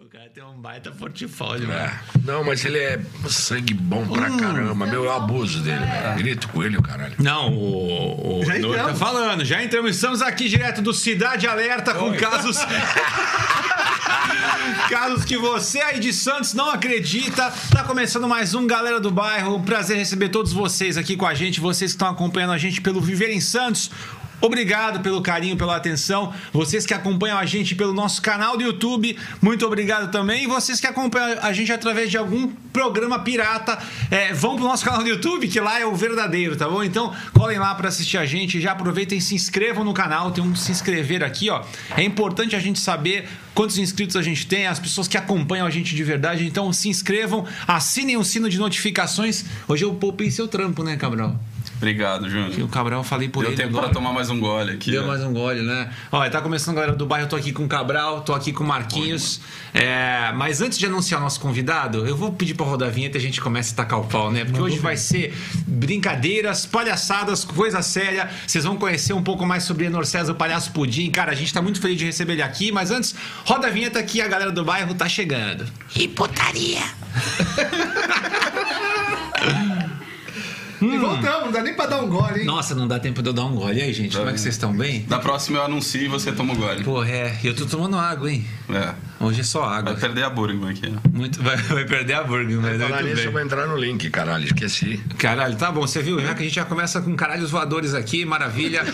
O cara tem um baita portfólio, É. velho. Não, mas ele é sangue bom pra caramba. Meu, eu abuso dele. velho. Grito com ele, o caralho. Não, o, o Já Nor tá entramos. falando, já entramos. Estamos aqui direto do Cidade Alerta com casos. casos que você aí de Santos não acredita. Tá começando mais um Galera do Bairro. Um prazer receber todos vocês aqui com a gente, vocês que estão acompanhando a gente pelo Viver em Santos. Obrigado pelo carinho, pela atenção. Vocês que acompanham a gente pelo nosso canal do YouTube, muito obrigado também. E vocês que acompanham a gente através de algum programa pirata, é, vão pro nosso canal do YouTube, que lá é o verdadeiro, tá bom? Então, colhem lá para assistir a gente. Já aproveitem e se inscrevam no canal. Tem um se inscrever aqui, ó. É importante a gente saber quantos inscritos a gente tem, as pessoas que acompanham a gente de verdade. Então, se inscrevam, assinem o sino de notificações. Hoje eu poupei seu trampo, né, Cabral? Obrigado, E o Júnior. Cabral, eu falei por Deu ele tempo agora. pra tomar mais um gole aqui. Deu ó. mais um gole, né? Olha, tá começando, galera do bairro. Eu tô aqui com o Cabral, tô aqui com o Marquinhos. É, mas antes de anunciar o nosso convidado, eu vou pedir pra rodar a vinheta e a gente começa a tacar o pau, né? Porque hoje vai ser brincadeiras, palhaçadas, coisa séria. Vocês vão conhecer um pouco mais sobre Enor César, o palhaço Pudim. Cara, a gente tá muito feliz de receber ele aqui. Mas antes, roda a vinheta que a galera do bairro tá chegando. E voltamos, não dá nem pra dar um gole, hein? Nossa, não dá tempo de eu dar um gole. E aí, gente, como é que vocês estão bem? Da próxima eu anuncio e você toma o gole. Porra, é. Eu tô tomando água, hein? É. Hoje é só água. Vai perder a Burgman aqui. né? ó. Muito, vai, vai perder a burger, mas Falar muito nisso, bem. eu vou entrar no link, caralho. Esqueci. Caralho, tá bom, você viu? Já que a gente já começa com caralhos voadores aqui, maravilha.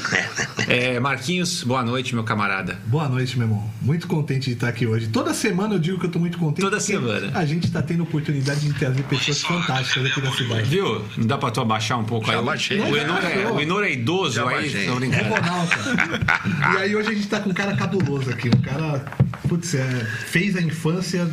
É, Marquinhos, boa noite, meu camarada. Boa noite, meu irmão. Muito contente de estar aqui hoje. Toda semana eu digo que eu tô muito contente. Toda porque semana. A gente tá tendo oportunidade de trazer pessoas fantásticas aqui na cidade. Viu? Não dá pra tu abaixar um pouco Já aí? abaixei, O já. Enor é, o Enor é idoso Já aí, abaixei. tô brincando. Ronaldo. e aí hoje a gente tá com um cara cabuloso aqui. Um cara, putz, é, fez a infância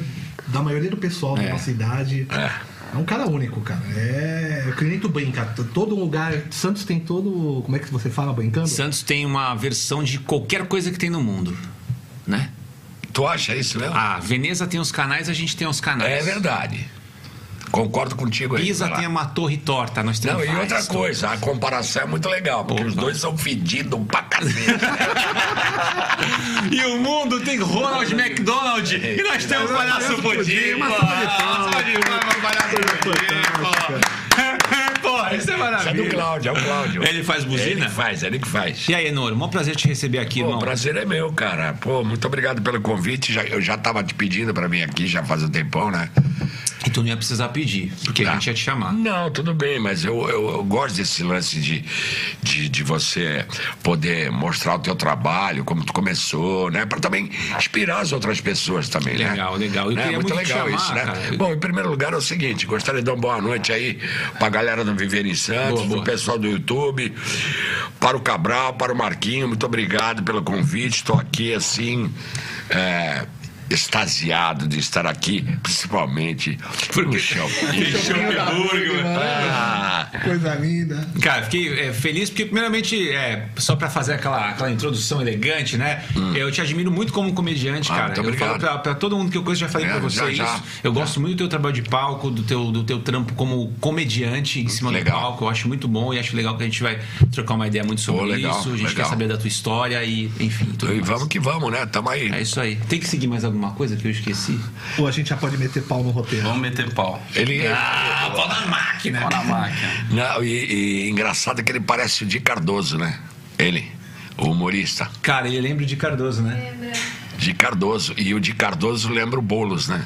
da maioria do pessoal da É. nossa idade. É. um cara único, cara. É. O cliente brinca. T- Todo um lugar. Santos tem todo. Como é que você fala brincando? Santos tem uma versão de qualquer coisa que tem no mundo, né? Tu acha isso mesmo? A Veneza tem os canais, a gente tem os canais. É verdade. Concordo contigo aí. Pisa vai lá. tem uma torre torta, nós temos Não, e várias outra coisa, a comparação é muito legal, porque os dois são fedidos pra cacete. E o mundo tem Ronald McDonald e nós temos o palhaço Pudim, pô. Salva de palmas pro palhaço é Pudim, pô. Pô, isso é Isso é do maravilha. Cláudio, é o Cláudio. Ele faz buzina? Ele que faz, ele que faz. E aí, Enor, mó prazer te receber aqui, Pô, irmão. o prazer é meu, cara. Pô, muito obrigado pelo convite. Já, eu já tava te pedindo pra vir aqui já faz um tempão, né? E tu não ia precisar pedir, porque a Tá. gente ia te chamar. Não, tudo bem, mas eu, eu, eu gosto desse lance de, de, de você poder mostrar o teu trabalho, como tu começou, né? Pra também inspirar as outras pessoas também, né? Legal, legal. Eu Né? queria muito muito te legal chamar, isso, né? cara. Bom, em primeiro lugar é o seguinte, gostaria de dar uma boa noite aí pra galera do Viver em Santos, Boa, boa. do pessoal do YouTube, para o Cabral, para o Marquinho, muito obrigado pelo convite. Estou aqui assim. É... Extasiado de estar aqui, principalmente no chão. é né? Ah, Coisa linda. Cara, fiquei é, feliz porque, primeiramente, é, só pra fazer aquela, aquela introdução elegante, né? Eu te admiro muito como comediante, Hum. Ah, cara. muito eu falo obrigado. pra, pra todo mundo que eu conheço, já falei É, pra você já, isso. já. eu gosto muito do teu trabalho de palco, do teu, do teu trampo como comediante em cima Hum, Legal. do palco. Eu acho muito bom e acho legal que a gente vai trocar uma ideia muito sobre Pô, legal, isso. A gente legal. quer saber da tua história e, enfim, tudo e mais. vamos que vamos, né? Tamo aí. É isso aí. Tem que seguir mais alguma coisa que eu esqueci? Ou a gente já pode meter pau no roteiro. Vamos meter pau. Ele. Ah, pau na máquina. Pau na máquina. Não, e, e engraçado que ele parece o Di Cardoso, né? Ele, o humorista. Cara, ele lembra de Cardoso, né? Di Cardoso. E o Di Cardoso lembra o Boulos, né?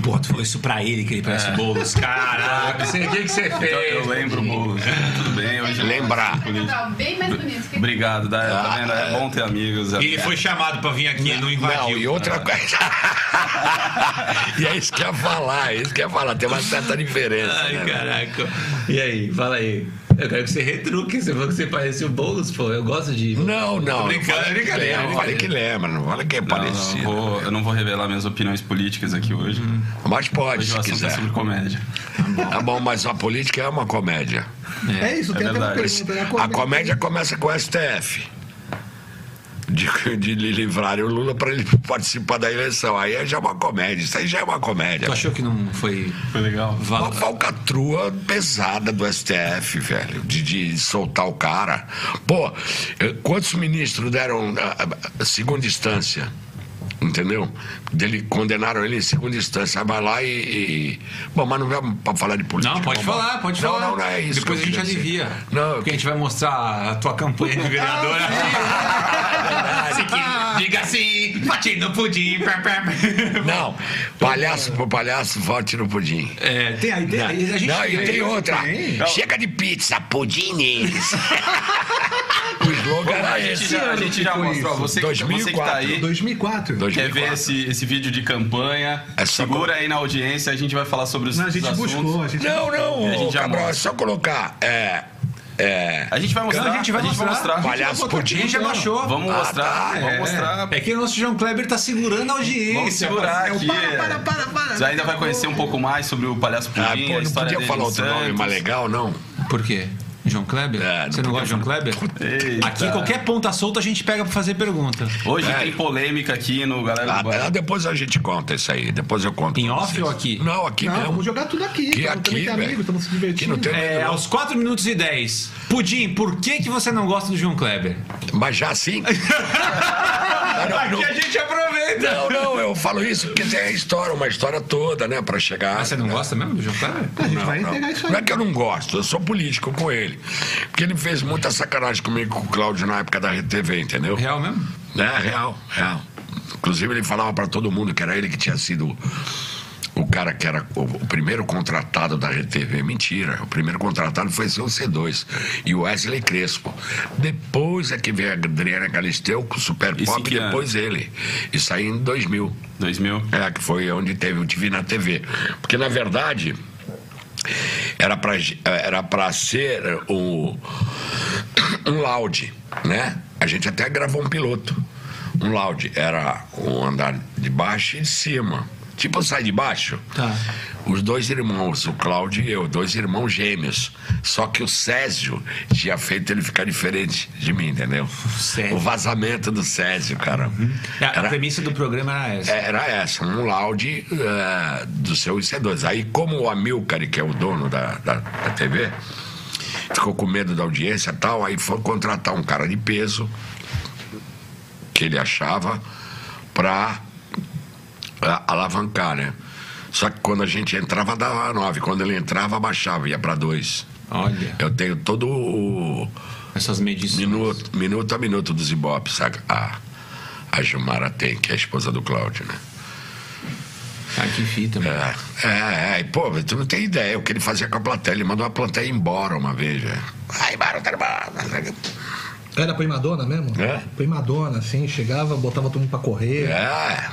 Pô, tu falou isso pra ele, que ele parece o Boulos. Caraca, você- o que que você É. Então, Eu, eu fez? lembro o Boulos. Tudo bem, hoje é Lembrar. Tá bem mais bonito. que- Obrigado, Daya. Tá vendo? É bom ter amigos. E ele foi chamado pra vir aqui, não Não, e invadiu. outra coisa. e é isso que ia falar, é isso que ia falar. Tem uma certa diferença. Ai, né? caraca. E aí, fala aí. Eu quero que você retruque, você falou que você parecia o Boulos, pô. Eu gosto de... Não, não. Tô brincando, não falei que brincadeira, lembra, não falei que lembra, não falei que é Não, não, eu parecido. vou- eu não vou revelar minhas opiniões políticas aqui hoje. Mas pode, Hoje se o assunto é quiser. sobre comédia. Tá bom, mas a política é uma comédia. É, isso, tem até uma verdade. pergunta. né? é A comédia começa com o STF. De, de lhe livrarem o Lula para ele participar da eleição. Aí é já uma comédia, isso aí já é uma comédia. Tu achou que não foi... Foi legal. Uma Val... falcatrua pesada do STF, velho, de, de soltar o cara. Pô, eh, quantos ministros deram ah, ah, segunda instância? Entendeu? Dele, condenaram ele em segunda instância. Aí Vai lá e. e- Bom, mas não vamos pra falar de política. Não, pode Vamos lá. falar, pode não, falar. Não, não, é isso. Depois a que eu gente queria dizer. alivia. Não, eu porque a gente vai mostrar a tua campanha de vereadora. Se que- Diga assim, bate no pudim. pá, pá, pá. Não, palhaço pro palhaço, vote no pudim. É, tem aí, tem aí. A gente não, e tem outra. Chega de pizza, pudim neles. o slogan era A gente esse. já, a gente já Foi mostrou. isso. Você, que- você que tá 2004. aí, quer 2004. ver 2004. esse, esse vídeo de campanha, É só segura aí na audiência, a gente vai falar sobre os Não, a os gente assuntos. buscou, a gente Não, A não, gente ô, já Cabral, é mostra. só colocar. É, é, A gente vai mostrar. Não, a gente vai mostrar. palhaço A pudim. gente já baixou. Vamos Ah, mostrar, tá, vamos é. mostrar. É que o nosso João Kleber tá segurando a audiência. Vamos segurar É o aqui. para, para, para, para. Você ainda vai conhecer um pouco mais sobre o Palhaço Pudim, Ah, a pô, não história podia dele falar em outro nome Santos. mais legal, não? Por quê? João Kleber? É, não Você não gosta de João Kleber? Eita. Aqui, qualquer ponta solta a gente pega pra fazer pergunta. Hoje É. tem polêmica aqui no Galera Ah, do Bairro. ah, depois a gente conta isso aí. Depois eu conto. Em pra off vocês. ou aqui? Não, aqui Não, mesmo. vamos jogar tudo aqui. Que então, tamo- também aqui, tem velho. amigo, estamos se Que divertindo. não tem É, aos 4 minutos e 10. Pudim, por que, que você não gosta do João Kleber? Mas já assim. Aqui a gente aproveita. Não, não, eu falo isso porque tem a história, uma história toda, né, pra chegar. Ah, você não gosta mesmo do João Kleber? A gente Não, vai não. entregar isso aí. Não é que eu não gosto, eu sou político com ele. Porque ele fez muita sacanagem comigo com o Cláudio na época da RTV, entendeu? Real mesmo? É, real, real. Inclusive, ele falava pra todo mundo que era ele que tinha sido o cara que era o, o primeiro contratado da RTV. Mentira, o primeiro contratado foi seu C2 e o Wesley Crespo. Depois é que veio a Adriana Galisteu com o Super Isso em Pop que e ano? depois ele. Isso aí em 2000. 2000. É, que foi onde teve, eu tive na TV. Porque, na verdade, era pra, eh, era pra ser o, um loud, né? A gente até gravou um piloto. Um loud era o andar de baixo e de cima. Tipo, sai de baixo. Tá. Os dois irmãos, o Cláudio e eu, dois irmãos gêmeos. Só que o Césio tinha feito ele ficar diferente de mim, entendeu? Césio. Uhum. Ah, O vazamento do Césio, cara. É, A premissa do programa era essa. Era essa, um laude eh, do seu IC2. Aí, como o Amilcar, que é o dono da, da, da TV, ficou com medo da audiência e tal, aí foi contratar um cara de peso, que ele achava, para alavancar, né? Só que quando a gente entrava, dava nove. Quando ele entrava, baixava, ia para dois. Olha, Eu tenho todo o essas medições. minuto, minuto a minuto dos Ibope, saca? A, a Gilmara tem, que é a esposa do Cláudio, né? Ah, que fita, mano. É, é, é. E, pô, tu não tem ideia o que ele fazia com a plateia. Ele mandou a plateia embora uma vez, velho. tá Ai, barulho, barulho. Era primadona mesmo? É. Primadona, assim, chegava, botava todo mundo pra correr. É,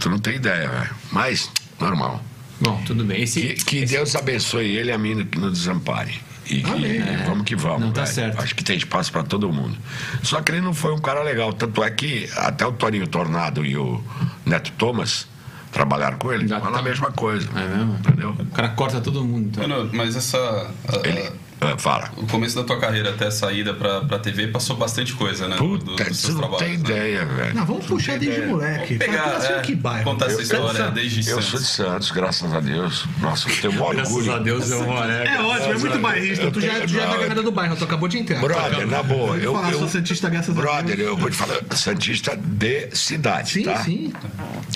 tu não tem ideia, velho. Mas, normal. Bom, tudo bem. Que, Esse, que Deus abençoe ele e a mim que não desampare. E que- vamos que vamos. Não, tá velho. certo. Acho que tem espaço pra todo mundo. Só que ele não foi um cara legal. Tanto é que até o Toninho Tornado e o Neto Thomas trabalharam com ele. Já Fala a tá. mesma coisa. É mesmo? Entendeu? O cara corta todo mundo. Então. Mano, mas essa. a- Ele. ah, Fala. O começo da tua carreira até a saída pra, pra TV passou bastante coisa, né? do- do- Puta, dos você seus não tem trabalhos, né? ideia, velho. Não, vamos puxar desde moleque. Vamos pegar, Cara, tu nasceu é, em que bairro? contar essa Eu- história desde Eu sou de Santos. Santos, graças a Deus. Nossa, eu tenho um Graças a orgulho. Deus é uma É ótimo, é muito bairrista. Tu já, tu já é da galera do bairro, tu acabou de entrar. Brother, na boa. Eu Eu, vou falar, sou eu, Santista, graças a Deus. brother, eu vou te falar, Santista de cidade, Sim, tá? sim.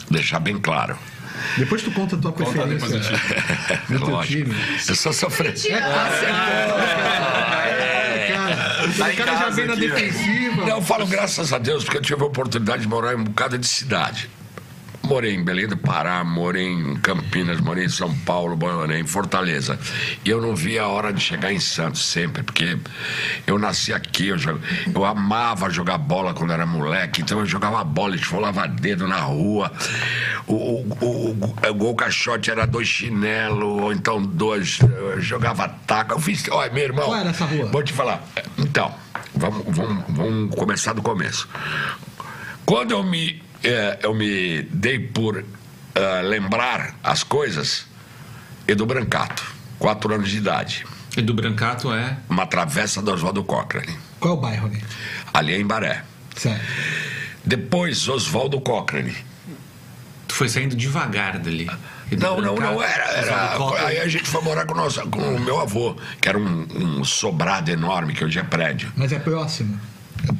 Deixar bem claro. Depois tu conta a tua Conta depois preferência. do time. No teu Lógico. time. Eu sou sofrendo. Cara, Tá o em cara já casa vem na aqui, ó. defensiva. Não, eu falo graças a Deus, porque eu tive a oportunidade de morar em um bocado de cidade. Morei em Belém do Pará, morei em Campinas, morei em São Paulo, morei em Fortaleza. E eu não via a hora de chegar em Santos sempre, porque eu nasci aqui, eu, jo- eu amava jogar bola quando era moleque, então eu jogava bola, esfolava dedo na rua. O, o, o, o gol caixote era dois chinelo, ou então dois. Eu jogava taco. Eu fiz. Olha, meu irmão. Qual era essa rua? Vou te falar. Então, vamos, vamos, vamos começar do começo. Quando eu me, eh, eu me dei por ah, lembrar as coisas, Edu Brancato, quatro anos de idade, E do Brancato é. uma travessa do Oswaldo Cochrane, Qual é o bairro, né? ali em Baré. Sério. Depois, Oswaldo Cochrane. Tu foi saindo devagar dali. é? E do Não, não, Brancato, não, era. é? Oswaldo Cocker, era aí a gente foi morar com, o nosso- com o meu avô, que era um, um sobrado enorme, que hoje é prédio. Mas é próximo.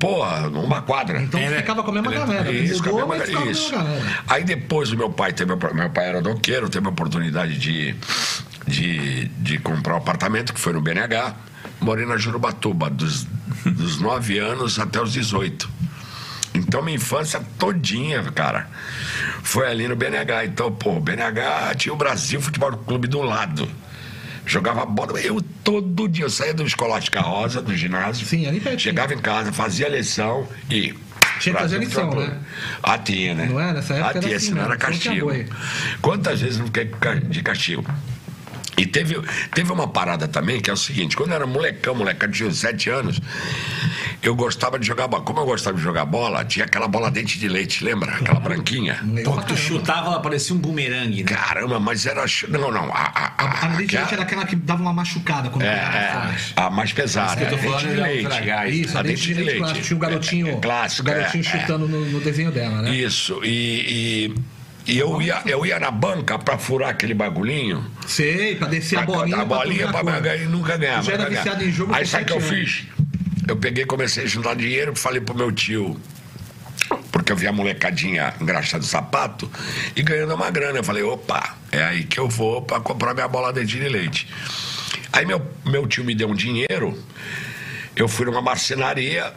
Porra, uma quadra. Então É, né? ficava com a mesma Ele- galera. Isso, com a Mudou, mesma- mas ficava com a isso. mesma galera. Aí depois o meu pai teve a- meu pai era doqueiro, teve a oportunidade de, de, de comprar um apartamento que foi no BNH, morei na Jurubatuba dos, dos 9 anos até os 18. Então minha infância todinha, cara, foi ali no BNH. Então, pô, o BNH tinha o Brasil Futebol Clube do lado. Jogava bola, eu todo dia, eu saía do escolar de carroça, do ginásio. Sim, ali pertinho. Chegava em casa, fazia lição e. Tinha que fazer Brasil lição, Futebol né? Clube. Ah, tinha, né? Não era? Nessa época Ah, era tinha, assim, senão né? era Só tinha castigo. boi. Quantas vezes eu não fiquei ca- de castigo? E teve, teve uma parada também, que é o seguinte, quando eu era molecão, molecão de 7 anos, eu gostava de jogar bola. Como eu gostava de jogar bola, tinha aquela bola dente de leite, lembra? Aquela branquinha. Legal Pô, pra tu caramba. chutava, ela parecia um bumerangue, né? Caramba, mas era. ch- Não, não. A, a, a, A Amelie aquela- Leite era aquela que dava uma machucada quando é, pegava é, forte. a mais pesada. Isso que eu tô a dente falando de é leite. o Ultra Gás. a Isso, a dente de leite. Clássico, tinha o garotinho, É, é clássico, o garotinho é, é. chutando no, no desenho dela, né? Isso, e, e, e eu, ia, eu ia na banca pra furar aquele bagulhinho. Sei, pra descer a pra- bolinha. a bolinha pra, pegar ganhar e nunca ganhava. Já era nunca viciado ganhava. em jogo Aí com sabe o que eu sete anos. fiz? Eu peguei e comecei a juntar dinheiro, falei pro meu tio. Porque eu vi a molecadinha engraxando sapato e ganhando uma grana. Eu falei, opa, é aí que eu vou pra comprar minha bola dentinha de leite. Aí meu, meu tio me deu um dinheiro, eu fui numa marcenaria,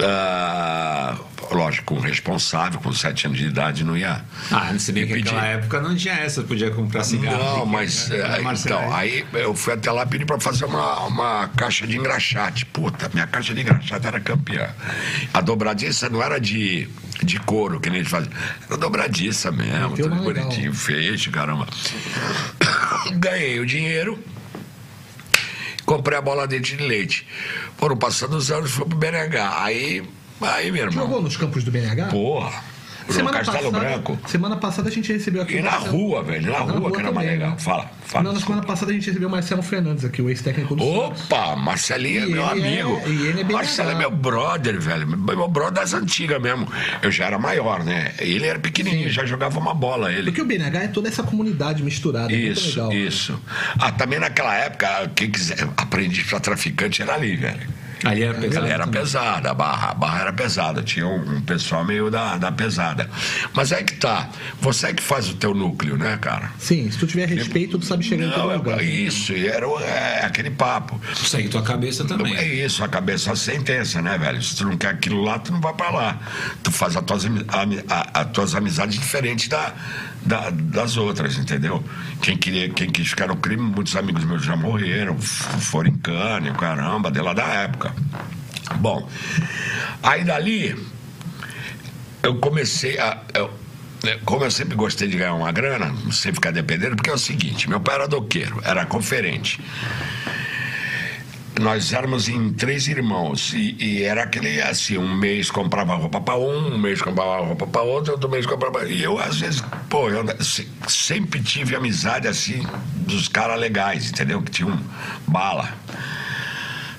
ah, lógico, com responsável, com sete anos de idade, não ia. Ah, se bem que Me pedi. naquela época não tinha essa, podia comprar cigarro. Não, pequeno, mas né? é, Era marcenaria. então, aí eu fui até lá pedir pra fazer uma, uma caixa de engraxate. Puta, minha caixa de engraxate era campeã. A dobradiça não era de, de couro, que nem eles fazem. Era dobradiça mesmo, Meteu tudo uma legal. bonitinho, fecho, caramba. Ganhei o dinheiro. Comprei a bola dente de leite. Foram passando os anos, fui pro BNH. Aí, aí, meu irmão. Jogou nos campos do BNH? Porra. No Castelo Branco. Semana passada a gente recebeu aqui. E o na Marcelo- rua, velho. Na, rua, que era mais um também, legal. né? Fala, fala. Não, na semana passada a gente recebeu o Marcelo Fernandes aqui, o ex-técnico do Santos. Opa, Marcelinho é E meu ele é- amigo. e ele é bem Marcelo é legal. meu brother, velho. Meu brother das antigas mesmo. Eu já era maior, né? Ele era pequenininho, já jogava uma bola ele. Porque o BNH é toda essa comunidade misturada. é muito Isso, legal. isso. Ah, também naquela época, quem quiser, aprendiz pra traficante era ali, velho. Ali era pesado. Ela era pesada, a barra, a barra era pesada, tinha um, um pessoal meio da, da pesada. Mas é que tá, você é que faz o teu núcleo, né, cara? Sim, se tu tiver respeito, tu sabe chegar em todo Não, lugar. é, isso, e era o- é, aquele papo. Segue tua cabeça também. É isso, a cabeça é a sentença, né, velho? Se tu não quer aquilo lá, tu não vai pra lá. Tu faz as tuas, ami- ami- a- as tuas amizades diferentes da, da- das outras, entendeu? Quem, queria, quem quis ficar no crime, muitos amigos meus já morreram, f- foram em cana, e o caramba, de lá da época. Bom, aí dali, eu comecei a. eu- né, como eu sempre gostei de ganhar uma grana, sem ficar dependendo, porque é o seguinte: meu pai era doqueiro, era conferente. Nós éramos em três irmãos e, e era aquele assim, um mês comprava roupa para um, um mês comprava roupa para outro, outro mês comprava. E eu às vezes, pô, eu se- sempre tive amizade assim dos caras legais, entendeu? Que tinham bala.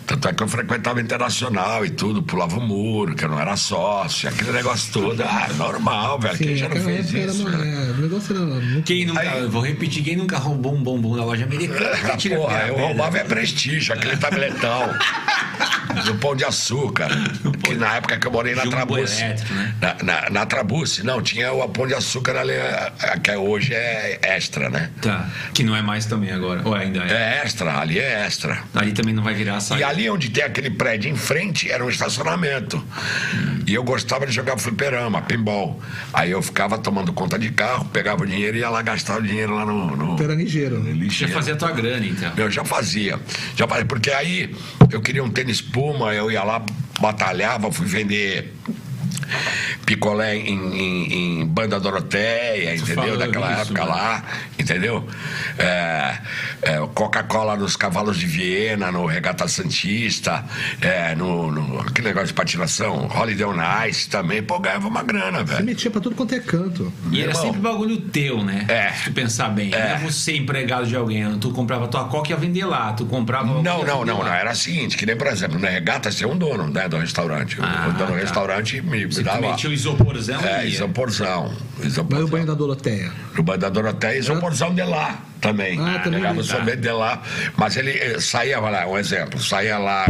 Tanto é que eu frequentava internacional e tudo, pulava o muro, que eu não era sócio, aquele negócio todo. Ah, normal, velho, quem Sim, já não aquela fez época era isso? né? uma- velho? é, o negócio era muito- Quem nunca, Aí- eu vou repetir, quem nunca roubou um bombom da loja americana? Ah, Quem tira a porra, primeira eu vez, roubava né? é prestígio, aquele tabletão. do pão de açúcar. Que na época que eu morei na Jumbo Trabuce. elétrico, né? Na, na, na Trabuce, não, tinha o pão de açúcar ali, a- a- que hoje é extra, né? Tá, que não é mais também agora. Ou ainda é. É extra, ali é extra. Ali também não vai virar saída. E ali onde tem aquele prédio em frente era um estacionamento. Hum. E eu gostava de jogar fliperama, pinball. Aí eu ficava tomando conta de carro, pegava o dinheiro e ia lá gastar o dinheiro lá no. no Tu era ligeiro. no Já lixeiro. fazia tua grana, então. Eu já fazia. Já fazia, porque aí eu queria um tênis Puma, eu ia lá, batalhava, fui vender picolé em, em- em Banda Doroteia, entendeu? falou Daquela isso, época mano. lá, entendeu? É, é, Coca-Cola nos Cavalos de Viena, no Regata Santista, é, no, no- aquele negócio de patinação, Holiday on Ice também. Pô, ganhava uma grana, Se velho. metia pra tudo quanto é canto. E era Irmão. sempre bagulho teu, né? É. Se tu pensar bem. Não É. Era você empregado de alguém. Tu comprava tua coca e ia vender lá. Tu comprava. Não, ia não, vender não, lá. não. Era o seguinte, que nem, por exemplo, na regata tinha um dono, né, do restaurante. Ah, o dono do tá. restaurante me, me Você tu dava. metia o isoporzão É, e ia. isoporzão. Mas o isoporzão. banho da Doroteia. O banho da Doroteia, isoporzão é um de lá também. Ah, também Pegava o dele. sorvete de lá. Mas ele eh, saía, vai lá, um exemplo, saía lá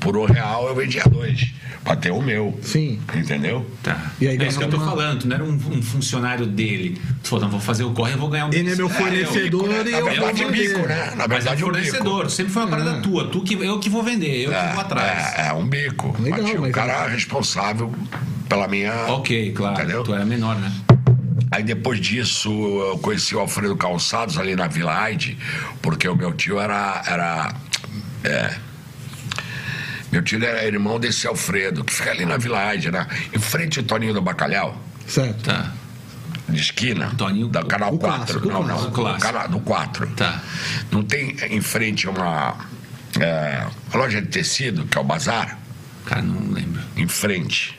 Por um real eu vendia dois. Bateu o meu. Sim. Entendeu? Tá. E aí é isso que eu tô ganhava uma- falando, tu não era um, um funcionário dele. Tu falou, não, vou fazer o corre, eu vou ganhar um Ele é meu fornecedor e Na eu vou verdade, vender. bico, né? Na Mas é um verdade, um bico. fornecedor, sempre foi uma parada Ah. tua, tu que, eu que vou vender, eu que vou atrás. É, é um bico. Legal, mas tinha um mas cara é- responsável pela minha. Ok, claro, ah. Entendeu? tu era menor, né? Aí depois disso eu conheci o Alfredo Calçados ali na Vila Aide, porque o meu tio era. era é, meu tio era irmão desse Alfredo, que fica ali na Vila Aide, né? em frente ao Toninho do Bacalhau, Certo. Tá, de esquina, Toninho- da Canal o 4. clássico, o não, não, clássico. do Canal- do 4. tá. Não tem em frente a uma é, loja de tecido, que é o Bazar, Cara, não lembro. em frente.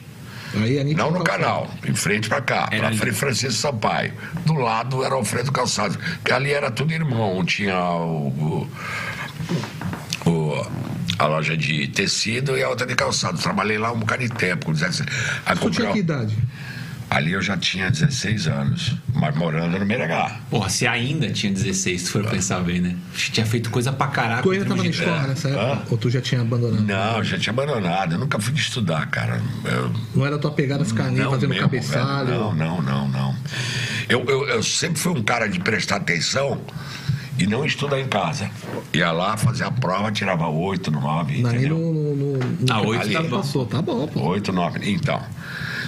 Aí a Nick Não no tá- canal, em frente pra cá, Era pra ali. frente Francisco Sampaio. Do lado era o Alfredo Calçado, que ali era tudo irmão. Tinha o, o- o- a loja de tecido e a outra de calçado. Trabalhei lá um bocado de tempo. Com 16. Aí Tu tinha comprei- que idade? É Ali eu já tinha 16 anos, mas morando no Meregá. Porra, se ainda tinha 16, se tu Tá. for pensar bem, né? Tinha feito coisa pra caraca. Tu ainda em tava na termos de- escola nessa É. época? Ou tu já tinha abandonado? Não, eu já tinha abandonado. Eu nunca fui estudar, cara. Eu- Não era tua pegada ficar ali fazendo mesmo, cabeçalho? velho. Não, não, não, não. Eu, eu, eu sempre fui um cara de prestar atenção e não estudar em casa. Ia lá, fazia a prova, tirava oito, nove, Ali entendeu? no, no, no, no Ah, oito ali tá bom. passou. Tá bom, pô. Oito, nove. Então.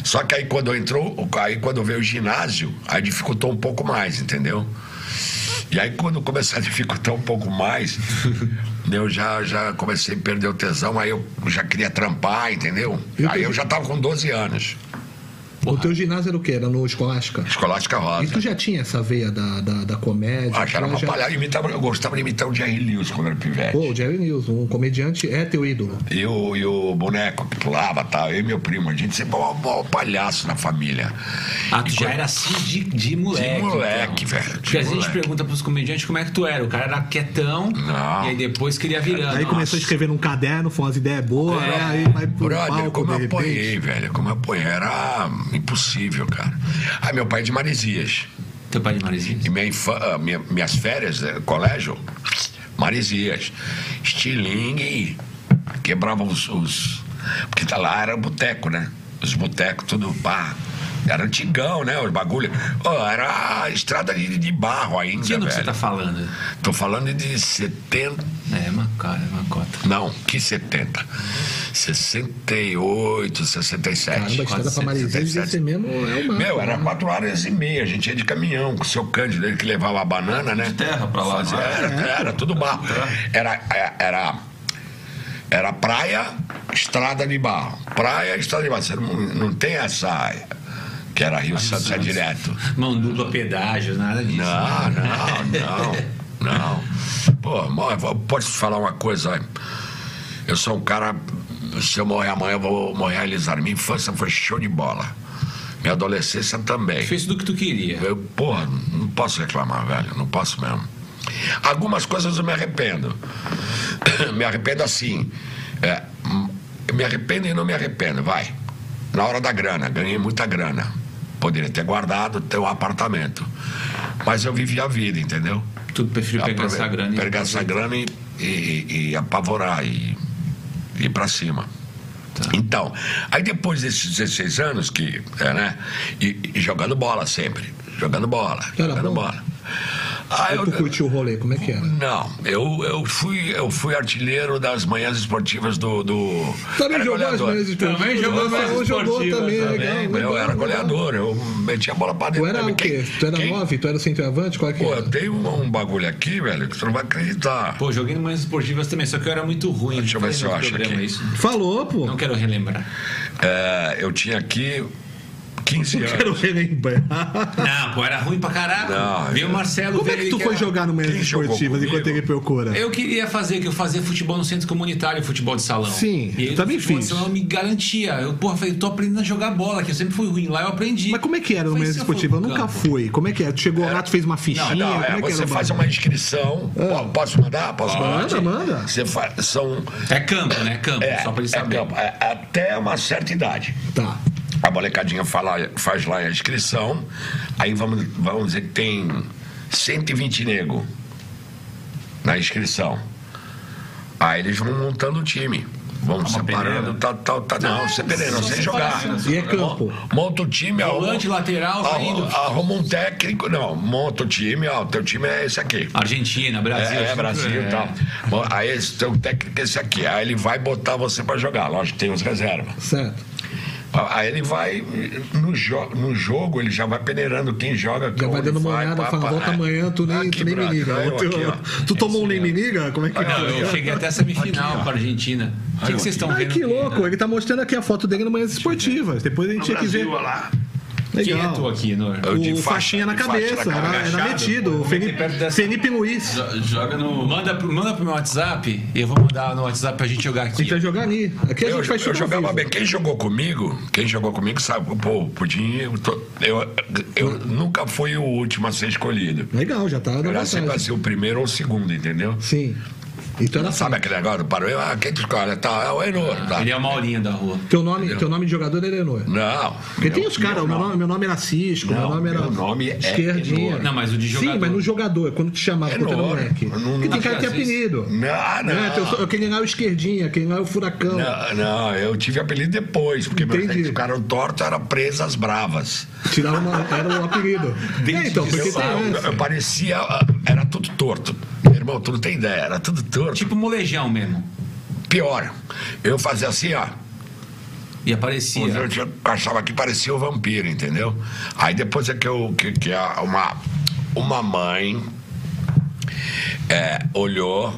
Só que aí quando entrou, aí quando veio o ginásio, aí dificultou um pouco mais, entendeu? E aí quando começou a dificultar um pouco mais, eu já, já comecei a perder o tesão, aí eu já queria trampar, entendeu? Eu aí eu entendi. já tava com 12 anos, O teu ginásio era o quê? Era no Escolástica? escolástica rosa. E tu já tinha essa veia da, da, da comédia? Ah, já era Tu uma já- palhaça. Eu, imitava- eu gostava de imitar o Jerry Lewis quando era pivete. Pô, o Jerry News, um comediante é teu ídolo. E, o, e o boneco que pulava, tá? Eu e meu primo, a gente sempre foi o maior palhaço na família. Ah, tu já era assim de, de moleque. De moleque, então. velho. de Porque às vezes a gente moleque. pergunta pros comediantes como é que tu era. O cara era quietão Não. e aí depois queria virando. Aí começou a escrever num caderno, foi umas ideias boas, né? Aí vai pro É. Brother, palco, como de eu repente. apanhei, velho. Como eu apanhei. Era impossível, cara. Ah, meu pai é de Maresias. Teu pai é de Marizinho. E minha infa- ah, minha- minhas férias, né, colégio, Maresias. Estilingue, quebrava os, os- Porque tá lá era boteco, né? Os botecos, tudo pá. Era antigão, né? Os bagulho. Ó, era a estrada de, de barro ainda, Que ano que você velho. tá falando? Tô falando de 70. É, uma cara, é uma cota. Não, que 70? 68, 67. Caramba, a estrada pra Marizinha devia ser mesmo, é o mapa, Meu, era né? quatro horas e meia, a gente ia de caminhão, com o seu Cândido, ele que levava a banana, né? De terra É. pra lá, não era? era, era, tudo barro. Era, é, era, era praia, estrada de barro. Praia, estrada de barro. Você não, não tem essa. Que era Rio Santos é direto. Mão dupla, pedágio, nada disso. Não, não, não, não. Pô, mó- eu posso te falar uma coisa? Eu sou um cara. Se eu morrer amanhã, eu vou morrer realizado. Minha infância foi show de bola. Minha adolescência também. Fez tudo o É que tu queria. Eu, porra, não posso reclamar, velho. Não posso mesmo. Algumas coisas eu me arrependo. me arrependo assim. É, hum, eu me arrependo e não me arrependo, vai. Na hora da grana, ganhei muita grana. Poderia ter guardado ter um apartamento. Mas eu vivi a vida, entendeu? Tu preferiu pegar Aprove- essa grana e... Ah, pegar essa grana e, e- e apavorar e e ir pra cima. Tá. Então, aí depois desses 16 anos que, é, né, e, e jogando bola sempre, jogando bola, Era jogando bom? bola. Aí Ou tu curtiu o rolê, como é que era? não, eu, eu, fui, eu fui artilheiro das manhãs esportivas do. do Também era jogou as goleador. manhas esportivas. Também jogou as Você manhas jogou esportivas também, também. legal. Eu legal, era legal. goleador, eu metia a bola pra dentro. Tu era também. o quê? Quem- Tu era quem- 9? Tu era centroavante? Qual é que Pô, era? eu tenho um, um bagulho aqui, velho, que tu não vai acreditar. Pô, joguei em manhas esportivas também, só que eu era muito ruim. Deixa eu ver Falei se eu no acho programa aqui. Isso. Falou, pô. Não quero relembrar. É, eu tinha aqui 15 anos. Quero relembrar. Não, pô, era ruim pra caraca. Não, Veio o Marcelo... Como veio é que ele tu foi era- jogar no Manhas Quem jogou Esportivas comigo? enquanto ele procura? Eu queria fazer, que eu fazia futebol no centro comunitário, futebol de salão. Sim, e eu aí, também futebol fiz. de salão me garantia. Eu, porra, falei, tô aprendendo a jogar bola, que eu sempre fui ruim. Lá eu aprendi. Mas como é que era no Falei, Manhas se eu for Esportivas? Eu pro nunca campo- fui. Como é que era? Tu chegou lá, tu fez uma Não, fichinha? não, é, como é que você era? o faz bagulho? uma inscrição. Po- Posso mandar? Posso Manda, mandar? manda. Você fa- são. É campo, né? Campo, É, só pra ele é saber. campo, é- até uma certa idade. Tá. A molecadinha fala- faz lá a inscrição. Aí vamos, vamos dizer que tem 120 nego na inscrição. Aí eles vão montando o time. Tá Vamos Uma separando, peneira. tal, tal, tal. Não, você peneira, não sei jogar. E é campo. Monta o time, um, Volante, lateral, tá arruma, indo. arruma um técnico, não, monta o time, ó, teu time é esse aqui. Argentina, Brasil. É, é, Brasil e é. tal. Bom, aí esse teu técnico é esse aqui. Aí ele vai botar você pra jogar. Lógico que tem os reservas. Certo. Aí ele vai. No, jo no jogo, ele já vai peneirando quem joga. Já como vai Então, ele dando uma vai, olhada, pá, fala, pá. volta amanhã, tu nem, Aqui, tu nem me brother, liga. aí eu Tu, aqui, ó. tu tomou um nem me liga? Como é que Não, foi? eu cheguei até a semifinal Aqui, ó. com a Argentina. O que, que vocês estão Ai, vendo? que aqui? louco, ele tá mostrando aqui a foto dele no Manhãs Esportivas. Depois a Tá gente tinha que ver. Quem é tu Legal. aqui, Nor? Eu de O faixa, faixinha na de faixa cabeça, era, era agachado. metido. O Felipe, Felipe Luiz. Jo- Joga no. Manda, pro- manda pro meu WhatsApp e eu vou mandar no WhatsApp pra gente jogar A aqui. gente vai jogar tá ali. Aqui a Eu, gente faz eu tudo ao jogava vivo. bem. Quem jogou comigo, quem jogou comigo sabe, pô, pudim, eu, tô- eu, eu nunca fui o último a ser escolhido. Legal, já tá na Eu era vantagem. sempre assim, o primeiro ou o segundo, entendeu? Sim. Então era Sabe aquele negócio do Paroia? Ah, quem tu escolhe? Tá, é o Enor. Tá. Ele é o Maurinho da rua. Teu nome, teu nome de jogador é era Elenor. Não. É Porque tem um meu- os caras, é meu o meu nome, meu nome era Cisco, Não, meu nome era. meu nome é Esquerdinha. Enor. Não, mas o de jogador. Sim, mas no jogador, quando te chamava, É quando era Enor. moleque. Eu não- Porque tem não- cara que tem às vezes- apelido. Não, não. Né? Tem o- Aquele lá é o Esquerdinha, aquele lá é o Furacão. Não, não, eu tive apelido depois, porque é meus Entendi. dentes ficaram tortos, era presas bravas. Tirava uma, era o apelido. É, então, porque Eu, tem eu- essa. eu parecia. ah, Era tudo torto. Meu irmão, tu não tem ideia, era tudo torto. Tipo molejão mesmo. Pior, eu fazia assim, ó. E aparecia. Eu tinha- achava que parecia um vampiro, entendeu? Aí depois é que, eu, que, que a- uma, uma mãe é, olhou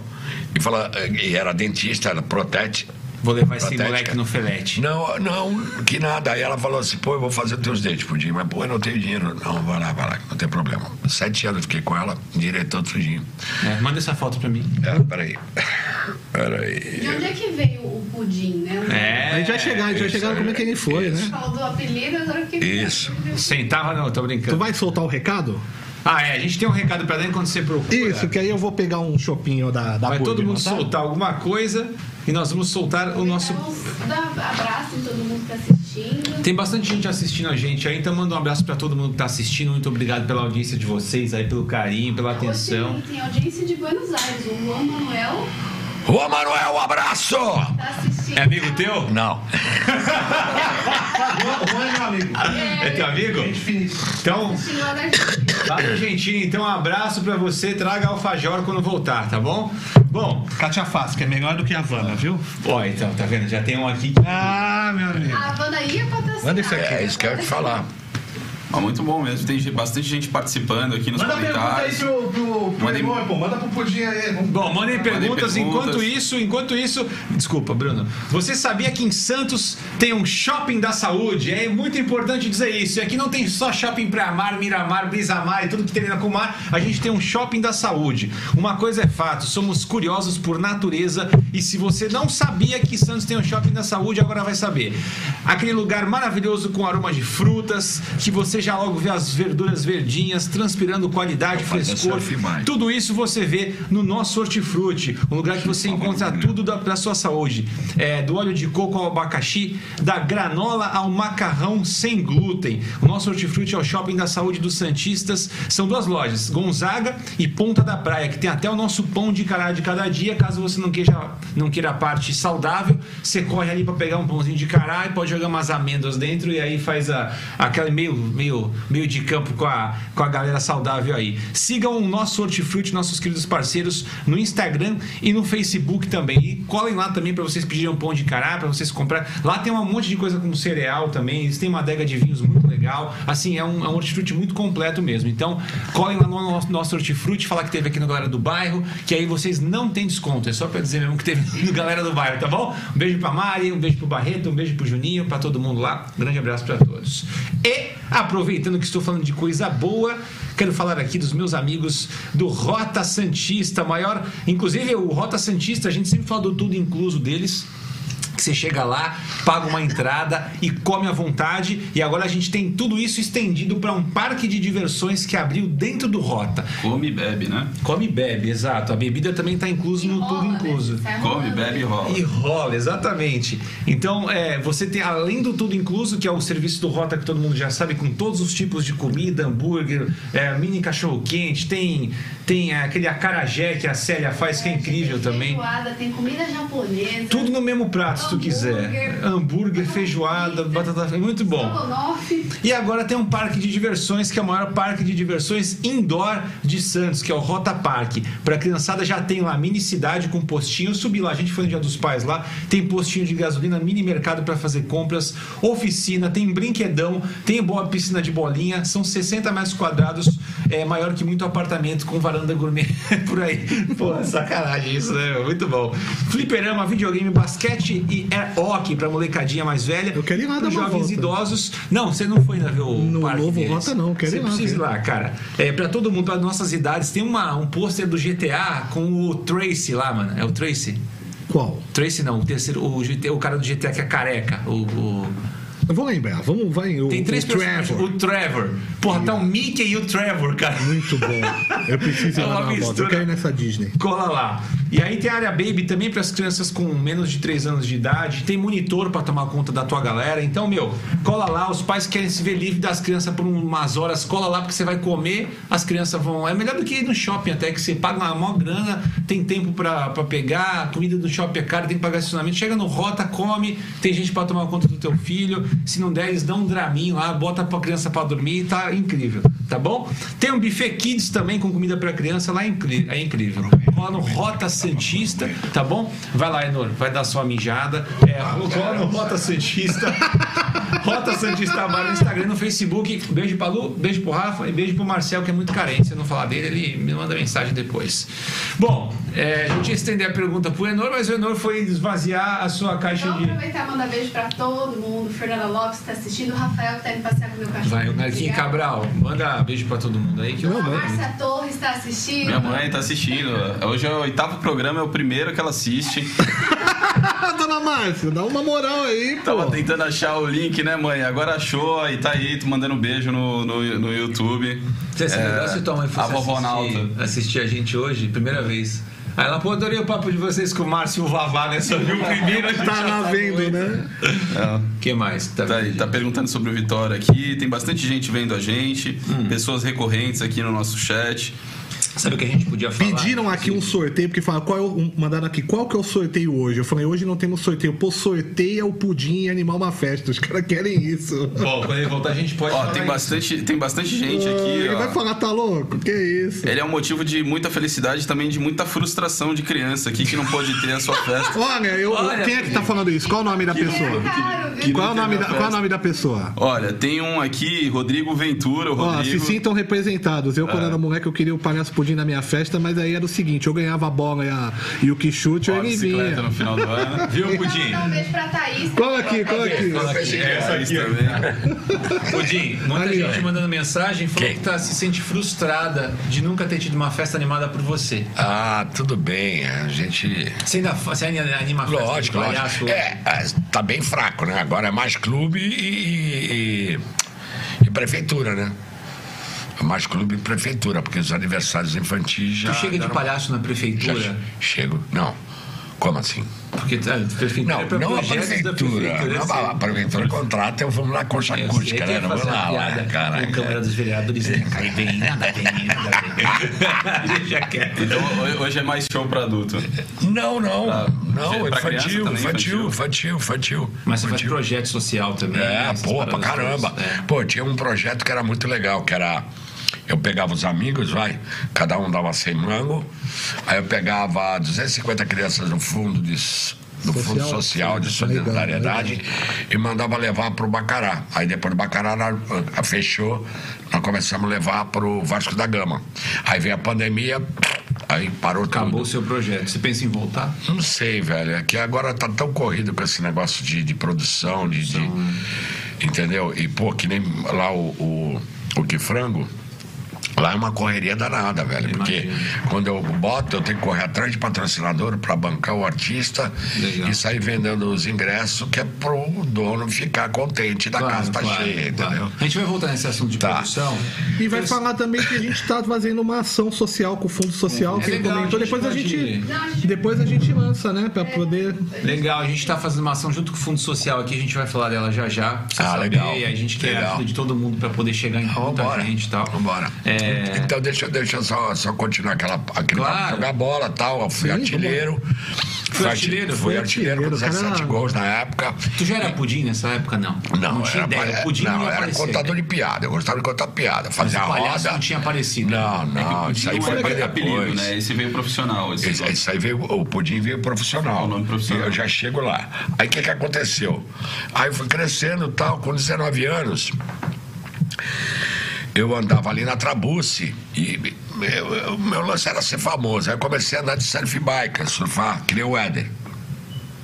e falou, e era dentista, era protete. Vou levar esse Patética. moleque no felete. Não, não, que nada. Aí ela falou assim, pô, eu vou fazer teus dentes, Pudim. Mas, pô, eu não tenho dinheiro. Não, vai lá, vai lá, não tem problema. Sete anos eu fiquei com ela, diretor do Pudim. É, manda essa foto pra mim. É, peraí. Peraí. De onde é que veio o pudim, né? O É. A gente vai chegar, a gente vai chegar no como é que ele foi, né? Falou do apelido, agora eu fiquei. Isso. Sentava não, tô Tu brincando. vai soltar o recado? Ah, é, a gente tem um recado pra dar enquanto você procura. Isso, que aí eu vou pegar um chopinho da, da Vai Bud, todo mundo tá? soltar alguma coisa e nós vamos soltar é o nosso... Então, dá abraço em todo mundo que tá assistindo. Tem bastante gente assistindo a gente aí, então manda um abraço pra todo mundo que tá assistindo. Muito obrigado pela audiência de vocês aí, pelo carinho, pela atenção. Hoje tem audiência de Buenos Aires. O Juan Manuel Ô, Manuel, um abraço! tá assistindo. É amigo teu? Não. É teu amigo? Então, Assistindo lá da Argentina. lá na Argentina, então um abraço pra você. Traga alfajor quando voltar, tá bom? Bom, Katia Fasca é melhor do que a Havana, viu? ó, então, tá vendo? Já tem um aqui que... Ah, meu amigo. A Wanda ia patrocinar. Manda isso aqui. É isso que eu ia te falar. Ah, muito bom mesmo. Tem ge- bastante gente participando aqui nos Manda pergunta aí comentários. pro, pro, pro Mandem- Eloy, pô. Manda pro Pudim aí. Vamos... Bom, mandem perguntas. perguntas. Enquanto isso, enquanto isso. Desculpa, Bruno. Você sabia que em Santos tem um shopping da saúde? É muito importante dizer isso. E aqui não tem só shopping pra mar, miramar, brisamar e tudo que termina com mar. A gente tem um shopping da saúde. Uma coisa é fato, somos curiosos por natureza. E se você não sabia que Santos tem um shopping da saúde, agora vai saber. Aquele lugar maravilhoso com aroma de frutas, que você já logo vê as verduras verdinhas, transpirando qualidade, fazendo frescor. selfie mais. Tudo tudo isso você vê no nosso Hortifruti, um lugar que você encontra tudo da, da sua saúde. É, do óleo de coco ao abacaxi, da granola ao macarrão sem glúten. O nosso Hortifruti é o shopping da saúde dos Santistas. São duas lojas, Gonzaga e Ponta da Praia, que tem até o nosso pão de cará de cada dia. Caso você não queira, não queira a parte saudável, você corre ali para pegar um pãozinho de cará e pode jogar umas amêndoas dentro e aí faz a, aquela meio, meio, meio de campo com a, com a galera saudável aí. Sigam o nosso Hortifruti, nossos queridos parceiros, no Instagram e no Facebook também. E colhem lá também para vocês pedirem um pão de cará, para vocês comprar. Lá tem um monte de coisa como cereal também. Eles têm uma adega de vinhos muito legal. Assim, é um, é um hortifruti muito completo mesmo. Então, colhem lá no nosso, nosso hortifruti, falar que teve aqui no Galera do Bairro, que aí vocês não têm desconto. É só para dizer mesmo que teve no Galera do Bairro, tá bom? Um beijo para Mari, um beijo para Barreto, um beijo para Juninho, para todo mundo lá. Um grande abraço para todos. E, aproveitando que estou falando de coisa boa, quero falar aqui dos meus amigos do Rota Santista, maior. Inclusive, o Rota Santista, a gente sempre fala do tudo incluso deles. que Você chega lá, paga uma entrada e come à vontade. E agora a gente tem tudo isso estendido para um parque de diversões que abriu dentro do Rota. Come e bebe, né? Come e bebe, exato. A bebida também está incluso no tudo né? incluso. é Come, bebe e rola. E rola, exatamente. Então, é, você tem, além do tudo incluso, que é o serviço do Rota que todo mundo já sabe, com todos os tipos de comida, hambúrguer, é, mini cachorro-quente, tem, tem aquele acarajé que a Célia faz, que é incrível também. Feijoada, tem comida japonesa. Tudo no mesmo prato, se tu quiser. Hambúrguer, feijoada, batata frita, é muito bom. Estrogonofe. E agora tem um parque de diversões, que é o maior parque de diversões indoor de Santos, que é o Rota Parque. Pra criançada já tem lá mini cidade com postinho. Eu subi lá, a gente foi no Dia dos Pais lá, tem postinho de gasolina, mini mercado pra fazer compras, oficina, tem brinquedão, tem boa piscina de bolinha, são 60 metros quadrados, é maior que muito apartamento com varanda gourmet por aí. Pô, sacanagem isso, né? Muito bom. Fliperama, videogame, basquete e air hockey pra molecadinha mais velha. Eu quero ir lá Pros dar uma jovens volta. idosos idosos. Não, você não foi ainda ver o No parque novo deles. Rota, não, quero Você ir lá, precisa ir quero. lá, cara. É para todo mundo, para nossas idades, tem uma, um pôster do GTA com o Tracy lá, mano. É o Tracy? Qual? Tracy não, o terceiro, o, GTA, o cara do GTA que é careca, o- o Eu vou lembrar, vamos, vai. O, tem três o personagens. Trevor. O Trevor. Porra, tá o Mickey e o Trevor, cara. Muito bom. Eu preciso ir É uma lá dar uma volta. mistura. Eu quero ir nessa Disney. Cola lá. E aí tem a área baby também para as crianças com menos de 3 anos de idade. Tem monitor para tomar conta da tua galera. Então, meu, cola lá. Os pais querem se ver livre das crianças por umas horas. Cola lá porque você vai comer. As crianças vão. É melhor do que ir no shopping até, que você paga uma maior grana, tem tempo para pegar. A comida do shopping é cara, tem que pagar estacionamento. Chega no rota, come. Tem gente para tomar conta do teu filho. Se não der, eles dão um draminho lá, bota pra criança para dormir. Tá incrível, tá bom? Tem um buffet kids também com comida para criança lá. É incri- é incrível. Cola no Rota Santista, tá bom? Vai lá, Enor, vai dar sua mijada. É, cola no Rota Santista. Rota Santista Bar no Instagram, no Facebook. Beijo pra Lu, beijo pro Rafa e beijo pro Marcel, que é muito carente. Se eu não falar dele, ele me manda mensagem depois. Bom, é, a gente ia estender a pergunta pro Enor, mas o Enor foi esvaziar a sua caixa Então, de. aproveitar e mandar beijo pra todo mundo. Fernanda Lopes que tá assistindo. Rafael que tá indo passear com meu cachorro. Vai, o Narquinho Obrigada. Cabral, manda beijo pra todo mundo aí que eu. A Márcia Torres tá assistindo. Minha mãe tá assistindo. Hoje é o oitavo programa, é o primeiro que ela assiste. Ah, dona Márcia, dá uma moral aí, pô. Tava tentando achar o link, né, mãe? Agora achou e tá aí, tu mandando um beijo no, no, no YouTube. É, Esse negócio, tua mãe a vovó Nalda. assistir a gente hoje, primeira vez. Aí ela, pô, adorei o papo de vocês com o Márcio e o Vavá, né? Só viu o primeiro, a gente Tá lá vendo, né? que mais? Tá, Tá, vendo, aí, gente? tá perguntando sobre o Vitória aqui, tem bastante gente vendo a gente, Hum. pessoas recorrentes aqui no nosso chat. Sabe o que a gente podia falar? Pediram aqui um sorteio, porque falaram, qual é o, um- mandaram aqui, qual que é o sorteio hoje? Eu falei, hoje não temos sorteio. Pô, sorteia o pudim e animar uma festa. Os caras querem isso. Bom, quando ele voltar, a gente pode Ó, falar tem isso. bastante, tem bastante gente Ah, aqui. Ele ó. vai falar, tá louco? Que isso? Ele é um motivo de muita felicidade e também de muita frustração de criança aqui que não pode ter a sua festa. Olha, eu, Olha, quem é que tá falando isso? Qual o nome da pessoa? É caro, viu? Qual é o não nome teve a da, qual é o festa. nome da pessoa? Olha, tem um aqui, Rodrigo Ventura, o Ó, se Rodrigo. sintam representados. Eu, quando era moleque, eu queria o palhaço pudim na minha festa, mas aí era o seguinte: eu ganhava a bola e, a- e o que chute, Ó, a ele bicicleta vinha. no final do ano. Viu, Então, Pudim? mandar um beijo pra Thaís. Cola aqui, cola aqui. É, Essa aqui É, também. Pudim, muita Ali, gente ó. mandando mensagem falando Quem? que tá, se sente frustrada de nunca ter tido uma festa animada por você. Ah, tudo bem. A gente. Você ainda, fa- você ainda anima a festa do Lógico, palhaço? lógico. É, ah, tá bem fraco, né? Agora é mais clube e, e- e prefeitura, né? É Mais clube e prefeitura, porque os aniversários infantis já. Tu chega de deram- palhaço na É. já prefeitura? che- Chego. Não. Como assim? Porque tá, prefeitura Não, é pra não a projetos da prefeitura. prefeitura, não, a assim. prefeitura contrata, eu vou na concha Eu sei acústica, que né? ia Não vou fazer lá, uma lá, piada cara. com a Câmara dos Vereadores, não cai bem, nada bem, nada bem. Deixa quieto. Então ho- hoje é mais show pra adulto. Não, não. Ah, Pra- não, pra criança infantil, também, infantil, infantil, infantil. é Mas você faz infantil. projeto social também. né? É, Essas pô, pra paradas caramba. todas. É. Pô, tinha um projeto que era muito legal, que era. Eu pegava os amigos, vai, cada um dava 100 mango, aí eu pegava 250 crianças do fundo de, s- do Social, fundo social de sim, é legal, solidariedade e mandava levar pro Bacará. Aí depois do Bacará na- a- fechou, nós começamos a levar pro Vasco da Gama. Aí veio a pandemia, aí parou Acabou tudo. o seu projeto. Você pensa em voltar? Não sei, velho. É que agora tá tão corrido com esse negócio de, de produção, de, de- Entendeu? E, pô, que nem lá o, o, o que frango. Lá é uma correria danada, velho. Porque quando eu boto, eu tenho que correr atrás de patrocinador para bancar o artista Legal. e sair vendendo os ingressos, que é pro dono ficar contente da casa tá cheia, entendeu? A gente vai voltar nesse assunto de Tá. produção. E vai falar também que a gente está fazendo uma ação social com o Fundo É Social, que ele legal, comentou. a gente Depois a pode- gente. Não, a gente- Depois a gente lança, né? Pra poder. Legal, a gente está fazendo uma ação junto com o Fundo Social aqui, a gente vai falar dela já já. pra você Ah, saber, legal. E a gente quer a Legal. ajuda de todo mundo para poder chegar em muita Vambora. gente e tal. É, Vambora. Então deixa, deixa eu só, só continuar aquela, aquele Claro. papo de jogar bola tal. Eu fui Sim, artilheiro. Fui artilheiro? Fui artilheiro com Artilheiro, cara. 17 gols na época. Tu já era pudim nessa época, não? Não, tinha era, ideia. pa- O pudim não, não, ia era aparecer. né? contador de piada. Eu gostava de contar piada. Mas Fazia o a palhaço roda. não tinha aparecido. É Não, não, isso aí Não foi era pra aquele apelido, depois. né? Esse veio profissional. Esse Isso, nome. isso aí veio, o pudim veio profissional. O nome profissional. Eu já chego lá. Aí o que, que aconteceu? Aí eu fui crescendo e tal, com 19 anos. Eu andava ali na Trabuce e meu, eu- meu lance era ser famoso. Aí eu comecei a andar de surf bike, surfar, que nem o Éder.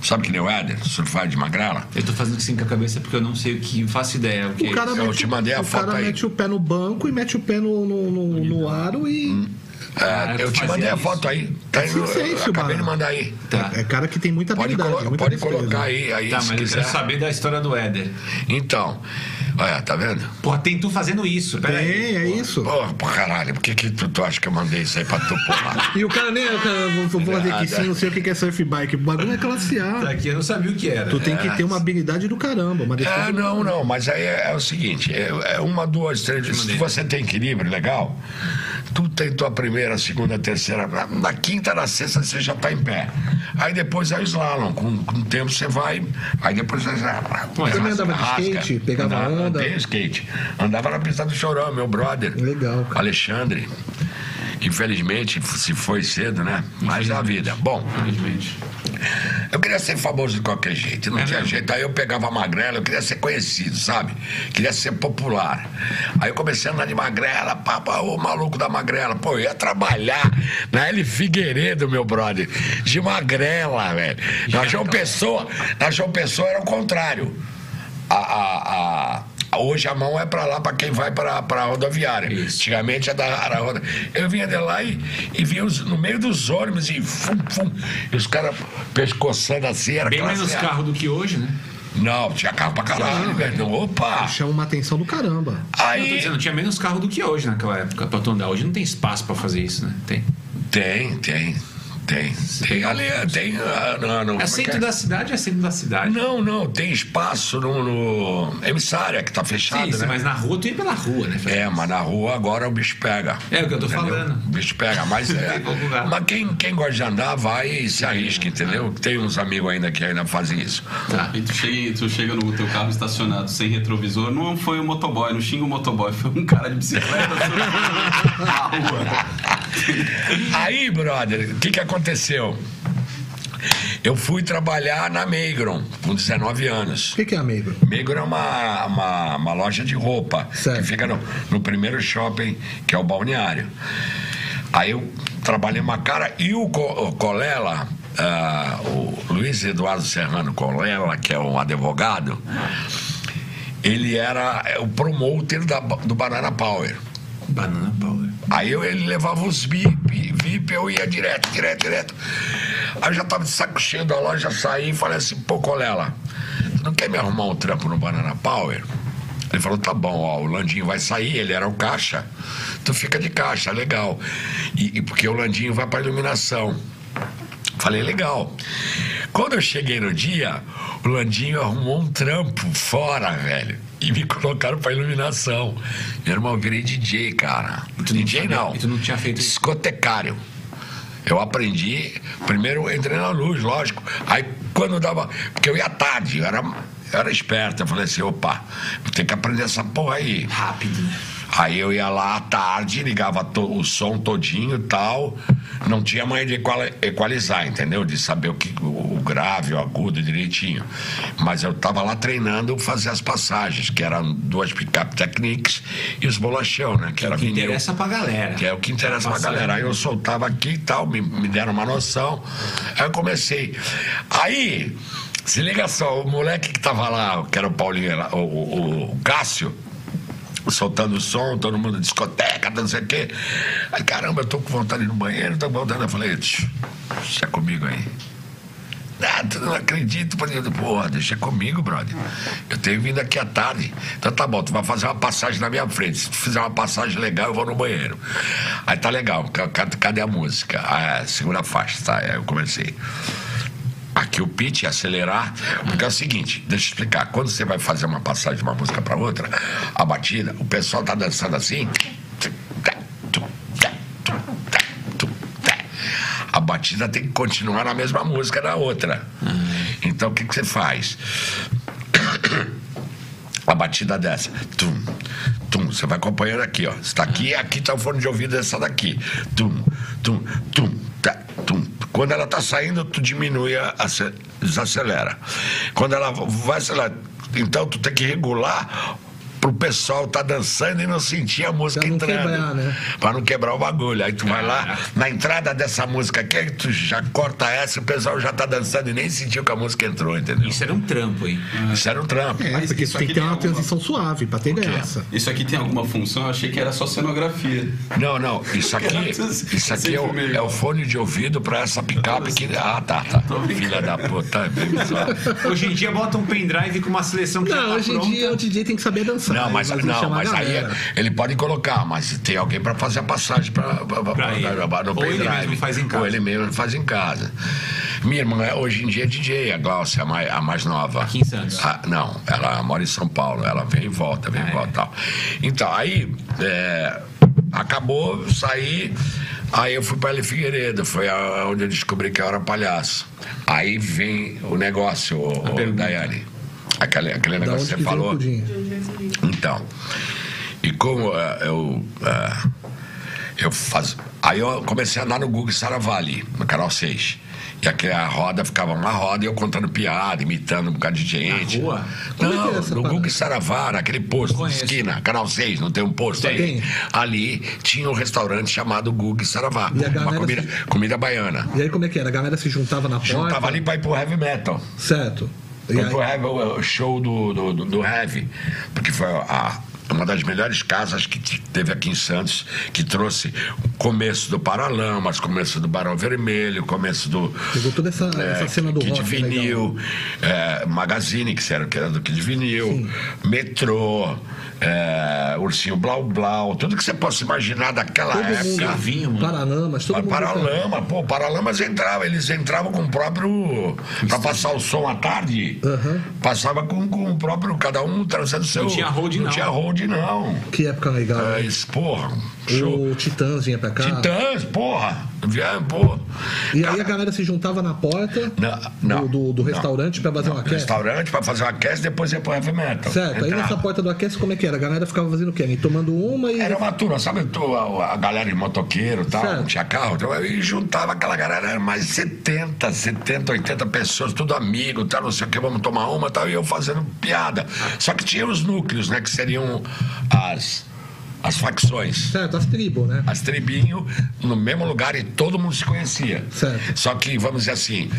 Sabe que nem o Éder? Surfar de magrela? Eu tô fazendo assim com a cabeça porque eu não sei o que faço ideia. O que é O cara, Eu mete, te mandei a o foto cara aí. mete o pé no banco e mete o pé no, no, no- no aro e. É, Ah, eu tu te fazia mandei a isso? foto aí. Tá aí no- Sim, sim, eu acabei Silmar. de mandar aí. Tá. É cara que tem muita Pode, habilidade, colo- é muita pode destreza. colocar aí, aí Tá, se mas eu quiser. quero saber da história do Éder. Então, olha, tá vendo? Pô, tem tu fazendo isso, peraí. Tem, é isso. Porra, pra caralho, por que, que tu, tu acha que eu mandei isso aí pra tu porra? E o cara nem. O cara, vou, vou fazer que sim, não sei o que que é surf bike. O bagulho é classe Tá A. aqui, eu não sabia o que era. Tu tem que ter uma habilidade do caramba, uma destreza. É, não, não, mas aí é, é o seguinte: é, é uma, duas, três. Se você tem equilíbrio legal, tu tem tua primeira, segunda, terceira. Na, na quinta, na sexta, você já tá em pé. Aí depois é o slalom, com, com o tempo você vai. Aí depois você já. Você também andava de skate, pegava andava, onda? andei skate. Andava na pista do Chorão, meu brother. Legal, cara. Alexandre. Infelizmente, se foi cedo, né? Mas a vida. Bom. Infelizmente. Eu queria ser famoso de qualquer jeito, É não tinha jeito. Aí eu pegava magrela, eu queria ser conhecido, sabe? Queria ser popular. Aí eu comecei a andar de magrela, papa, o maluco da magrela. Pô, eu ia trabalhar na L Figueiredo, meu brother, de magrela, velho. Na João tá. Pessoa, na João Pessoa era o contrário. A- a- a- Hoje a mão é pra lá, pra quem vai pra, pra rodoviária. Antigamente era da era roda. Eu vinha de lá e, e vinha os- no meio dos ônibus e fum, fum. E os caras pescoçando assim, era Bem classe menos A. carro do que hoje, né? Não, tinha carro pra caralho, velho. Então, Opa! Chama uma atenção do caramba. Não, eu tô Aí. dizendo, tinha menos carro do que hoje naquela época pra tu andar. Hoje não tem espaço pra fazer isso, né? Tem. Tem, tem, tem. Tem ali, tem. ah, Não, não, É centro da cidade, é centro da cidade. Não, não, tem espaço no. no... Emissária, que tá fechado, Sim, sim, né? mas na rua tu ia pela rua, né? É, mas na rua agora o bicho pega. É o que eu tô falando. O bicho pega, mas é. Tem pouco lugar. mas quem, quem gosta de andar vai e se arrisca, entendeu? Tem uns amigos ainda que ainda fazem isso. Tá. E tu chega, tu chega no teu carro estacionado sem retrovisor, não foi o motoboy, não xinga o motoboy, foi um cara de bicicleta surfando na rua. Aí, brother, o que, que aconteceu? Eu fui trabalhar na Meigron com 19 anos. O que, que é amigo? Meigro é uma, uma, uma loja de roupa Certo. que fica no, no primeiro shopping, que é o balneário. Aí eu trabalhei uma cara e o, Co- o Colela, ah, o Luiz Eduardo Serrano Colela, que é um advogado, ele era é, o promoter da, do Banana Power. Banana né? Power. Aí eu, ele levava os VIP, VIP eu ia direto, direto, direto. Aí eu já tava de saco cheio da loja, saí e falei assim, pô, Colela, tu não quer me arrumar um trampo no Banana Power? Ele falou, tá bom, ó, o Landinho vai sair, ele era o caixa, tu fica de caixa, legal. E, e porque o Landinho vai pra iluminação. Falei, legal. Quando eu cheguei no dia, o Landinho arrumou um trampo fora, velho. E me colocaram pra iluminação. Meu irmão, eu virei DJ, cara. não DJ sabia- não. e tu não tinha feito isso? Discotecário. Eu aprendi, primeiro eu entrei na luz, lógico. Aí quando dava. Porque eu ia tarde, eu era, eu era esperto. Eu falei assim, opa, tem que aprender essa porra aí. Rápido, né? Aí eu ia lá à tarde, ligava to- o som todinho e tal. Não tinha maneira de equal- equalizar, entendeu? De saber o, que, o o grave, o agudo direitinho. Mas eu tava lá treinando fazer as passagens, que eram duas pick-up techniques e os bolachão, né? Que era Que vinil. interessa pra galera. Que é o que interessa pra Passagem. galera. Aí eu soltava aqui e tal, me, me deram uma noção. Aí eu comecei. Aí, se liga só, o moleque que tava lá, que era o Paulinho, lá, o, o- o Cássio, soltando som, todo mundo discoteca, não sei o quê. Aí, caramba, eu tô com vontade de ir no banheiro, tô com vontade. Eu falei, "Tch, deixa comigo aí. Ah, tu não acredito, por exemplo, porra, deixa comigo, brother. Eu tenho vindo aqui à tarde. Então tá bom, tu vai fazer uma passagem na minha frente. Se tu fizer uma passagem legal, eu vou no banheiro. Aí tá legal, ca- ca- cadê a música? Ah, é, segunda faixa, tá? Aí eu comecei. Aqui o pitch, acelerar, porque é o seguinte, deixa eu explicar. Quando você vai fazer uma passagem de uma música para outra, a batida, o pessoal tá dançando assim. A batida tem que continuar na mesma música da outra. Então o que, que você faz? A batida dessa. Tum, tum. Você vai acompanhando aqui, ó. Está É. aqui, aqui está o fone de ouvido dessa daqui. Tum, tum, tum, tá, tum. Quando ela está saindo, tu diminui, a, ace- desacelera. Quando ela vai acelerar, então tu tem que regular pro pessoal tá dançando e não sentir a música Pra não entrando. quebrar, né? Ah. Pra não quebrar o bagulho. Aí tu vai lá, na entrada dessa música aqui, tu já corta essa, o pessoal já tá dançando e nem sentiu que a música entrou, entendeu? Isso era um trampo, hein? Isso era um trampo. É, Mas porque isso tem aqui que ter tem uma alguma- transição suave pra ter graça. Isso aqui tem alguma função? Eu achei que era só cenografia. Não, não, isso aqui, isso aqui é, o, é o fone de ouvido pra essa picape que. Ah, tá, tá. Filha da puta, é bem bizarro. Hoje em dia bota um pendrive com uma seleção que já Não, tá hoje em pronta. dia o DJ tem que saber dançar. né? Não, ele mas, vai não, chamar a mas aí é galera. ele pode colocar, mas tem alguém pra fazer a passagem para ele. no Ou ele pendrive. mesmo faz em Ou casa. ele mesmo faz em casa. Minha irmã é- hoje em dia é DJ, a Glaucia, a mais, a mais nova. Aqui em Santos. Ah, não, ela mora em São Paulo, ela vem e volta, Ah, vem é. e volta e tal. Então, aí é, acabou, saí, aí eu fui pra L Figueiredo, foi a- onde eu descobri que eu era palhaço. Aí vem o negócio, o, o Daiane. Aquele, aquele Da negócio onde que você que vem o falou. pudim? Então, e como eh, eu. eh, eu faz... Aí eu comecei a andar no Google Saravali, no canal 6. E aqui a roda ficava uma roda e eu contando piada, imitando um bocado de gente. Na rua? Como é que Não, é essa no parada? Google Saravara, aquele posto de Conheço. esquina, canal 6, não tem um posto Tem. ali. Ali tinha um restaurante chamado Google Saravá. E a Uma galera comida, comida baiana. E aí como é que era? A galera se juntava na porta? Juntava ali pra ir pro heavy metal. Certo. E Foi aí- pro Heavy, é, o o show do, do, do, do Heavy, porque foi a- uma das melhores casas que te- teve aqui em Santos, que trouxe o começo do Paralamas, começo do Barão Vermelho, começo do. Pegou toda essa- É, essa cena do Kid rock, né, Vinil, é, Magazine, que era, que era do Kid Vinil, Metrô, é, Ursinho Blau Blau, tudo que você possa imaginar daquela Todo época. mundo. Silvinho, mano. Paralamas, todo Mas mundo. Paralama, pô, Paralamas entrava, eles entravam com o próprio. Pra passar o som à tarde, Aham. passava com, com o próprio, cada um trazendo seu. Não tinha hold, Não não. tinha hold, não. Que época legal. né? Mas, porra, Ah, show. O Titãs vinha pra cá. Titãs, porra. Vieram, porra. E aí a galera se juntava na porta Não, não, do, do- do não. restaurante pra fazer uma queda. Restaurante pra fazer uma cast, depois ia pro heavy metal. Certo, aí Entrava. nessa porta do aquece, como é que era? A galera ficava fazendo o quê? E tomando uma e. Era uma turma, sabe? tu- A, a galera de motoqueiro e tal, né? Certo. não tinha carro. Então, e juntava aquela galera, era mais 70, 70, 80 pessoas, tudo amigo, tal, não sei o que, vamos tomar uma tal, e eu fazendo piada. Só que tinha os núcleos, né? Que seriam as, as facções. Certo, as tribos, né? As tribinho no mesmo lugar e todo mundo se conhecia. Certo. Só que, vamos dizer assim,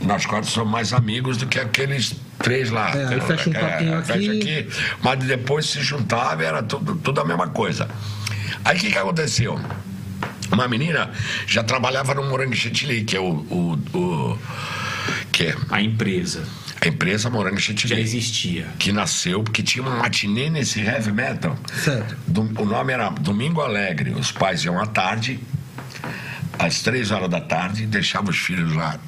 nós quatro somos mais amigos do que aqueles três lá. É, aí fecha um papinho É, fecha aqui. aqui, mas depois se juntava e era tudo, tudo a mesma coisa. Aí o que, que aconteceu? Uma menina já trabalhava no Morango Chantilly, que é o. o, o- que é A empresa a empresa Morango já Chantilly. existia. que nasceu porque tinha uma matinê nesse heavy metal. Certo. Dom- o nome era Domingo Alegre. Os pais iam à tarde, às três horas da tarde, deixavam os filhos lá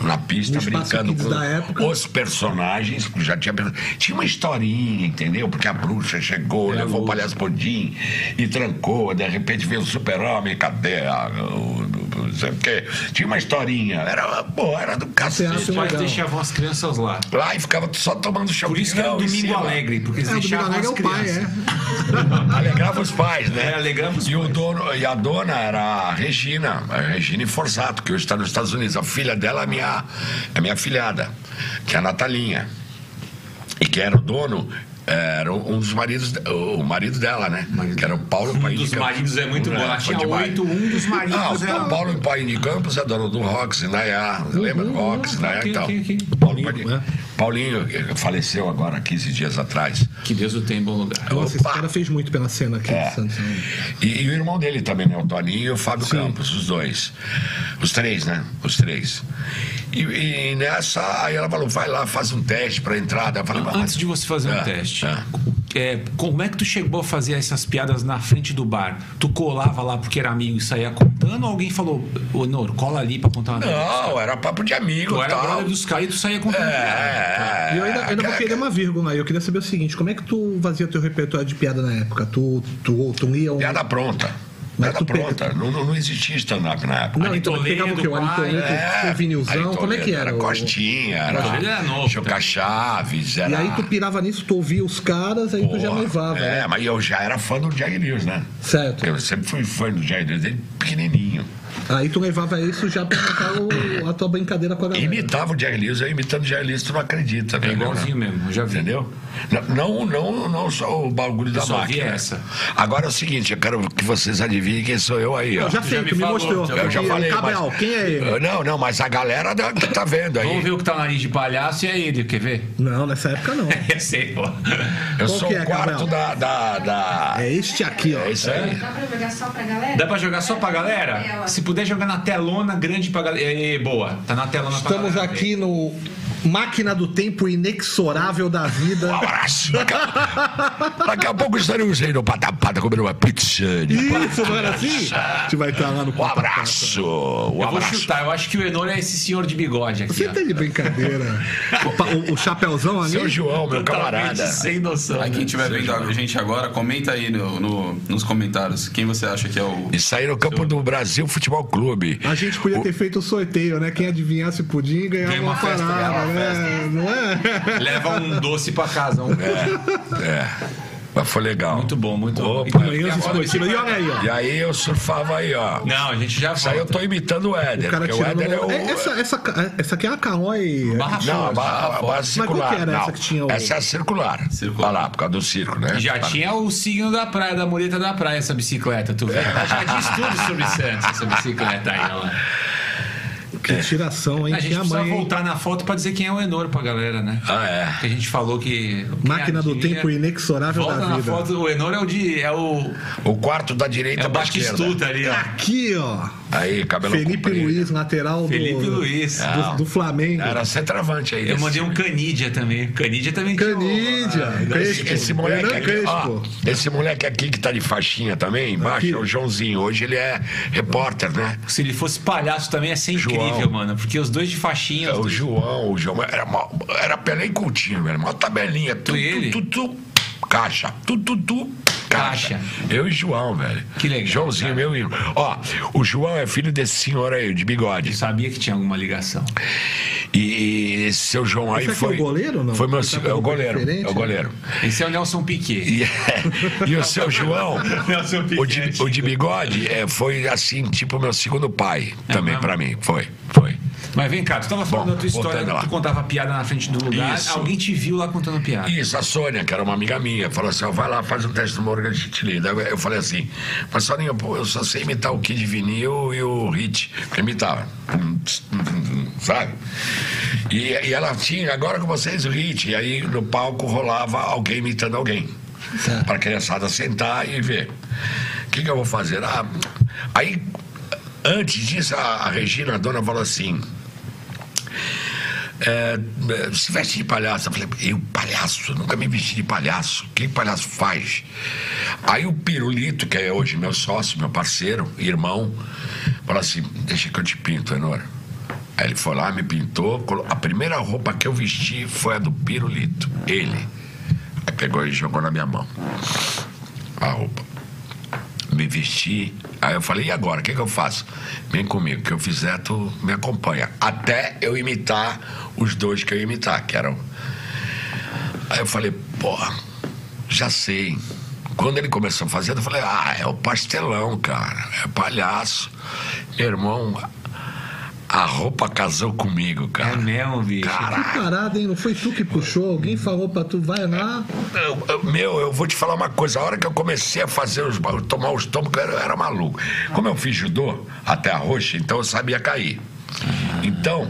na pista No espaço brincando Kids com da época. os personagens. porque Já tinha, perso- tinha uma historinha, entendeu? Porque a bruxa chegou, levou o palhaço Pudim e trancou. De repente veio o super-homem, cadê a- o, o- não sei o quê. Tinha uma historinha. Era, pô, era do Teatro cacete. Os pais Legal. Ah, deixavam as crianças lá. Lá e ficava só tomando Por champanhe. é isso que um era o Domingo Alegre, porque eles É, o Domingo deixavam Alegre é as o pai, crianças. é. Alegrava os pais, né? É, alegrava os e O dono, e a dona era a Regina, a Regina Forzato, que hoje está nos Estados Unidos. A filha dela é minha, é minha filhada, que é a Natalinha. E que era o dono, era um dos maridos, o marido dela, né? Que era o Paulo Paim de Um dos Campos. maridos é muito Um, bom. né? Ela Foi tinha demais. oito, um dos maridos Ah, o era... Paulo, Paulo Uhum. Paim de Campos é dono do Roxy, né? Nayá. Lembra? Roxy, Nayá e Aqui, tal. aqui, aqui. Paulo Paim de- né? Paulinho eh, faleceu agora 15 dias atrás. Que Deus o tenha em bom lugar. Nossa, esse cara fez muito pela cena aqui É. de Santos. né? E, e o irmão dele também, né? O Toninho e o Fábio Campos, os dois. Os três, né? Os três. E, e nessa, aí ela falou, vai lá, faz um teste pra entrada. Eu falei, "Mas- Antes de você fazer um É, teste, é. é, como é que tu chegou a fazer essas piadas na frente do bar? Tu colava lá porque era amigo e saía contando? Ou alguém falou, ô Nor, cola ali pra contar uma piada? Não, era papo de amigo Tu e era tal. brother dos caras e tu saía É, contando. piada. é, né? E eu ainda, ainda vou é, querer uma vírgula aí. Eu queria saber o seguinte: como é que tu fazia teu repertório de piada na época? Tu, tu, tu lia um. Piada pronta. Mas Piada tu pega- pronta. Não, não, não existia stand-up na época. Não, então Toledo, pegava o quê? O Ali pai, Toledo, É, o Vinilzão? Ayrton Como é que Leda, era? Era o- Costinha, Costinha. Ele era era novo, Choca né? Chaves, era... E aí tu pirava nisso, tu ouvia os caras, aí tu já Porra, levava, É, né? mas eu já era fã do Jack News, né? Certo. Eu sempre fui fã do Jack News, desde pequenininho. Aí tu levava isso já pra montar o- a tua brincadeira com a galera. Imitava o Jack News, eu imitando o Jack News, tu não acredita. É entendeu, igualzinho né? mesmo, eu já vi. Entendeu? Não, não, não, não só o bagulho da só vi máquina. essa. Agora é o seguinte, eu quero que vocês adivinhem quem sou eu aí, ó. Eu já sei, me tu me falou, mostrou. já Eu já E- falei, Cabral, mas... quem é ele? Eu- Não, não, mas a galera da- que tá vendo aí. Vamos ver o que tá na nariz de palhaço e é ele, quer ver? Não, nessa época não. Eu sei, pô. Eu Qual sou que o é, quarto Gabriel? da, da, da- É este aqui, É ó. isso aí. Dá pra jogar só pra galera? Dá pra jogar só pra É, galera? Se puder jogar na telona grande pra galera. Ê, boa, tá na telona pra Estamos galera. aqui no Máquina do Tempo Inexorável da Vida. Um abraço. Daqui a, daqui a pouco estaremos aí no Patapada comendo uma pizza. de Isso, não era assim? A gente vai estar lá no Um abraço. Um Eu vou abraço. chutar, eu acho que o Enor é esse senhor de bigode aqui. Você ó. tá de brincadeira? O pa- O, o chapéuzão ali? Seu João, meu camarada. Totalmente Sem noção. Tá, Aí né? quem estiver vendo a gente agora, comenta aí no- no- nos comentários quem você acha que é o. E saí no campo do Brasil Futebol Clube. A gente podia ter feito o sorteio, né? Quem adivinhasse o pudim ganhava Ganha uma, uma festa, parada, né? Não é? Leva um doce pra casa. Um... Mas foi legal. Muito bom, muito bom. Opa. Manhãs esportivas. E olha aí, ó. tá. E aí eu surfava aí, ó. um- Não, a gente já Isso aí eu tô imitando o Éder. O cara porque o tirando. Éder é o. É, essa, essa, ca- essa aqui é a Calói. Barra Não, Forte. a barra, a barra qual circular. que era não. essa que tinha o- Essa é a circular. Circular. Olha lá, por causa do circo, né? Já tinha o signo da praia, da mureta da praia, essa bicicleta, tu vê? Ela já diz tudo sobre Santos, essa bicicleta aí, ó. Que tiração, hein? A gente Tinha a precisa mãe. hein? voltar na foto pra dizer quem é o Enor pra galera, né? Ah, é. Que a gente falou que. Máquina do piadinha. tempo inexorável Volta da na vida. Tá foto, o Enor é o de. É o. O quarto da direita É o pra esquerda. Batistuta ali, ó. Aqui, ó. Aí, cabelo Felipe comprido. Luiz, lateral Felipe do, Luiz. do, do Flamengo. Era centroavante aí. Eu esse. mandei um Canídia também. Canídia também tinha o- Canídia. Ah, Esse, Crespo. esse moleque Hernan aqui, ó, um Crespo. esse moleque aqui que tá de faixinha também embaixo Aqui. é o Joãozinho. Hoje ele é repórter, né? Se ele fosse palhaço também ia ser João. incrível, mano. Porque os dois de faixinha. É, os o dois- João, o João era, mó- era Pelé e Coutinho, velho. Uma tabelinha. Tu, Tu e ele? Tu, tu, caixa. Tu, tu, tu, caixa. Caixa. Eu e João, velho. Que legal, Joãozinho, cara. meu irmão. Ó, o João é filho desse senhor aí, de bigode. Sabia que tinha alguma ligação. E, e esse seu João aí Esse aqui é foi. o goleiro ou não? Foi meu. Ele tá com é o um pouco goleiro. diferente, É o né? goleiro. Esse é o Nelson Piquet. E, é, e o seu João, o de, o de bigode, é, foi assim, tipo meu segundo pai também É mesmo? pra mim. Foi, foi. Mas vem cá, tu tava falando Bom, da tua história, voltando que lá. tu contava piada na frente do lugar, Isso. alguém te viu lá contando piada. Isso, a Sônia, que era uma amiga minha, falou assim: ó, vai lá, faz um teste do Morgan Chitili. Daí eu falei assim: mas Soninha, pô, eu só sei imitar o Kid Vinil e o Hit, que imitava, Tum, tss, tum, tum, tum, sabe? E, e ela tinha, agora com vocês, o Hit. E aí no palco rolava alguém imitando alguém. Para a criançada sentar e ver. O que, que eu vou fazer? Ah, aí, antes disso, a, a Regina, a dona, falou assim é, é, se veste de palhaço. Eu falei, eu palhaço? Nunca me vesti de palhaço. O que palhaço faz? Aí o Pirulito, que é hoje meu sócio, meu parceiro, irmão, falou assim, deixa que eu te pinto, Enora. Aí ele foi lá, me pintou. colo- A primeira roupa que eu vesti foi a do Pirulito, ele. Aí pegou e jogou na minha mão a roupa. Me vesti. Aí eu falei, e agora? O que, que eu faço? Vem comigo, o que eu fizer, tu me acompanha. Até eu imitar os dois que eu ia imitar, que eram. Aí eu falei, porra, já sei. Quando ele começou a fazer, eu falei, ah, é o pastelão, cara. É palhaço. Meu irmão, a roupa casou comigo, É cara. mesmo, bicho. Caraca. Que parada, hein? Não foi tu que puxou? Alguém falou pra tu, vai lá. Eu- eu- meu, eu vou te falar uma coisa. A hora que eu comecei a fazer os ba- tomar os tombos, eu era, eu era maluco. Como eu fiz judô até a roxa, então eu sabia cair. Então,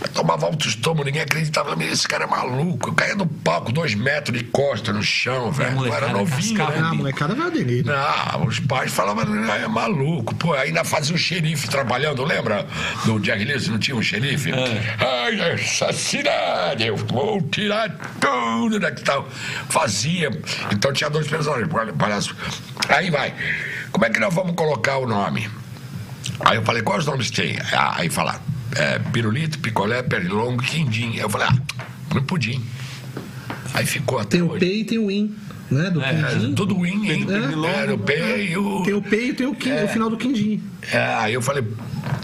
Eu tomava alto estômago, ninguém acreditava. "Meu, Esse cara é maluco. Eu caía do palco, dois metros de costa no chão, velho. Eu era molecada novinho, cascava né? Ah, a molecada vai aderir. Não, os pais falavam, "Ah, é maluco, pô, ainda fazia o xerife trabalhando, lembra? No Jack Lewis não tinha um xerife? Ai, essa cidade, eu vou tirar tudo daqui e tal. Fazia. Então tinha dois personagens, palhaço. Aí vai. Como é que nós vamos colocar o nome? Aí eu falei, quais nomes tem? Ah, Aí falaram, é, pirulito, picolé, pernilongo, quindim. Eu falei, ah, não pudim. Aí ficou até Tem o hoje. P e tem o IN, né? É, Do quindim. Tudo win, hein? Pernilongo. Era o pé e o... né? Tem o P e tem o, quin, o final do quindim. É, aí eu falei,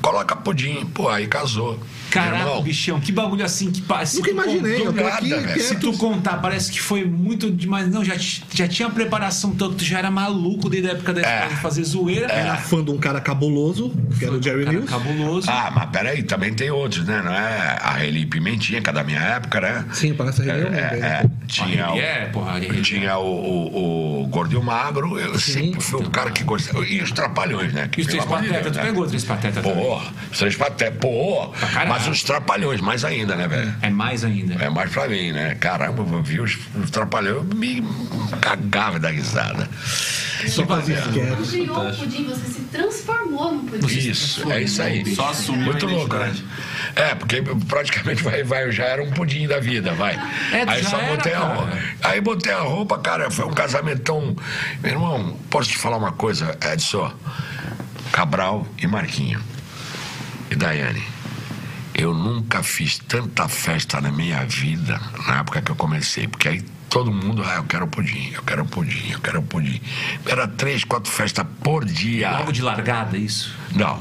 coloca pudim. Pô, aí casou. Meu Caraca, irmão, bichão, que bagulho assim que passa. Nunca imaginei, eu tô nada, aqui velho. Se tu quieto. contar, parece que foi muito demais. Não, já, ti- já tinha a preparação tanto, tu já era maluco desde a época da É. escola de fazer zoeira. né, Era fã de um cara cabuloso, que um era o Jerry Cara, Lewis. cabuloso. Ah, mas peraí, também tem outros, né? Não é a Reli Pimentinha, que é da minha época, né? Sim, parece É, reunião, é, né? é, tinha o, Ele é, porra, ele é. tinha o, o, o Gordinho Magro, eu sempre fui um cara que gostava. E os Trapalhões, né? Que, E os pelo três amor de patetas, Deus, tu né? pegou três patetas também. Pô, os três patetas, pô. caralho. Mas os Trapalhões, mais ainda, né, velho? É mais ainda. É mais pra mim, né? Caramba, eu vi os, os Trapalhões, eu me cagava da risada. Só fazia Não sketch. virou um pudim, você se transformou num pudim. Isso, é isso aí. Só assumiu Muito a louco, né? identidade. É, porque praticamente vai, vai, eu já era um pudim da vida, vai. É, tu aí já só era, botei a cara. roupa. Aí botei a roupa, cara, foi um casamento tão. Meu irmão, posso te falar uma coisa, Edson? Cabral e Marquinho. E Daiane. Eu nunca fiz tanta festa na minha vida, na época que eu comecei, porque aí todo mundo, ah, eu quero pudim, eu quero pudim, eu quero pudim. Era três, quatro festas por dia. Logo de largada, isso. Não,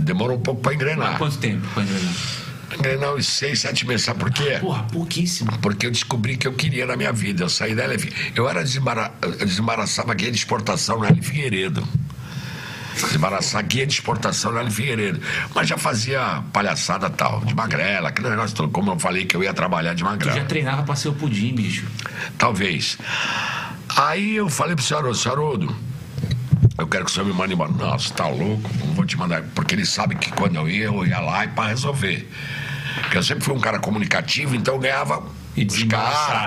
demorou um pouco pra engrenar. Quanto tempo? Quando era? Engrenar uns seis, sete meses, sabe por quê? Porra, pouquíssimo. Porque eu descobri que eu queria na minha vida. Eu saí da LF. Eu era desembara... eu desembaraçava guia de exportação na L Figueiredo. Desembaraçar guia de exportação na L Figueiredo. Mas já fazia palhaçada tal, de magrela, aquele negócio todo. Como eu falei que eu ia trabalhar de Tu magrela. já treinava pra ser o pudim, bicho. Talvez. Aí eu falei pro senhor, "Ô, senhor Haroldo, eu quero que o senhor me mande embora. Não, você tá louco, não vou te mandar. Porque ele sabe que quando eu ia, eu ia lá e para resolver. Porque eu sempre fui um cara comunicativo, então eu ganhava. E os caras.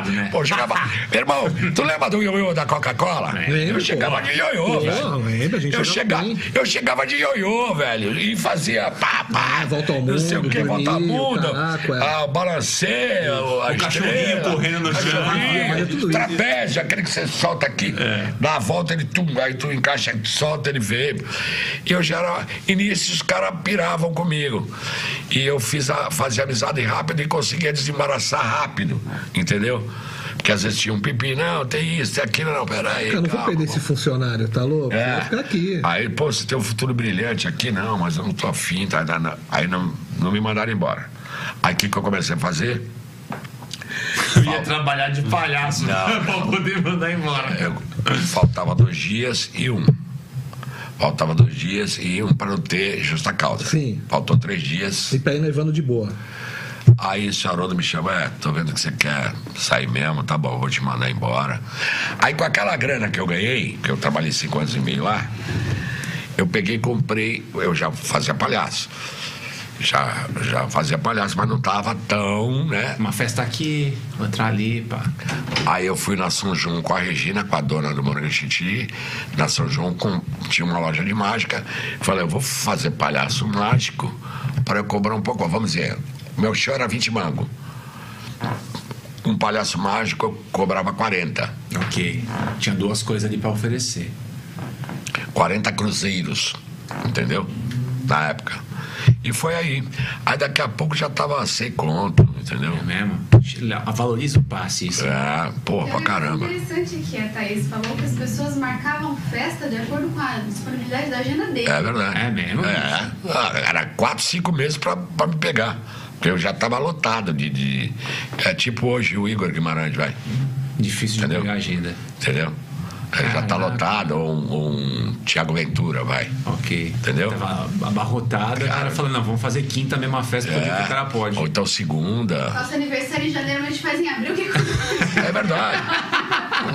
desembaraçado, né? Pô, eu chegava. Meu irmão, tu lembra do ioiô da Coca-Cola? eu Lembro, chegava pô. de ioiô, Pô, velho. lembra, a gente eu, jogava chega... bem. eu chegava de ioiô, velho. E fazia pá, pá. Ah, volta ao Não sei o mundo, que, volta ao Juninho, mundo. caraca, é. Ah, balanceio, a O cachorrinho estrela. correndo né? no chão. Ih, Mas é tudo isso. É. trapézio, aquele que você solta aqui, dá a volta, ele tum, aí tu encaixa, solta, ele vem. E eu já era. E nisso os caras piravam comigo. E eu fiz a, fazia amizade rápido e conseguia desembaraçar rápido, entendeu? Porque às vezes tinha um pipi, não, tem isso, tem aquilo, não, peraí. Cara, não vou calma. perder esse funcionário, tá louco? É. Vai ficar aqui. Aí, pô, você tem um futuro brilhante aqui, não, mas eu não tô afim, tá, tá, não. aí não, não me mandaram embora. Aí o que, que eu comecei a fazer? Tu ia trabalhar de palhaço Não. pra poder mandar embora. Eu- É, faltava dois dias e um. Faltava dois dias e um para não ter justa causa. Sim. Faltou três dias. E tá aí nevando de boa. Aí o senhor Haroldo me chama, é, tô vendo que você quer sair mesmo, tá bom, vou te mandar embora. Aí com aquela grana que eu ganhei, que eu trabalhei cinco anos e meio lá, eu peguei e comprei, eu já fazia palhaço. Já, já fazia palhaço, mas não tava tão, né? Uma festa aqui, outra ali, pá. Aí eu fui na São João com a Regina, com a dona do Morgan Chiti, na São João com- tinha uma loja de mágica. Falei, eu vou fazer palhaço mágico para eu cobrar um pouco. Vamos dizer, meu show era 20 mango. Um palhaço mágico eu cobrava 40. Ok. Tinha duas coisas ali pra oferecer. 40 cruzeiros, entendeu? Na época. E foi aí. Aí daqui a pouco já tava sem conto, entendeu? É mesmo? Valoriza o passe, isso. É, pô, pra É caramba. interessante que a Thaís falou que as pessoas marcavam festa de acordo com a disponibilidade da agenda dele. É verdade. É mesmo? É. Ah, Era quatro, cinco meses pra, pra me pegar. Porque eu já tava lotado de, de- É tipo hoje o Igor Guimarães, vai. Difícil de Entendeu? pegar a agenda. Entendeu? Ele já tá Caraca. lotado, ou um, ou um Tiago Ventura, vai. Ok. Entendeu? Tava abarrotada, o cara falando, não, vamos fazer quinta, mesma festa, porque É. o cara pode. Ou então segunda. Nosso aniversário em janeiro a gente faz em abril. Que... É verdade.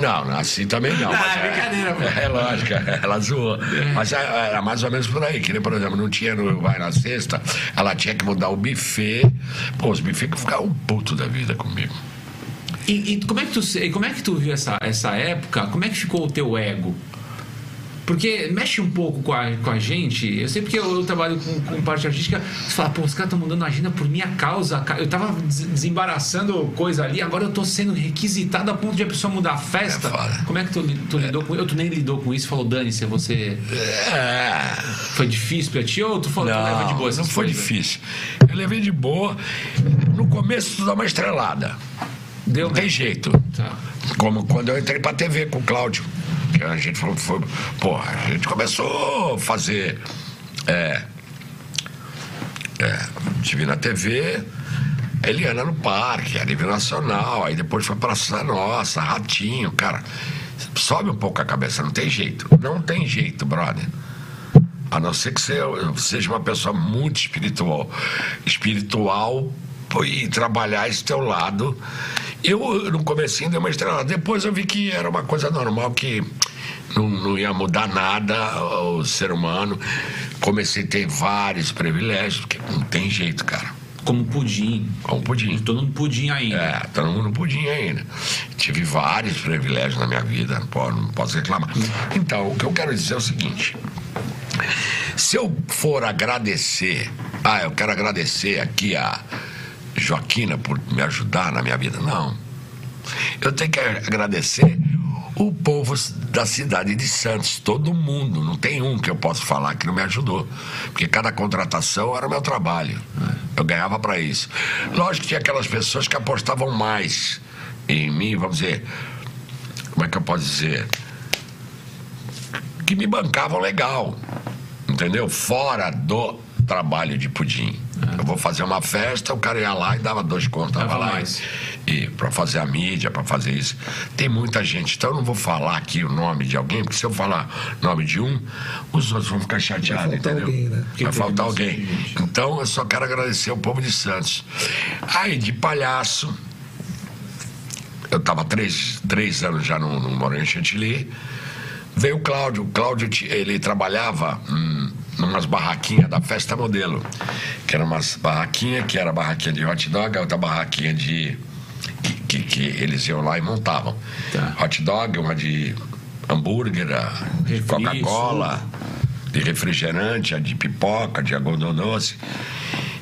Não, não, assim também não. mas Ah, é brincadeira, pô. É, lógico, ela zoou. Mas é, era mais ou menos por aí, que nem, por exemplo, não tinha no Vai na Sexta, ela tinha que mudar o buffet. Pô, os buffets que ficavam puto da vida comigo. E, e como é que tu, se- e como é que tu viu essa, essa época? Como é que ficou o teu ego? Porque mexe um pouco com a, com a gente. Eu sei porque eu, eu trabalho com, com parte artística. Você fala, pô, os caras estão mudando a agenda por minha causa. cara. Eu tava des- desembaraçando coisa ali, agora eu tô sendo requisitado a ponto de a pessoa mudar a festa. É foda. como é que tu, li- tu lidou com isso? Ou Tu nem lidou com isso, falou, dane-se, você. É. Foi difícil pra ti? Ou tu falou, tu leva de boa essas Não foi coisas? difícil. Eu levei de boa. No começo tu dá uma estrelada. Deu, Não né? tem jeito. Tá. Como quando eu entrei pra TV com o Cláudio. Que a gente falou, foi, pô, a gente começou a fazer. É, é, tive na TV, Eliana no Parque, a nível nacional, aí depois foi Praça Nossa, Ratinho, cara. Sobe um pouco a cabeça, não tem jeito. Não tem jeito, brother. A não ser que você seja uma pessoa muito espiritual. Espiritual pô, e trabalhar esse teu lado. Eu, no comecinho, dei uma estrela. Depois eu vi que era uma coisa normal, que não, não ia mudar nada o ser humano. Comecei a ter vários privilégios, porque não tem jeito, cara. Como pudim. Como pudim. Todo mundo pudim ainda. É, todo mundo pudim ainda. Tive vários privilégios na minha vida, não po- não posso reclamar. Então, o que eu quero dizer é o seguinte: se eu for agradecer, ah, eu quero agradecer aqui a Joaquina por me ajudar na minha vida, não. Eu tenho que agradecer o povo da cidade de Santos, todo mundo, não tem um que eu posso falar que não me ajudou, porque cada contratação era o meu trabalho, né? eu ganhava para isso. Lógico que tinha aquelas pessoas que apostavam mais em mim, vamos dizer, como é que eu posso dizer? Que me bancavam legal, entendeu? Fora do trabalho de pudim. Eu vou fazer uma festa, o cara ia lá e dava dois contos, tava É. Dava lá. mais. E para fazer a mídia, para fazer isso. Tem muita gente. Então eu não vou falar aqui o nome de alguém, porque se eu falar o nome de um, os outros vão ficar chateados, Vai faltar entendeu? alguém, né? Vai faltar alguém. Então eu só quero agradecer ao povo de Santos. Aí, de palhaço, eu estava três, três anos já no, no Moreno Chantilly. Veio o Cláudio. O Cláudio ti- ele trabalhava hum, numas barraquinhas da Festa Modelo, que eram umas barraquinhas, que era barraquinha de hot dog, a outra barraquinha de. Que, que, que eles iam lá e montavam. Tá. Hot dog, uma de hambúrguer, a de Refri, Coca-Cola, de refrigerante, a de pipoca, de algodão doce.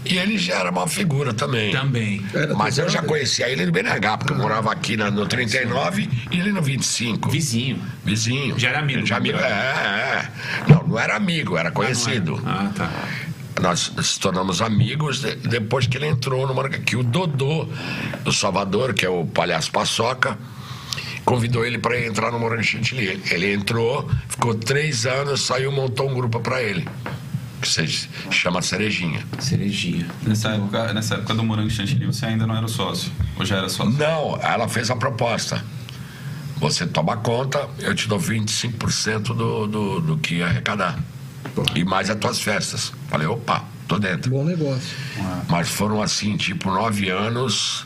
E ele já era uma figura também. Também. Ah. Era Mas eu tudo já brother. conhecia ele no BNH, porque eu morava aqui na- no 39 e ele no 25. Vizinho. Vizinho. Já era amigo. né? Já amigo. É, é. Não, não era amigo, era conhecido. Ah, tá. Nós se tornamos amigos de- depois que ele entrou no Moranga. Que o Dodô, do Salvador, que é o palhaço paçoca, convidou ele para entrar no Moranga Chantilly. Ele entrou, ficou três anos, saiu, montou um grupo para ele. Que se chama Cerejinha. Cerejinha. Nessa é época, nessa época do Morango Chantilly, você ainda não era o sócio. Ou já era sócio? Não, ela fez a proposta. Você toma conta, eu te dou 25% do, do, do que arrecadar. E mais as tuas festas. Falei, opa, tô dentro. Bom negócio. Mas foram assim, tipo, nove anos,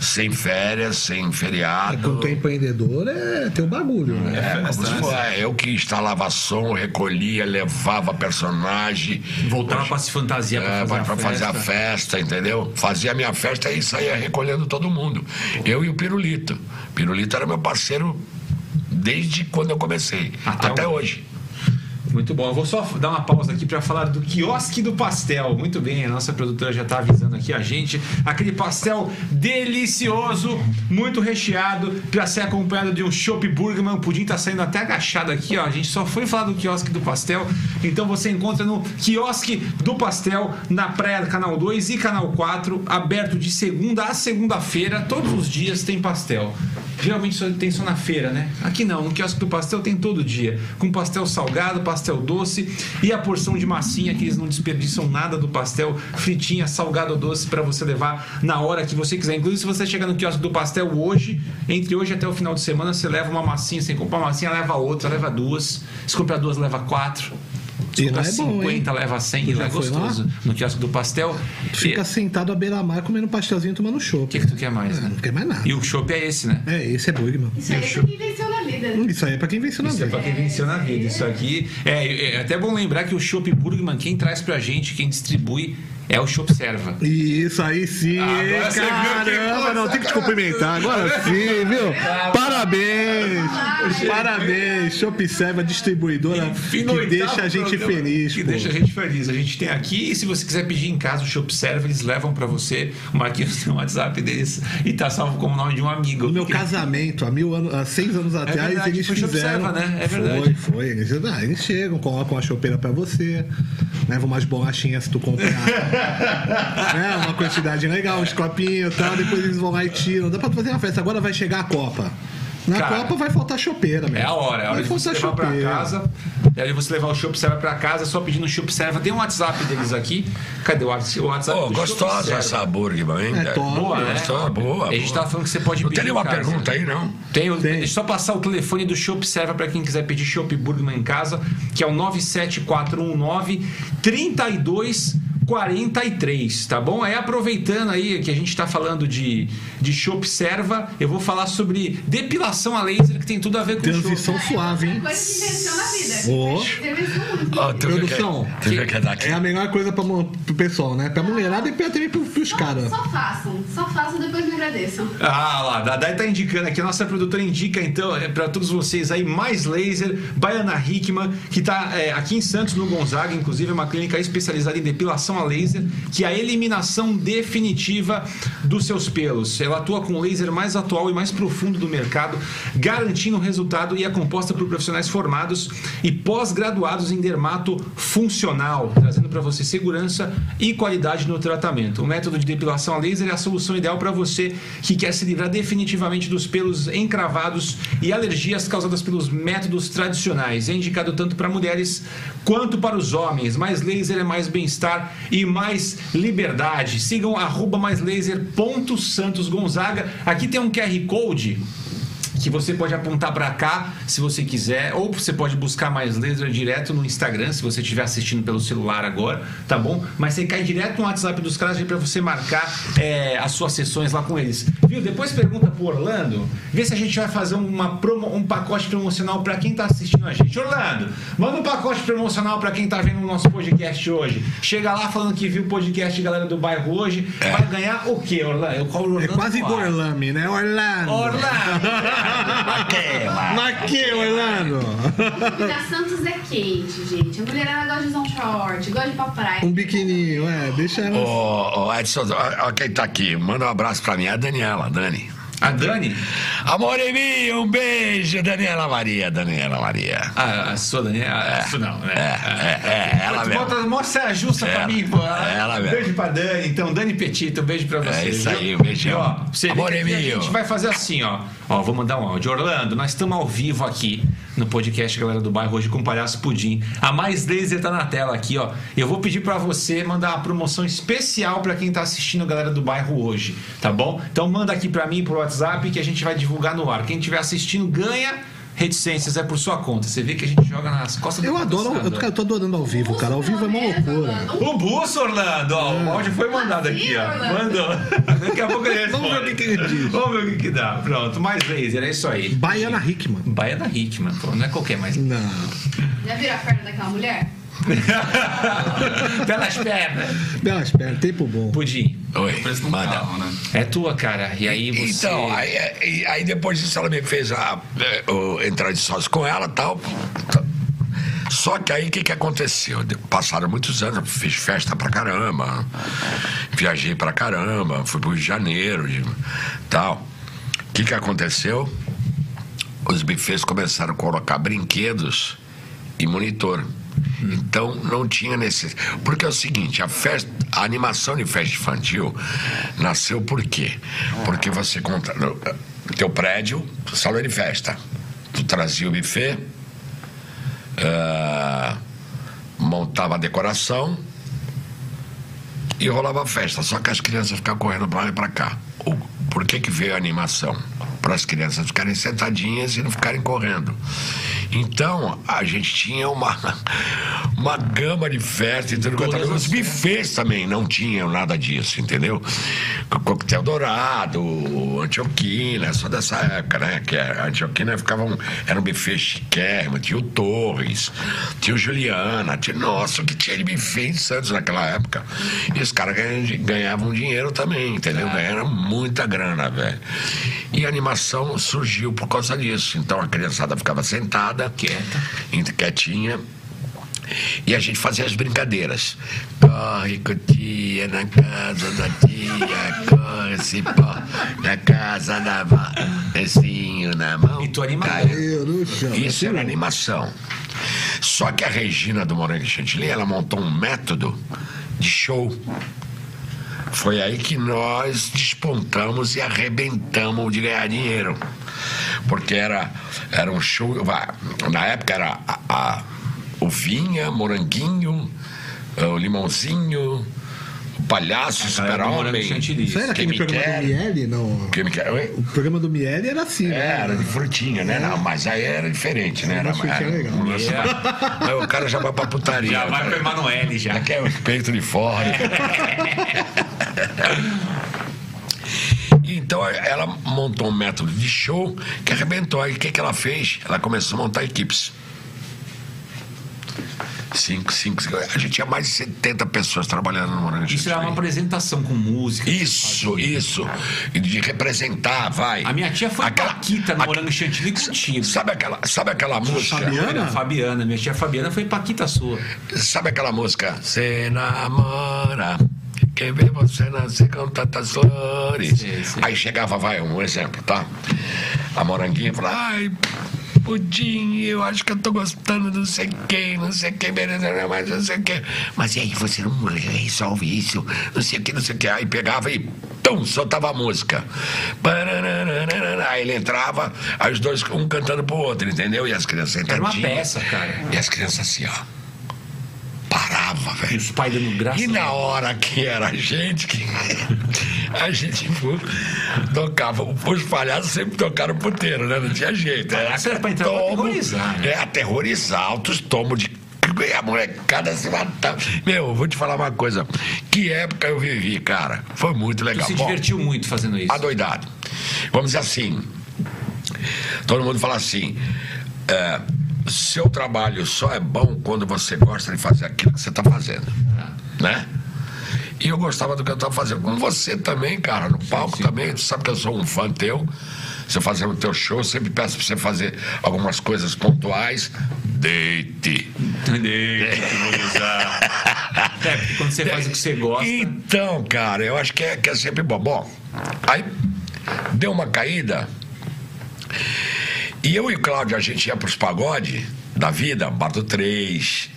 sem férias, sem É, feriado. quando tu é empreendedor, é teu bagulho, né? Ah, É, festa, como se né? for, é, eu que instalava som, recolhia, levava personagem. Voltava pra se fantasiar É, pra fazer, pra, a pra fazer a festa, entendeu? Fazia a minha festa e saía recolhendo todo mundo. Eu e o Pirulito. Pirulito era meu parceiro desde quando eu comecei. Até Até, hoje. hoje. Muito bom. Eu vou só dar uma pausa aqui para falar do quiosque do pastel. Muito bem, a nossa produtora já está avisando aqui a gente. Aquele pastel delicioso, muito recheado, para ser acompanhado de um chopp Burgerman. O pudim tá saindo até agachado aqui, ó. A gente só foi falar do quiosque do pastel. Então você encontra no quiosque do pastel na Praia Canal 2 e Canal 4, aberto de segunda a segunda-feira. Todos os dias tem pastel. Geralmente só tem só na feira, né? Aqui não, no quiosque do pastel tem todo dia. Com pastel salgado, pastel doce e a porção de massinha, que eles não desperdiçam nada do pastel, fritinha, salgado ou doce, pra você levar na hora que você quiser. Inclusive, se você chegar no quiosque do pastel hoje, entre hoje até o final de semana, você leva uma massinha. Sem comprar uma massinha, leva outra, leva duas. Se comprar duas, leva quatro. Se E comprar lá é bom, 50, leva 100, Tu e já lá é foi lá? gostoso. No quiosque do pastel. Fica É, E- sentado à beira-mar comendo pastelzinho e tomando O que, chopp. Ah, que tu quer mais, né? Não quer mais nada. E o chopp é esse, né? É, esse é bug, mano. Isso aí é pra quem venceu vida. Hum, Isso aí é pra quem venceu na Isso é pra vida. quem venceu na vida. Isso aqui é, é até bom lembrar que o Chopp Burgman, quem traz pra gente, quem distribui, é o Chopp Serva. Isso aí sim, Agora você viu que, caramba, pô, não tem que te cumprimentar, agora sim, viu? Parabéns, parabéns, Shop Serva, distribuidora Fim do que oitavo deixa a gente programa, feliz, Que pô. deixa a gente feliz. A gente tem aqui, e se você quiser pedir em casa o Shop Serva, eles levam pra você. O Marquinhos tem o WhatsApp deles e tá salvo como o nome de um amigo. No meu Que- É casamento, há mil anos, há seis anos atrás, verdade, eles foi Chopp fizeram. Serva, né? É verdade. Foi, foi. Eles, ah, eles chegam, colocam a chopeira pra você, levam umas bolachinhas se tu comprar. né? Uma quantidade legal, uns copinhos e tal, depois eles vão lá e tiram. Dá pra fazer uma festa. Agora vai chegar a Copa. Na Cara, Copa vai faltar chopeira, meu. É a hora, é a hora vai de você faltar levar pra casa. chopeira. É de você levar o Chopp Serva pra casa, só pedindo o Chopp Serva. Tem um WhatsApp deles aqui. Cadê o WhatsApp? O Tá, WhatsApp Ô, do Chopp gostosa Serva. essa hambúrguer, hein? É top. Boa, né? Gostosa, boa. A gente boa. tava falando que você pode Não pedir tem nenhuma em casa. pergunta aí, não? Tem, o- Tem. Deixa eu só passar o telefone do Shop Serva para quem quiser pedir Shop Burgman em casa, que é o 97419 3243, tá bom? Aí aproveitando aí que a gente tá falando de, de Shop Serva, eu vou falar sobre depilação a laser, que tem tudo a ver com o Shop. Transição suave, hein? Coisa que venceu na vida. um Ô. Entrevistou muito. Ó, tu viu que- Produção. Tu viu que é daqui? É a melhor coisa pra, mo- pro pessoal, né? Pra mulherada e pra, também pro- pros Só- caras. Só façam, só façam, depois me agradeçam. Ah lá, Dadai tá indicando aqui, a nossa produtora indica então é, para todos vocês aí mais laser, Baiana Hickman, que tá é, aqui em Santos, no Gonzaga, inclusive é uma clínica especializada em depilação a laser, que é a eliminação definitiva dos seus pelos. Ela atua com o laser mais atual e mais profundo do mercado, garantindo o resultado e é composta por profissionais formados e pós-graduados em dermato funcional, trazendo para você segurança e qualidade no tratamento. O método de depilação a laser é a solução ideal para você que quer se livrar definitivamente dos pelos encravados e alergias causadas pelos métodos tradicionais. É indicado tanto para mulheres quanto para os homens. Mais laser é mais bem-estar e mais liberdade. Sigam arroba maislaser.santosgonzaga. Aqui tem um QR Code que você pode apontar para cá se você quiser, ou você pode buscar mais laser direto no Instagram, se você estiver assistindo pelo celular agora, tá bom? Mas você cai direto no WhatsApp dos caras para você marcar é, as suas sessões lá com eles. Viu? Depois pergunta pro Orlando, vê se a gente vai fazer uma promo- um pacote promocional para quem tá assistindo a gente. Orlando, manda um pacote promocional para quem tá vendo o nosso podcast hoje. Chega lá falando que viu o podcast Galera do Bairro hoje, vai ganhar o quê, Orlando? Eu colo o É É. Orlando quase no igual ar. Orlame, né? Orlando. Orlando! Mas que, Orlando? Na Santos é quente, gente. A mulherada gosta de usar um short, gosta de ir pra praia. Um biquininho, é, deixa ela. Ô, ô, Edson, ó, ó quem tá aqui. Manda um abraço pra mim. É a Daniela, Dani. A Dani? Amor em mim, um beijo, Daniela Maria, Daniela Maria. A, a sua Dani? A, a sua não, né? É, é, é, ela Tu mesmo. bota, mostra a justa pra Ela. mim, pô. Ela mesmo. Beijo pra Dani, então. Dani Petito, um beijo pra você. É isso viu? aí, um beijão. E, Ó, você vê Amor que é aqui a meu. gente vai fazer assim, ó. Ó, vou mandar um áudio. Orlando, nós estamos ao vivo aqui no podcast Galera do Bairro hoje com o Palhaço Pudim. A Mais Laser tá na tela aqui, ó. Eu vou pedir pra você mandar uma promoção especial pra quem tá assistindo Galera do Bairro hoje, tá bom? Então manda aqui pra mim pro WhatsApp que a gente vai divulgar no ar. Quem estiver assistindo ganha... Reticências é por sua conta. Você vê que a gente joga nas costas Eu do adoro, eu, patrocinador. cara, eu tô adorando ao vivo, cara. Ao vivo é uma loucura. O buço, Orlando! Ó, Hum. o áudio foi mandado aqui, ó. Orlando. Mandou. Daqui a pouco ele responde. Vamos ver o que que ele diz. Vamos ver o que, que dá. Pronto, mais laser, é isso aí. Baiana Hickman. Baia da Hickman, pô, não é qualquer mais. Não. Já viram a perna daquela mulher? Pelas pernas. Belas pernas, tempo bom. Pudim, Oi, Preço de um manda. carro, né? é tua, cara. E aí você. Então, aí, aí- aí depois disso ela me fez a, eh, o- entrar de sócio com ela e tal. Tá. Só que aí o que, que aconteceu? De- Passaram muitos anos, eu fiz festa pra caramba, viajei pra caramba, fui pro Rio de Janeiro e tal. O que, que aconteceu? Os bufês começaram a colocar brinquedos e monitor. Então não tinha necessidade. Porque é o seguinte, a, festa, a animação de festa infantil nasceu por quê? Porque você conta. No, teu prédio, salão de festa. Tu trazia o buffet, ah, montava a decoração e rolava a festa. Só que as crianças ficavam correndo pra lá e pra cá. O, por que, que veio a animação? Para as crianças ficarem sentadinhas e não ficarem correndo. Então, a gente tinha uma, uma gama de festa e tudo quanto era coisa. Os bufês também não tinham nada disso, entendeu? Co- Coquetel Dourado, Antioquina, só dessa época, né? Que a Antioquina ficava um, era um buffet chiquérrimo, tinha o Torres, tinha o Juliana, tinha, nossa, o que tinha de buffet em Santos naquela época. E os caras ganhavam, di- ganhavam dinheiro também, entendeu? Ganharam muita grana, velho. E a animação surgiu por causa disso. Então a criançada ficava sentada, quieta, quietinha. E a gente fazia as brincadeiras. Corre com tia na casa da tia, corre cipó na casa da vó, pezinho na mão. E tu animava. caiu Eu não chamo. isso era animação. Só que a Regina do Morango e Chantilly, ela montou um método de show. Foi aí que nós despontamos e arrebentamos de ganhar dinheiro. Porque era, era um show. vá, Na época era a, a- o Vinha, Moranguinho, eh, o Limãozinho, o Palhaço, o galera do Morango e Super-Homem. Chantilly. Isso aí era Quem aquele me programa quer? do Miele? Não. Quem me quer? Oi? O programa do Miele era assim, É, né? era de frutinha, né? Não, mas aí era diferente, né? Era, Mas frutinha era, é legal. um lance mais- Aí o cara já vai pra putaria. Já vai né? pro Emanuele já. Já quer o peito de fora. Então ela montou um método de show que arrebentou. Aí o que, que ela fez? Ela começou a montar equipes. Cinco, cinco, cinco. A gente tinha mais de 70 pessoas trabalhando no Morango. é Isso era uma apresentação com música. Isso, isso. E De representar, vai. é A minha tia foi Aquela- Paquita no aque- Morango Chantilly contigo. Sabe aquela, sabe aquela música? Fabiana? Fabiana, minha tia Fabiana foi Paquita sua. Sabe aquela música? Você namora. Quem vê você nascer com tantas flores. Sim, sim. Aí chegava, vai, um exemplo, tá? A moranguinha falava, ai, pudim, eu acho que eu tô gostando do sei quem, não sei quem, beleza, mas não sei quem. Mas e aí, você não resolve isso, não sei o que, não sei o que. Aí pegava e, tum, soltava a música. Parananana. Aí ele entrava, aí os dois, um cantando pro outro, entendeu? E as crianças Era uma sentadinhas. peça, cara. E as crianças assim, ó. Parava, E velho. os pais dando graça. E na hora que era a gente, que a gente tocava. Os palhaços sempre tocaram puteiro, né? Não tinha jeito. Era Ah, Isso era pra entrar pra aterrorizar, né? É, aterrorizar. Altos tomos de. E a molecada se matava. Meu, eu vou te falar uma coisa. Que época eu vivi, cara. Foi muito Tu legal. se Bom, divertiu muito fazendo isso. adoidado. Vamos dizer assim. Todo mundo fala assim. é, seu trabalho só é bom quando você gosta de fazer aquilo que você está fazendo. Né? E eu gostava do que eu estava fazendo. Como você também, cara, no palco também. Tu sabe que eu sou um fã teu. Você fazendo o teu show, eu sempre peço pra você fazer algumas coisas pontuais. Deite. É, porque quando você faz o que você gosta. Então, cara, eu acho que é, que é sempre bom. Bom, aí deu uma caída. E eu e o Cláudio, a gente ia pros pagode da vida, um Bar do 3,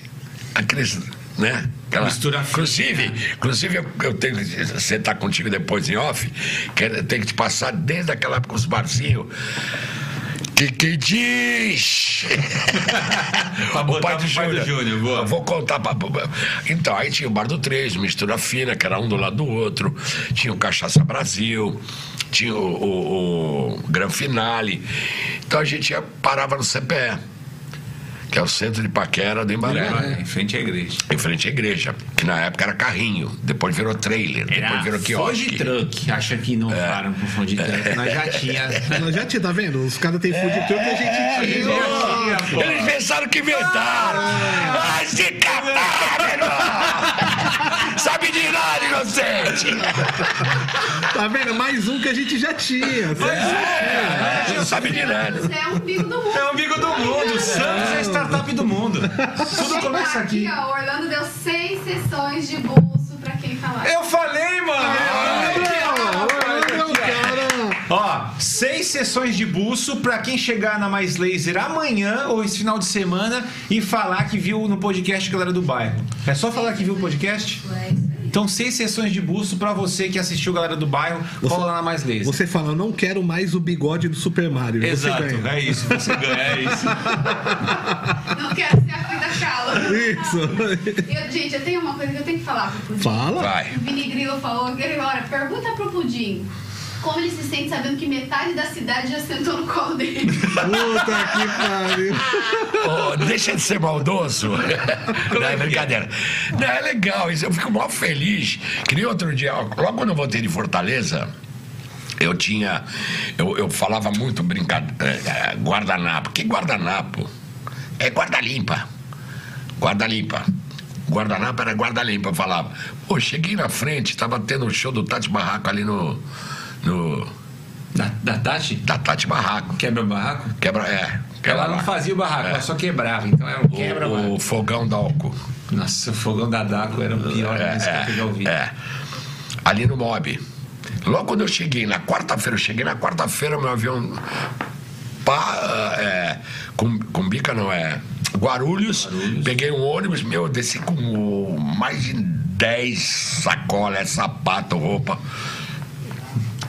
aqueles, né? Aquela- Mistura fina. inclusive, inclusive eu, eu tenho que sentar contigo depois em off, que eu tenho que te passar desde aquela época os barzinhos. Que que diz? Pra botar pro pai do Júnior, boa. Eu Vou contar pra... Então, aí tinha o Bar do Três, Mistura Fina, que era um do lado do outro. Tinha o Cachaça Brasil, tinha o, o- o Gran Finale. Então a gente ia- parava no CPE, que é o Centro de Paquera do Embaré. É, em frente à igreja. Em frente à igreja, que na época era carrinho, depois virou trailer, Era depois virou Food quiosque. Truck. Acha que não É. param com Food Truck. Nós já tinha. Nós já tinha, tá vendo? Os caras têm food truck e a É, gente tinha. Já tinha, pô. Eles pensaram que inventaram. Ai, se catar, meu irmão! Sabe de nada, inocente! Tá vendo? Mais um que a gente já tinha. É, sabe? Não sabe de nada. Você é um bico do mundo. É o amigo do mundo, Santos é a startup do mundo. Tudo começa aqui. ó, Orlando deu seis sessões de bolso pra quem falar. Eu falei, mano! Ah, Não, cara. Ó, seis sessões de buço pra quem chegar na Mais Laser amanhã ou esse final de semana e falar que viu no podcast Galera do Bairro. É só falar que viu o podcast? É isso aí. Então, seis sessões de buço pra você que assistiu Galera do Bairro, cola lá na Mais Laser. Você fala, eu não quero mais o bigode do Super Mario. Você Exato, ganha. é isso, você ganha, é isso. Não quero ser a filha da Carla. Isso. Eu, gente, eu tenho uma coisa que eu tenho que falar pro Pudim. Fala. Vai. O Vini Grilo falou que ele agora pergunta pro Pudim. como ele se sente sabendo que metade da cidade já sentou no colo dele. Puta que pariu. Ô, deixa de ser maldoso. Não, é brincadeira. Não, é legal. isso, Eu fico mó feliz. Que nem outro dia, ó, logo quando eu voltei de Fortaleza, eu tinha. Eu, eu falava muito brincadeira. Guardanapo. Que guardanapo? É guarda-limpa. Guarda-limpa. Guardanapo era guarda-limpa, eu falava. Pô, cheguei na frente, tava tendo o show do Tati Barraco ali no. no Da, da Tati? da Tati Barraco. Quebra o barraco? Quebra. É. Ela não lá. fazia o barraco, ela só quebrava. Então era um quebra barraco. o, o fogão da álcool. Nossa, o fogão da Daco era o pior música que eu já ouvi. é. Ali no Mob. Logo quando eu cheguei, na quarta-feira, eu cheguei na quarta-feira, meu avião. Pá, é, com, com bica não é. Guarulhos, peguei um ônibus, meu, desci com o- mais de 10 sacolas, sapato, roupa.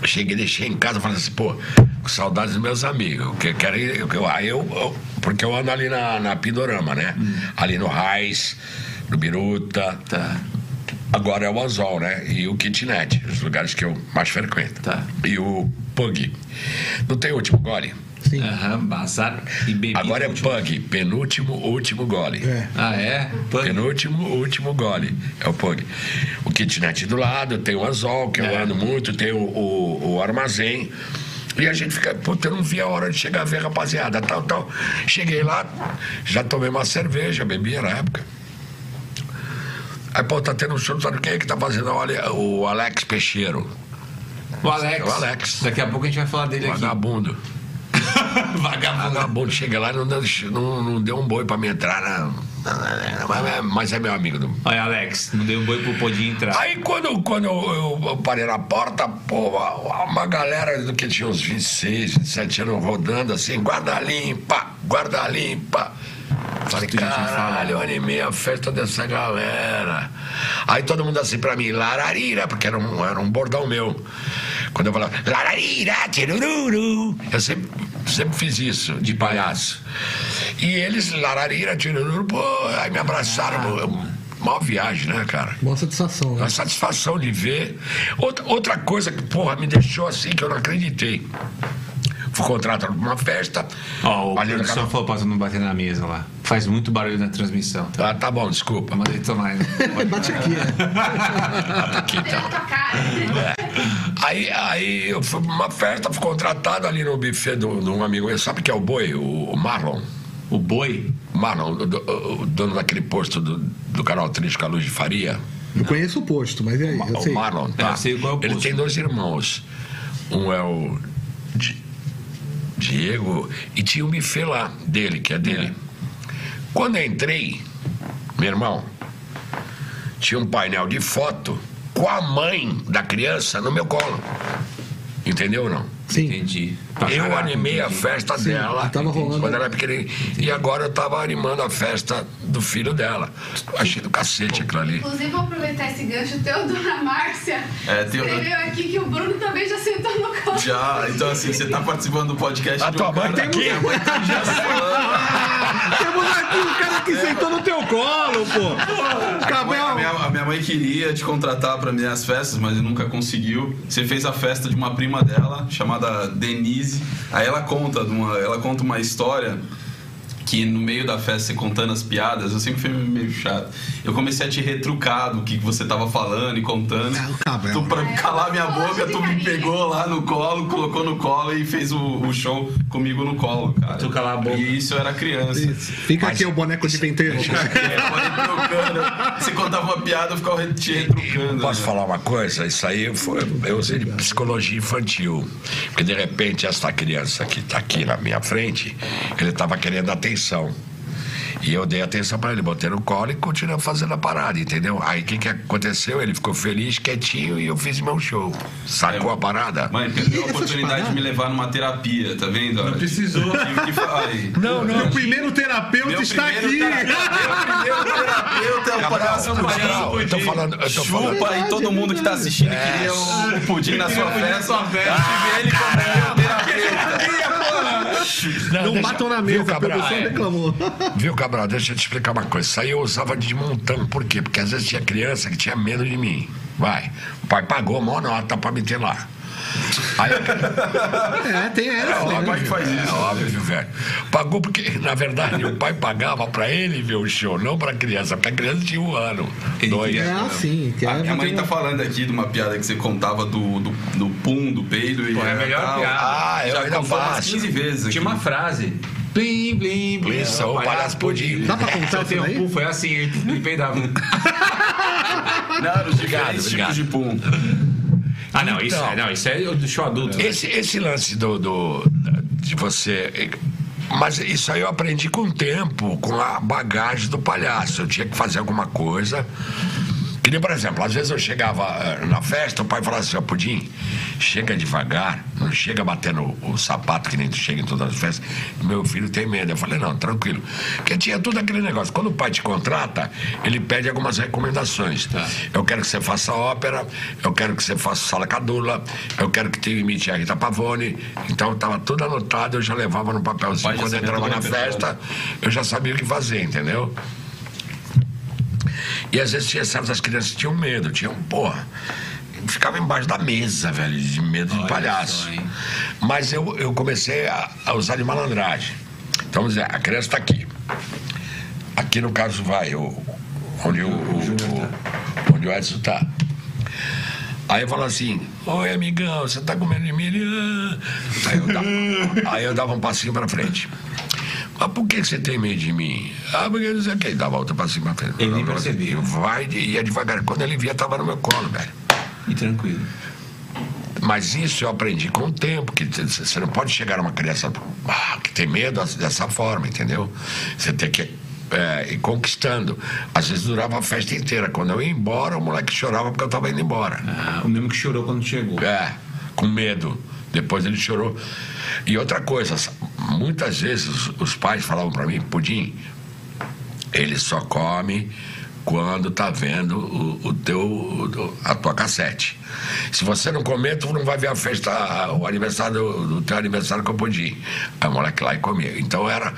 Cheguei, deixei em casa, falei assim, pô, com saudades dos meus amigos. Que eu quero ir, eu- eu- aí eu, eu- porque eu ando ali na, na Pindorama, né? Ali no Raiz, no Biruta. Hum. Tá. Agora é o Anzol, né? E o Kitnet, os lugares que eu mais frequento. Tá. E o Pug. Não tem último gole? Aham, bazar e bebida. Agora é Pug, penúltimo, último gole. É. Ah, é? Punk. Penúltimo, último gole. É o Pug. O kitnet do lado, tem o Anzol, que eu ando muito, tem o, o, o armazém. E a gente fica, puta, eu não vi a hora de chegar a ver, rapaziada, tal, tal. Cheguei lá, já tomei uma cerveja, bebia na época. Aí, pô, tá tendo um show, sabe quem é que tá fazendo? Olha, o Alex Peixeiro. O Alex. é O Alex. Daqui a pouco a gente vai falar é dele aqui. Vagabundo. Vagabundo. Vagabundo chega lá e não, deu- não, não deu um boi pra me entrar. na- na- na- na- mas é- mas é meu amigo do, Olha, Alex, não deu um boi pro Podinho entrar. Aí quando, quando eu, eu parei na porta, pô, uma, uma galera do que tinha uns 26, 27 anos rodando assim, guarda limpa, guarda limpa. Falei, caralho, olha animei a festa dessa galera. Aí todo mundo assim pra mim, lararira, porque era um, era um bordão meu. Quando eu falava, lararira, tirururu. Eu sempre, sempre fiz isso, de palhaço. E eles, lararira, tirururu, pô, aí me abraçaram. Mó viagem, né, cara? Boa satisfação, né? A satisfação de ver. Outra, outra coisa que, porra, me deixou assim, que eu não acreditei. Fui contratado pra uma festa. Ah, Ó, o ali no produção canal- falou pra tu não bater na mesa lá. Faz muito barulho na transmissão. Ah, tá bom, desculpa. Mandei tomar. né? Bate aqui, né? Aqui, Ele na tá. tua cara. É. Aí, aí eu fui pra uma festa, fui contratado ali no buffet de um de um amigo meu. Sabe que é o boi? O, o Marlon. O boi? Marlon, o, do- o- o dono daquele posto do, do canal Três Caluz de Faria. Não conheço o posto, mas e aí? Eu O sei. Marlon, É, tá? eu sei qual é o Ele posto. tem dois irmãos. Um é o Di- Diego e tinha um buffet lá dele, que é dele. Quando eu entrei, meu irmão, tinha um painel de foto com a mãe da criança no meu colo. Entendeu ou não? Sim. Entendi. Tá Pra eu caralho, animei a entendi. festa Sim, dela tava rolando. quando ela era pequenininha. E agora eu tava animando a festa do filho dela. Achei do cacete aquilo ali. Inclusive, vou aproveitar esse gancho teu, dona Márcia. É, tem- Escreveu aqui que o Bruno também já sentou no colo. Já, então assim, você tá participando do podcast A de um tua mãe cara- tá aqui? Temos aqui o cara que sentou no teu colo, pô. A minha, a minha- Cabel. a minha mãe queria te contratar para minhas festas, mas nunca conseguiu. Você fez a festa de uma prima dela, chamada Denise. Aí ela conta, de uma, ela conta uma história que no meio da festa, você contando as piadas, eu sempre fui meio chato. Eu comecei a te retrucar do que que você tava falando e contando. Ah, o Cabel. Tu, pra calar minha Poxa, boca, que tu me carinha. pegou lá no colo, colocou no colo e fez o, o show comigo no colo, cara. Tu calar a boca. E isso eu era criança. Isso. Fica aqui o boneco de penteiro. É, pode ir trocando. Você contava uma piada, eu ficava te retrucando. Posso né? falar uma coisa? Isso aí foi, eu usei de psicologia infantil. Porque de repente essa criança que está aqui na minha frente, ele estava querendo atenção. E eu dei atenção para ele, botei no colo e continuei fazendo a parada, entendeu? Aí o que, que aconteceu? Ele ficou feliz, quietinho e eu fiz meu show. Sacou É, a parada? Mãe, perdeu a essas oportunidade de me levar numa terapia, tá vendo? Não precisou. Não, Meu primeiro terapeuta Meu está primeiro aqui. terapeuta, meu primeiro terapeuta é o palhaço Gabriel, eu tô Pudim. falando- É. eu tô Chupa falando- e todo mundo que tá assistindo queria o pudim na sua festa. Ah, ele como meu terapeuta. Não deixa- batam na Viu, mesa, a Cabral? É. produção reclamou. Viu, Cabral? Deixa eu te explicar uma coisa. Isso aí eu usava de montão. Por quê? Porque às vezes tinha criança que tinha medo de mim. Vai. O pai pagou mó nota pra me ter lá. Aí, É, tem é essa. óbvio, né? que faz isso. É óbvio, velho. Pagou porque, na verdade, o pai pagava pra ele ver o show, não pra criança, porque a criança tinha um ano. Dois. É assim, que A é minha mãe tá falando aqui de uma piada que você contava do, do, do pum, do peido. E Pô, é a melhor piada. Ah, eu já ainda contou umas faço. 15 vezes aqui. Tinha uma frase. Blim, blim, blim. Isso, o palhaço pudim. Dá pra contar Só isso tem um daí? pum, foi assim, ele ele peidava. Não, era os diferentes obrigado. tipos é tipo de pum. Ah, não, isso, Então. é- não, isso é do show adulto. Esse, esse lance do, do- de você. Mas isso aí eu aprendi com o tempo, com a bagagem do palhaço. Eu tinha que fazer alguma coisa. Que nem, por exemplo, às vezes eu chegava eh, na festa, o pai falava assim, ó, Pudim, chega devagar, não chega batendo o, o sapato que nem tu chega em todas as festas. Meu filho tem medo. Eu falei, não, tranquilo. Porque tinha tudo aquele negócio. Quando o pai te contrata, ele pede algumas recomendações. Eu quero que você faça ópera, eu quero que você faça sala cadula, eu quero que tu imite a Rita Pavone. Então estava tudo anotado, eu já levava no O papelzinho. pai já Quando eu sabia entrava todo o na repertório. festa, eu já sabia o que fazer, entendeu? E às vezes tinha certas crianças que tinham medo, tinham, porra. Ficava embaixo da mesa, velho, de medo de palhaço. só, hein? Mas eu, eu comecei a, a usar de malandragem. Então, vamos dizer, a criança está aqui. Aqui, no caso, vai, o, onde o, o- tá. o- onde o Edson tá. está. Aí eu falo assim, oi amigão, você tá com medo de mim? Ele, "Ah." Aí eu dava, aí eu dava um passinho pra frente. Mas por que você tem medo de mim? Ah, porque não sei o que. Dava outro passinho pra frente. Ele nem percebia. Vai e ia devagar. Quando ele via, tava no meu colo, velho. E tranquilo. Mas isso eu aprendi com o tempo, que t- c- você não pode chegar a uma criança ah, que tem medo assim, dessa forma, entendeu? Você tem que é, ir conquistando. Às vezes durava a festa inteira. Quando eu ia embora, o moleque chorava porque eu estava indo embora. Ah, o mesmo que chorou quando chegou. É, com medo. Depois ele chorou. E outra coisa, sa- muitas vezes os, os pais falavam para mim, Pudim, ele só come quando tá vendo o, o teu, o- a tua cassete. Se você não comer, tu não vai ver a festa, a- o aniversário do, do teu aniversário com o Pudim. Aí o moleque lá e comia. Então era.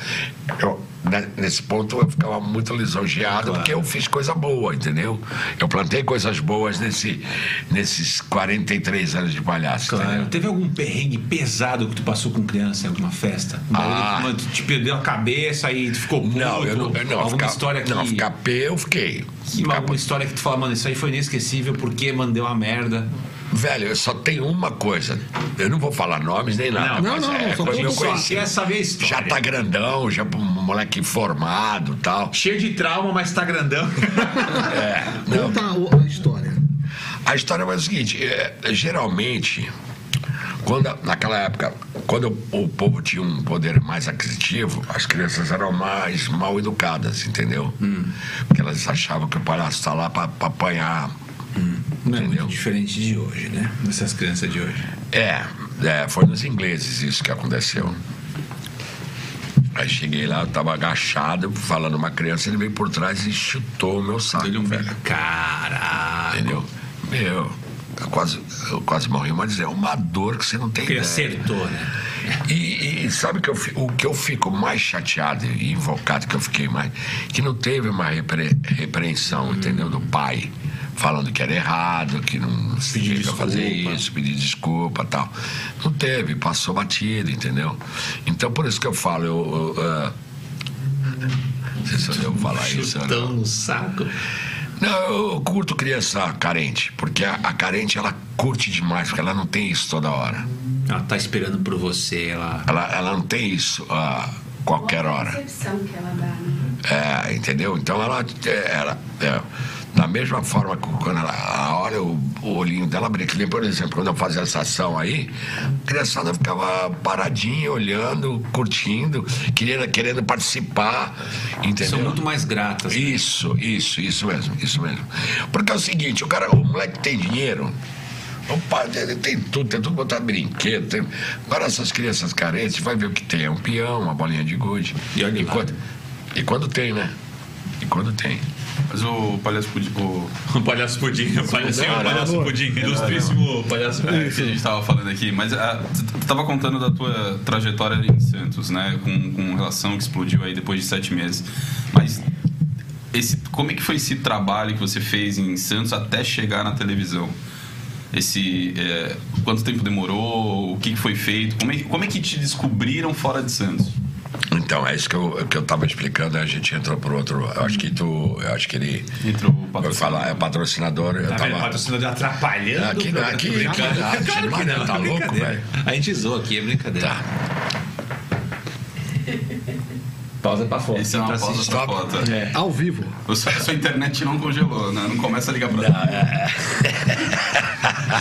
eu- ne- nesse ponto eu ficava muito lisonjeado, porque eu fiz coisa boa, entendeu? Eu plantei coisas boas nesse, nesses 43 anos de palhaço, entendeu? Teve algum perrengue pesado que tu passou com criança em alguma festa? Um Ah. bagulho que, mano, Te perdeu a cabeça e tu ficou puto? Não, eu não. eu não alguma ficar, história que... Não, ficar P eu fiquei. que- Ficar alguma história que tu fala, mano, isso aí foi inesquecível porque, mano, deu uma merda. Velho, eu só tenho uma coisa. Eu não vou falar nomes nem nada. Não, mas não, não, é só coisa que eu conta só. conheci. Quer saber a história? Já tá grandão, já um moleque formado e tal. Cheio de trauma, mas tá grandão. É, não. Conta o- a história. A história foi o seguinte: é, geralmente, quando, a- naquela época, quando o povo tinha um poder mais aquisitivo, as crianças eram mais mal educadas, entendeu? Hum. Porque elas achavam que o palhaço tá lá pra, pra apanhar. Hum. Não é muito Entendeu? diferente de hoje, né? Dessas crianças de hoje. É, é, foi nos ingleses isso que aconteceu. Aí cheguei lá, eu tava agachado, falando uma criança, ele veio por trás e chutou o meu saco, é um velho. Caraca. Entendeu? Meu, eu quase, eu quase morri, mas é uma dor que você não tem Ele ideia. acertou, né? E, e sabe que eu fi- o que eu fico mais chateado e invocado que eu fiquei mais? Que não teve uma repre- repreensão, entendeu? Do pai. Falando que era errado, que não se Pedir devia fazer desculpa. isso, pedir desculpa tal. Não teve, passou batido, entendeu? Então por isso que eu falo, eu. eu ah, não sei se eu devo falar isso é ou não. Chutão no saco. Não, eu curto criança carente, porque a, a carente ela curte demais, porque ela não tem isso toda hora. Ela tá esperando por você, ela... Ela, ela não tem isso a qualquer hora. percepção que ela dá, né? É, entendeu? Então ela, é, ela é, da mesma forma que quando ela, ela olha o, o olhinho dela brilha, que nem por exemplo, quando eu fazia essa ação aí, a criançada ficava paradinha, olhando, curtindo, querendo, querendo participar, entendeu? São muito mais gratas. né? Isso, isso, isso mesmo, isso mesmo. Porque é o seguinte, o cara, o moleque tem dinheiro, o pai dele tem tudo, tem tudo botar brinquedo. Tem... Agora essas crianças carentes, vai ver o que tem, é um peão, uma bolinha de gude. E olha lá. quando, e quando tem, né? E quando tem. Mas o palhaço pudim, o O palhaço pudim, o palhaço, o palhaço pudim, ilustríssimo palhaço é, que a gente tava falando aqui, mas ah, tu tu tava contando da tua trajetória em Santos, né? Com, com relação que explodiu aí depois de sete meses. Mas esse, como é que foi esse trabalho que você fez em Santos até chegar na televisão? esse é, quanto tempo demorou, o que que foi feito, como é, que- como é que te descobriram fora de Santos? Então, é isso que eu, que eu tava explicando, a gente entrou por outro. Eu acho que tu. Eu acho que ele. Entrou o Foi patrocinador. falar, é patrocinador, eu Tá vendo? tava. Patrocinador atrapalhando. Aqui, o programa. aqui, brincando. Ah, Claro que Maria, não, tá é louco, brincadeira. velho. A gente zoou aqui, é brincadeira. Tá. Pausa pra fora. Isso é uma Pra pausa assistir. pra stop. foto. assim, É. Ao vivo. A sua, a sua internet não congelou, né? Não começa a ligar pra ela.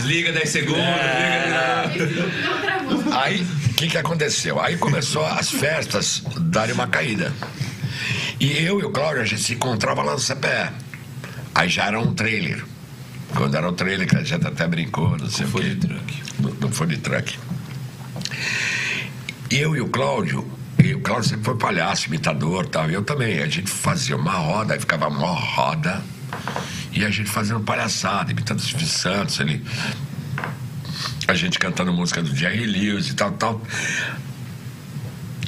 Liga 10 segundos, liga. Não travou. Aí, o que, que aconteceu? Aí começou as festas darem uma caída. E eu e o Cláudio, a gente se encontrava lá no CPE. Aí já era um trailer. Quando era um trailer, que a gente até brincou, não sei o quê. de truck. Não foi de truck. Eu e o Cláudio, e o Cláudio sempre foi palhaço, imitador e tal. e Eu também. A gente fazia uma roda, aí ficava uma roda. E a gente fazendo palhaçada, imitando o Silvio Santos, ele a gente cantando música do Jerry Lewis e tal, tal.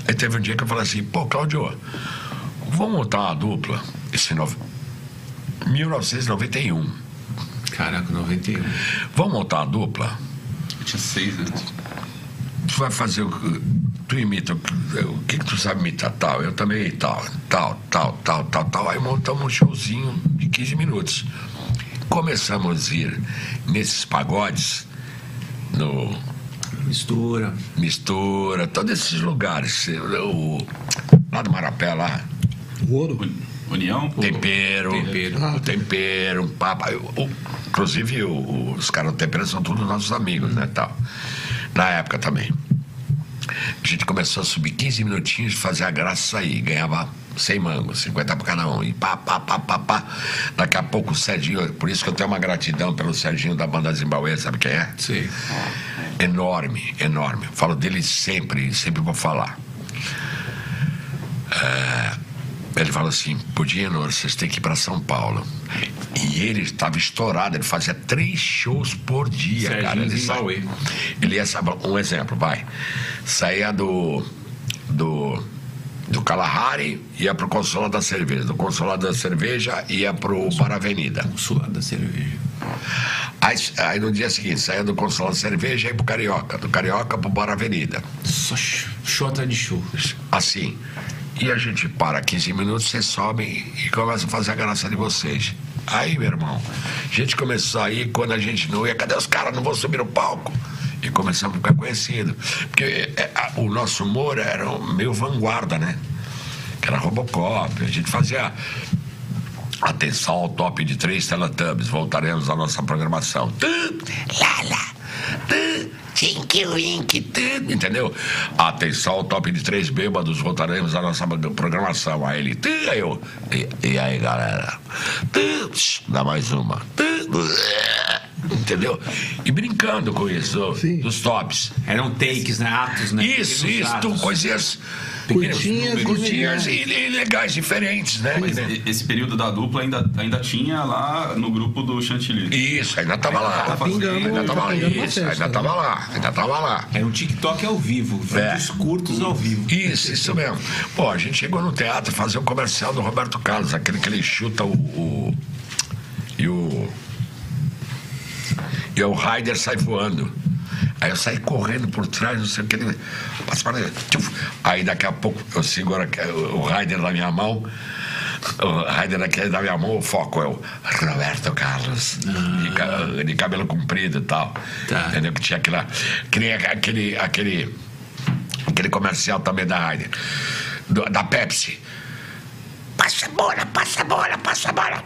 Aí teve um dia que eu falei assim, pô, Cláudio, vamos montar uma dupla. Esse nove... 1991. Caraca, 91. Vamos montar uma dupla? Eu tinha seis anos. Tu vai fazer o que. Tu imita o que- o que, que tu sabe imitar tal, eu também tal, tal, tal, tal, tal, tal. Aí montamos um showzinho de 15 minutos. Começamos a ir nesses pagodes, no Mistura. Mistura, todos esses lugares. O, lá do Marapé, lá. O ouro. Uni- União? Tempero. tempero. O tempero, um papo. O- o- inclusive, o- os caras do tempero são todos nossos amigos, né? Tal. Na época também. A gente começou a subir 15 minutinhos, fazer a graça sair. Ganhava 100 mangos, 50 para cada um. E pá, pá, pá, pá, pá. Daqui a pouco o Serginho, por isso que eu tenho uma gratidão pelo Serginho da banda Zimbabue, sabe quem é? Sei. enorme, enorme. Falo dele sempre, sempre vou falar. É, ele fala assim, Pudim, Noro, vocês têm que ir para São Paulo. E ele estava estourado, ele fazia três shows por dia, Serginho cara. Ele, Zimbauê. saía- ele ia, sabe, um exemplo, vai. Saía do. do. do Kalahari, ia pro Consulado da Cerveja. Do Consulado da Cerveja, ia pro Para Avenida. Consulado da cerveja. Aí, aí no dia seguinte, saía do Consulado da Cerveja e ia pro Carioca. Do Carioca pro Bar Avenida. Só sh- show atrás de show. assim. E a gente para 15 minutos, vocês sobem e começam a fazer a graça de vocês. Aí, meu irmão, a gente começou aí, quando a gente não ia, cadê os caras? Não vou subir no palco. E começamos a ficar conhecido. Porque é, a- o nosso humor era um meio vanguarda, né? Que era Robocop, a gente fazia. Atenção ao top de três Teletubbies, voltaremos à nossa programação. Tum, lá, lá, tum, Tink, wink, tum, entendeu? Atenção ao top de três bêbados, voltaremos à nossa programação. Aí ele, tum, aí eu, e, e aí galera? Tum, shh, dá mais uma. Tum, entendeu? E brincando com isso, Sim. dos tops. Eram takes, né? Atos, né? Isso, Pequenos isso, atos. coisinhas. Curtinhas e curtinhas e, legais. e legais, diferentes, né? Mas e- esse período da dupla ainda, ainda tinha lá no grupo do Chantilly. Isso, ainda tava lá. tava pingando, ainda tava lá. tá pingando na Isso, festa, ainda né? tava lá. Ainda tava lá. Era um TikTok ao vivo. É. Vídeos curtos ao vivo. Isso, isso mesmo. Pô, a gente chegou no teatro fazer o comercial do Roberto Carlos, aquele que ele chuta o. o- e o. E o Raider sai voando. Aí eu saí correndo por trás, não sei o que. Ele, passa para ele, tchuf. aí daqui a pouco eu seguro aqui, o o Raider na minha mão. O Raider naquele da minha mão, o foco é o Roberto Carlos, de, ca- de cabelo comprido e tal. Tá. Entendeu? Que tinha aquela, que nem aquele, aquele aquele comercial também da Heine, do- da Pepsi. Passa a bola, passa a bola, passa a bola.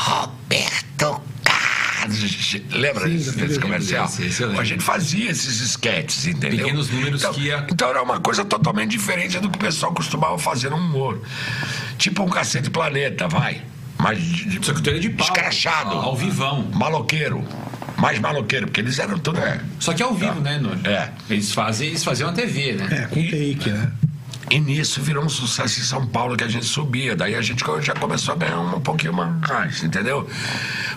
Roberto Carlos. Lembra desse, desse comercial? sim, esse eu lembro. a gente fazia esses esquetes, entendeu? Pequenos números então, que ia- Então era uma coisa totalmente diferente do que o pessoal costumava fazer no humor. Tipo um cacete planeta, vai. Mas de- de- Só que tu era de pau. Escrachado. Ao vivão. maloqueiro. Mais maloqueiro, porque eles eram tudo. é, Só que ao vivo, né, Nuno? É. Eles, fazem, eles faziam a TV, tá né? É, com take, né? E nisso virou um sucesso em São Paulo que a gente subia. Daí a gente já começou a ganhar um pouquinho mais, entendeu?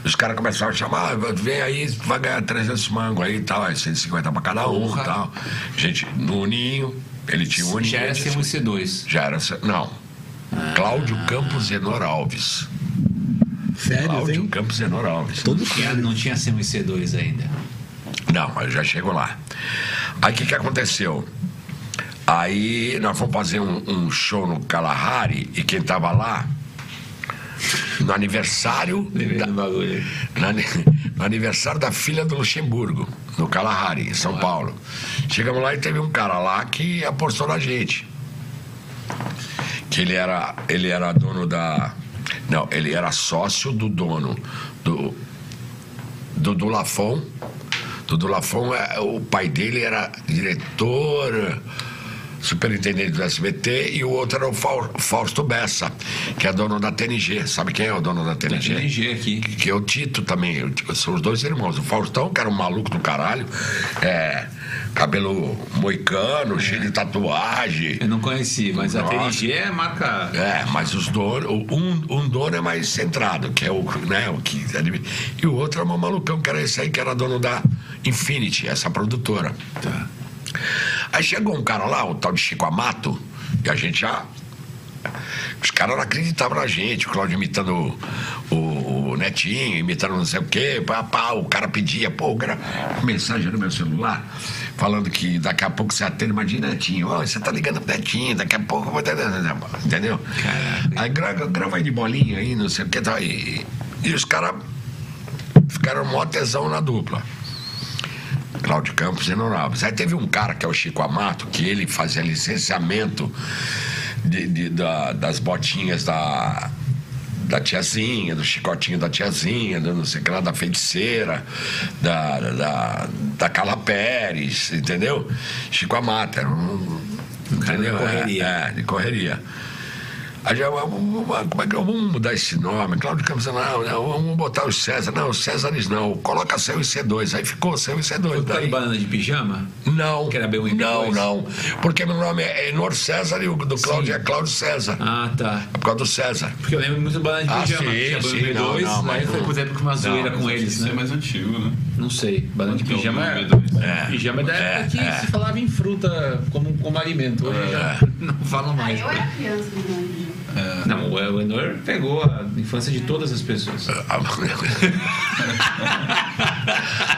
Os caras começaram a chamar, "Ah, vem aí, vai ganhar 300 mango aí e tal, aí 150 pra cada um e Porra. tal. Gente, no Uninho, ele tinha um Uninho. Já era a gente- C1 C2. Ah. já era. Não. Cláudio Campos Enor Alves. Sério, Cláudio hein? Campos Zenor Alves. Todo Tinha- sério. não tinha CMC2 ainda. Não, mas já chego lá. Aí o que, que aconteceu? Aí nós fomos fazer um, um show no Kalahari e quem tava lá, no aniversário. da- Tá. no ani- no aniversário da filha do Luxemburgo, no Kalahari, em São Paulo. Chegamos lá e teve um cara lá que apostou na gente. Que ele era, ele era dono da. Não, ele era sócio do dono do Dudu Lafon. Dudu Lafon, é- o pai dele era diretor, superintendente do SBT, e o outro era o Fau- Fausto Bessa, que é dono da TNG. Sabe quem é o dono da TNG? TNG aqui. Que é o Tito também. eu- eu- São os dois irmãos. O Faustão, que era um maluco do caralho, é, cabelo moicano, cheio de tatuagem. Eu não conheci, mas a Nossa. TNG é marca. É, mas os donos, um, um dono é mais centrado, que é o, né, o que e o outro é um malucão, que era esse aí que era dono da Infinity, essa produtora. Aí chegou um cara lá, o tal de Chico Amato, e a gente já os caras não acreditavam na gente, o Cláudio imitando o, o- o Netinho, imitando não sei o quê, pá, pá, o cara pedia, pô, o cara, mensagem no meu celular, falando que daqui a pouco você atende, imagina Netinho, ó, você tá ligando pro Netinho, daqui a pouco eu vou atender, entendeu? Aí grava, grava aí de bolinha aí, não sei o que, tá, e, e os caras ficaram mó tesão na dupla. Cláudio Campos e Nuno Alves. Aí teve um cara que é o Chico Amato, que ele fazia licenciamento de- de- da- das botinhas da, da tiazinha, do chicotinho da tiazinha, do não sei o que lá, da feiticeira, da, da, da Carla Pérez, entendeu? Chico Amato, era um. Entendeu? de correria. É, é, de correria. Aí já, vamos, vamos- como é que eu- vamos mudar esse nome? Cláudio Campos, não, não, vamos botar os César. Não, os Césares não. Coloca seu e C2. Aí ficou seu e C2. Tá de Daí, banana de pijama? não. que era B1 e Não, B2? não. Porque meu nome é Enor César e o do Cláudio Sim. é Cláudio César. Ah, tá. É por causa do César. Porque eu lembro muito do banana de Ah, pijama. sim, tinha sim, banana não, B2, não, aí mas foi não. por exemplo com uma zoeira mas com acho que eles, Isso é né? mais antigo, né? Não sei. Banana de Quanto que é o pijama é. número B2? É. Pijama é da É, época que é. se falava em fruta como, como alimento. Hoje já não falam Ah, mais. eu era criança, né? meu anjo. Não, o Eleanor pegou a infância de todas as pessoas.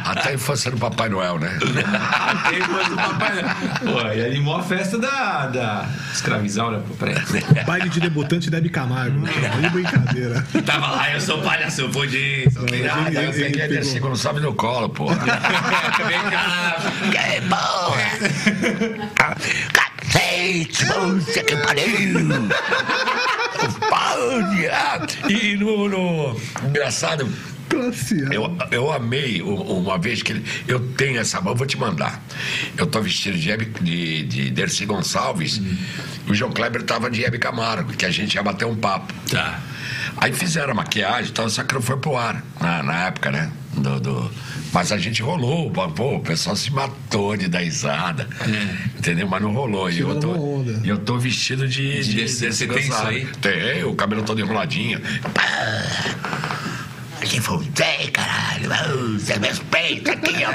Até a infância do Papai Noel, né? Ah, Ele foi do papai. Pô, ele animou a festa da, da escravizaura, pô, peraí. Baile de debutante Debbie Camargo. né? Que brincadeira. Tava lá, eu sou palhaço, eu vou de. Sou de- Ah, eu peguei a DC quando sobe no colo, pô. Acabei de ganhar. Que porra! Cacete, puta que pariu! Pode! ah, E no, no- Engraçado, Classe A. eu, eu amei u- uma vez que ele- eu tenho essa mão, vou te mandar. Eu tô vestido de, Hebe- de, de Dercy Gonçalves, o João Kleber tava de Hebe Camargo, que a gente ia bater um papo. Tá. Aí fizeram a maquiagem e tal, só que não foi pro ar na, na época, né? Do, do- Mas a gente rolou, pô, o pessoal se matou de dar risada. Entendeu? Mas não rolou. E É. Tirou eu, tô, uma onda. e eu tô vestido de. De desse- desse tem dançar. isso aí? Tem, o cabelo todo enroladinho. Que voltei, caralho. Ah, Você me respeita aqui, ó.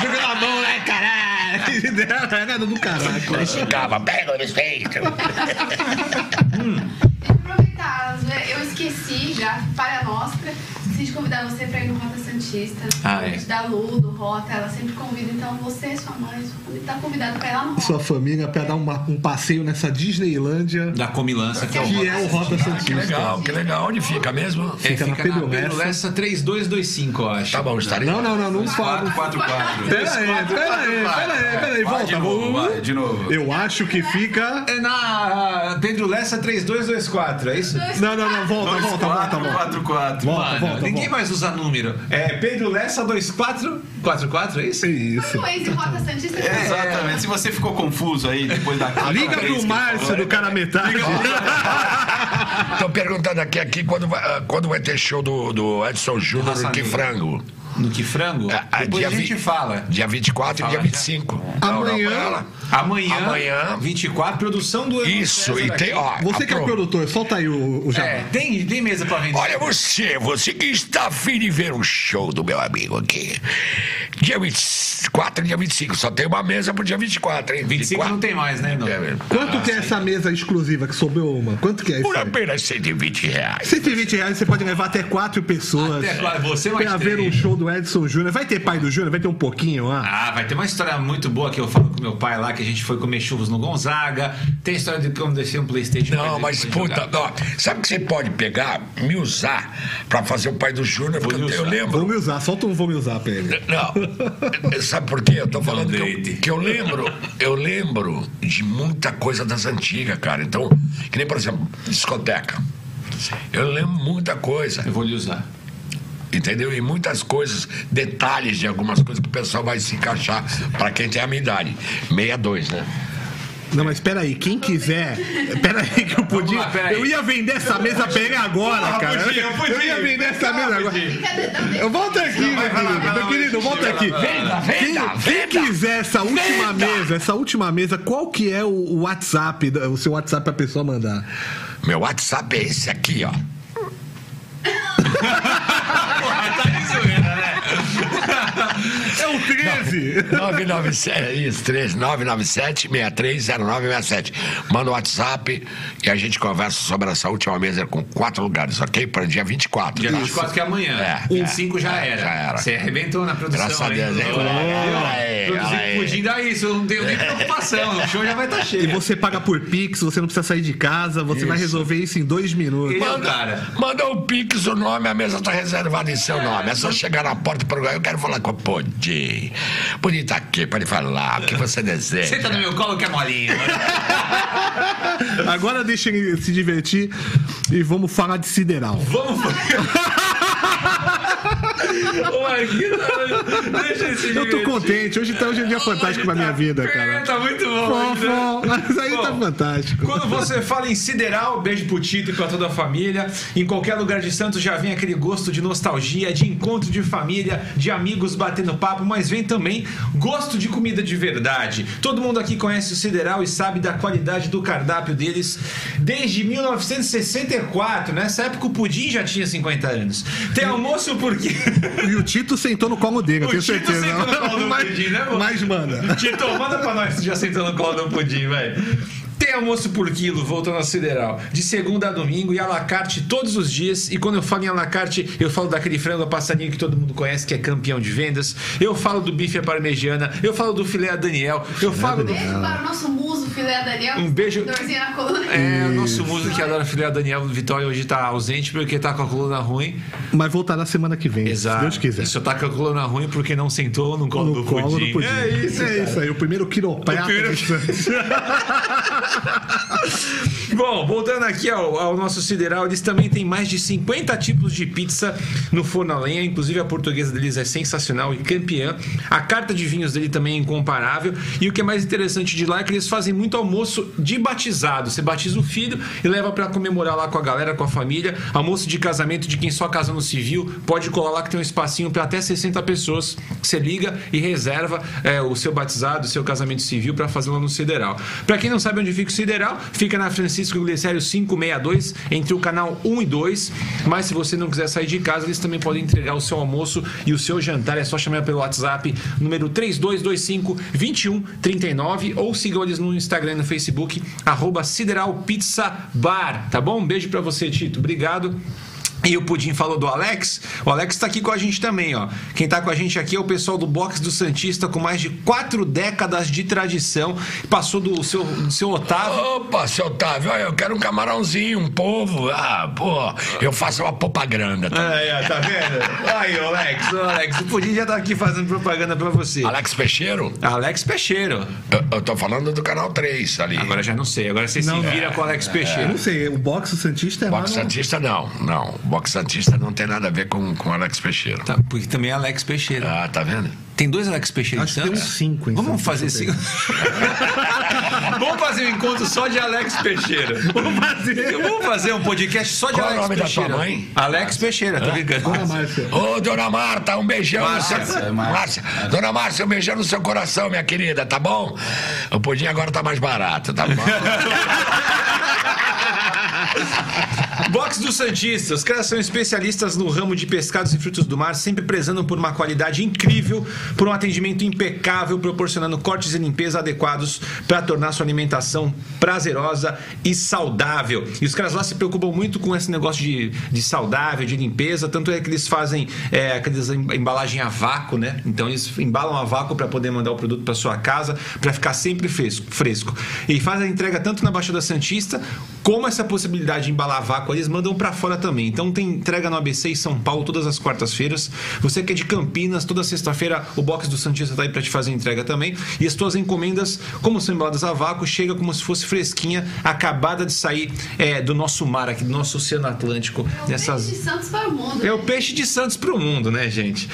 Joga na mão, né, caralho? Tragada do caralho. Chegava, pega o respeito. Aproveitar, né? eu esqueci, já, palha nostra, esqueci de convidar você pra ir no Rota Santista. Ah, é. Da Lu, do Rota, ela sempre convida, então você, sua mãe, sua família, tá convidado pra ir lá no Rota. Sua família pra dar uma- um passeio nessa Disneylândia, Da comilança que é o que é o Rota Que Santista. legal, que legal. Onde fica mesmo? É, Fica na Pedro Pedro 3225, eu acho. Tá bom, estarei. Não, não, não, não fala. não 444. Pera aí, pera aí, pera aí, pera aí, Vai de volta. novo, vamos- vai, de novo. Eu acho que fica. É na Pedro Lessa 3224, é isso? tá Não, não, não, volta, volta, volta, volta. 444. Volta, Mano, volta, Ninguém volta. mais usa número. É Pedro Lessa 2444, é isso? É Isso. Foi Waze e Rota Santista. É, exatamente. Se você ficou confuso aí depois da quarta Liga vez que pro ele Márcio falou, do cara metade. Estão perguntando aqui, aqui quando, vai, ah, quando vai ter show do, do Edson Júnior Raça no Que Negra. Frango. No que frango? Ah, ah, Depois a dia gente vi- fala. Dia 24 e dia já. 25. Amanhã. fala. Amanhã, Amanhã. 24, produção do Evandro Isso, César e tem, aqui. ó. Você que é o apro- produtor, solta aí o, o É, jabá. tem, tem mesa pra vender. Olha você, você que está afim de ver um show do meu amigo aqui. Dia 24 e dia 25. Só tem uma mesa pro dia 24, hein? 25 não tem mais, né, não? É mesmo. Quanto que é essa mesa exclusiva que sobrou uma? Quanto que é isso? Por aí? apenas 120 reais. 120 reais você pode levar até quatro pessoas. Até quatro, você mais Pra ver um três. show do Edson Júnior. Vai ter pai do Júnior? Vai ter um pouquinho lá? Ah, vai ter uma história muito boa que eu falo com meu pai lá, que a gente foi comer churros no Gonzaga. Tem a história de como descer um Playstation. pra Não, ele mas depois puta, jogar. ó, sabe que você pode pegar, me usar pra fazer o pai do Júnior, porque eu, me eu usar. lembro. Vou me usar, solta um vou me usar pra ele. Não. Sabe por quê? Eu tô falando que deite. eu, que eu lembro, eu lembro de muita coisa das antigas, cara. Então, que nem, por exemplo, discoteca. Eu lembro muita coisa, Eu vou lhe usar. entendeu? E muitas coisas, detalhes de algumas coisas que o pessoal vai se encaixar pra quem tem a minha idade. 62, né? Não, mas peraí, quem quiser. Peraí, que eu podia. lá, peraí. Eu ia vender essa mesa pra ele agora, cara. podia, Eu- podia. Eu ia vender essa mesa agora. Fica dedão desse Eu volto aqui, meu querido. Meu querido, volta aqui. Venda, venda, Quem venda! quiser essa última mesa, essa última mesa, qual que é o- o WhatsApp, da- o seu WhatsApp pra pessoa mandar? Meu WhatsApp é esse aqui, ó. É o 13! 997, é isso, 3997-630967. Manda o WhatsApp e a gente conversa sobre essa última mesa com quatro lugares, ok? Para o dia 24. Dia tá? 24 que é amanhã. É, 25 já é, era. já era. Você arrebentou na produção. Graças a hein? Deus, hein? Olha aí, ó. Olha aí, Produzir olha aí. pudim dá isso. Eu não tenho nem preocupação. O show já vai estar E cheio. você paga por Pix, você não precisa sair de casa, você vai resolver isso em dois minutos. Ele é o cara. Manda o Pix, o nome, a mesa está reservada em seu nome. É só chegar na porta para Eu quero falar com o Pudim. Pudim tá aqui, pode falar o que você deseja. Senta no meu colo que é molinho. Agora deixa ele se divertir e vamos falar de Sideral. Ô, Marquinhos, deixa esse Eu tô contente, hoje tá hoje é um dia fantástico pra minha vida, cara. Tá muito bom. Fofo, né? mas aí tá Bom, fantástico. Quando você fala em sideral, beijo pro Tito e pra toda a família. Em qualquer lugar de Santos já vem aquele gosto de nostalgia, de encontro de família, de amigos batendo papo, mas vem também gosto de comida de verdade. Todo mundo aqui conhece o sideral e sabe da qualidade do cardápio deles desde 1964. Nessa época o pudim já tinha 50 anos. Tem almoço porque. E o Tito sentou no colo dele, eu O tenho Tito certeza. sentou no colo do Pudim, né, mano? mas manda. Tito, manda pra nós se já sentou no colo do pudim, velho. Tem almoço por quilo, voltando à Sideral. De segunda a domingo e à la carte todos os dias. E quando eu falo em à la carte, eu falo daquele frango a passarinho que todo mundo conhece, que é campeão de vendas. Eu falo do bife à parmegiana. Eu falo do filé a Daniel. Eu falo do... Beijo para o nosso muso, filé Daniel. Um beijo- Dorzinha na coluna. É, o nosso músico que adora filé a Daniel Vitória hoje tá ausente porque tá com a coluna ruim. Mas voltará semana que vem, se Deus quiser. Só tá com a coluna ruim porque não sentou no colo, No do, é colo pudim. do pudim. É isso, é isso aí. O primeiro quiroprata. de Santos. Bom, voltando aqui ao, ao nosso sideral, eles também têm mais de 50 tipos de pizza no forno a lenha. Inclusive a portuguesa deles é sensacional e campeã. A carta de vinhos dele também é incomparável. E o que é mais interessante de lá é que eles fazem muito almoço de batizado. Você batiza o filho e leva pra comemorar lá com a galera, com a família. Almoço de casamento de quem só casa no civil. Pode colar lá que tem um espacinho pra até 60 pessoas. Você liga e reserva é, o seu batizado, o seu casamento civil pra fazer lá no Sideral. Pra quem não sabe onde fica o Sideral, fica na Francisco Glicério 562, entre o canal 1 e 2. Mas se você não quiser sair de casa, eles também podem entregar o seu almoço e o seu jantar. É só chamar pelo WhatsApp número 3225 2139 ou sigam eles no Instagram e no Facebook, arroba Sideral Pizza Bar. Tá bom? Um beijo pra você, Tito. Obrigado. E o Pudim falou do Alex. O Alex tá aqui com a gente também, ó. Quem tá com a gente aqui é o pessoal do Box do Santista, com mais de quatro décadas de tradição. Passou do seu, do seu Otávio. Opa, seu Otávio, olha, eu quero um camarãozinho, um povo. Ah, pô, eu faço uma propaganda. Tá? Aí, ó, tá vendo? Aí, o Alex, o Alex. O Pudim já tá aqui fazendo propaganda pra você. Alex Peixeiro, Alex Peixeiro. eu, eu tô falando do canal 3 ali. Agora já não é. sei. Agora você se vira com o Alex Eu Peixeiro. não sei, o boxe Santista é lá. Box no- Santista não, não. Box Santista não tem nada a ver com, com Alex Peixeiro. Tá, porque também é Alex Peixeiro. Ah, tá vendo? Tem dois Alex Peixeiro Acho em que tem Santos? uns cinco em Vamos Santos, fazer eu cinco. Vamos fazer um encontro só de Alex Peixeira. Vamos fazer. um podcast só de Qual é o Alex nome da Peixeira. tua mãe? Alex Peixeira, tô brincando. Dona Márcia. Ô, dona Marta, um beijão. Márcia, no seu- é Márcia. Márcia. Dona Márcia, um beijão no seu coração, minha querida, tá bom? O pudim agora tá mais barato, tá bom? Box do Santista. Os caras são especialistas no ramo de pescados e frutos do mar, sempre prezando por uma qualidade incrível, por um atendimento impecável, proporcionando cortes e limpeza adequados para tornar sua alimentação prazerosa e saudável. E os caras lá se preocupam muito com esse negócio de, de saudável, de limpeza, tanto é que eles fazem é, aquelas em- embalagem a vácuo, né? Então eles embalam a vácuo para poder mandar o produto para sua casa, para ficar sempre fresco, fresco. E fazem a entrega tanto na Baixada Santista, como essa possibilidade de embalar a vácuo, eles mandam para fora também. Então tem entrega no ABC e São Paulo todas as quartas-feiras. Você que é de Campinas, toda sexta-feira o box do Santista tá aí para te fazer a entrega também. E as tuas encomendas, como são embaladas a vácuo, chega como se fosse fresquinha, acabada de sair é, do nosso mar aqui, do nosso Oceano Atlântico, É o nessas peixe de Santos para o mundo. é o né? peixe de Santos pro mundo, né, gente?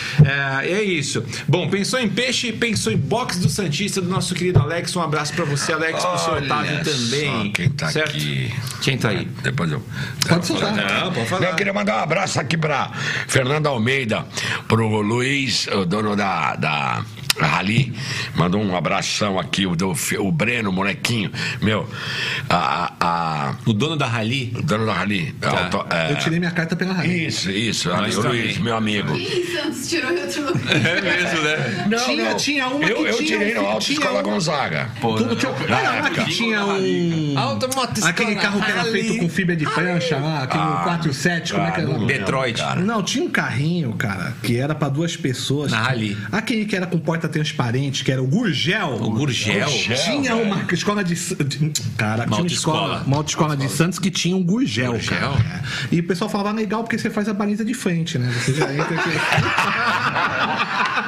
É, é isso. Bom, pensou em peixe, pensou em box do Santista, do nosso querido Alex. Um abraço pra você, Alex, pro seu Olha Otávio também. só quem tá certo? aqui. Quem tá aí? Depois eu. Pode soltar. Não, pode falar. Eu queria mandar um abraço aqui pra Fernando Almeida, pro Luiz, o dono da. da... Rali mandou um abração aqui, o, do, o Breno, molequinho, meu, a, a, a- O dono da Rally. Tá. o dono da Rali. a- to- é, Eu tirei minha carta pela raiz. isso, isso, ali, o também. Luiz, meu amigo. Quem em Santos tirou em outro lugar? É mesmo, né? Não, Tinha- tinha uma eu, que eu tinha tirei no um- Alto tinha Escola uma- Gonzaga. Tudo Ah, que eu... Era uma que tinha um... Automoto Aquele carro que era feito com fibra de prancha lá, aquele 4 e 7, como é que Ah, não era? lembro, Detroit. cara. Não, tinha um carrinho, cara, que era pra duas pessoas. Na Rally. Aquele que era com porta transparente, que era o Gurgel. O Gurgel. Gurgel, Tinha velho. uma escola de. Sa- de- Cara, tinha uma autoescola. escola, uma autoescola de Santos que tinha um Gurgel. Gurgel? cara. É. E o pessoal falava legal porque você faz a baliza de frente, né? Você já entra aqui.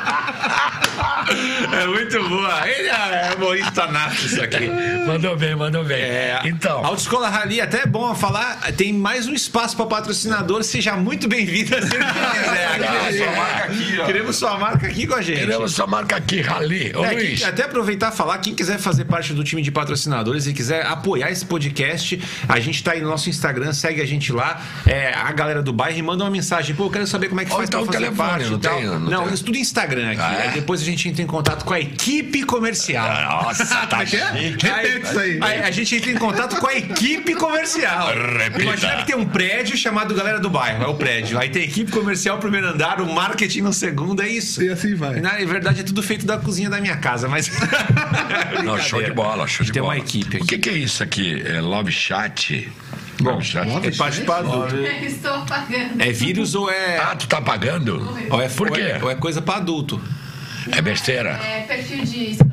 É muito boa. Ele é humorista nato isso aqui. É. Mandou bem, mandou bem. então, É, Autoescola Rally, até é bom falar, tem mais um espaço pra patrocinador. Seja muito bem-vinda. se ele quiser. Ah, Sua marca aqui, ó. né? Queremos sua marca aqui com a gente. queremos sua marca aqui, Rali. Ô, É, quem- Luiz. até aproveitar e falar, quem quiser fazer parte do time de patrocinadores e quiser apoiar esse podcast, a gente tá aí no nosso Instagram, segue a gente lá, é, a galera do bairro, e manda uma mensagem. Pô, eu quero saber como é que Ou faz então pra fazer o telefone, parte não e tal. tem- não não, tem. isso tudo é Instagram aqui. Ah, é? Aí depois a gente entra em contato com a equipe comercial. Nossa, é? tá chique. Repete isso aí. Aí a gente entra em contato com a equipe comercial. Repita. Imagina que tem um prédio chamado Galera do Bairro, é o prédio. Aí tem equipe comercial no primeiro andar, o marketing no segundo, é isso. E assim vai. Na verdade, é tudo feito da cozinha da minha casa, mas. Não, show de bola, show de Tem bola. uma equipe O que, que é isso aqui? É love chat? Love chat? É participar do. É, Estou apagando. É vírus ou é. Ah, tu tá pagando? ou é Por ou quê? é- Ou é coisa pra adulto. É besteira? É perfil de spam.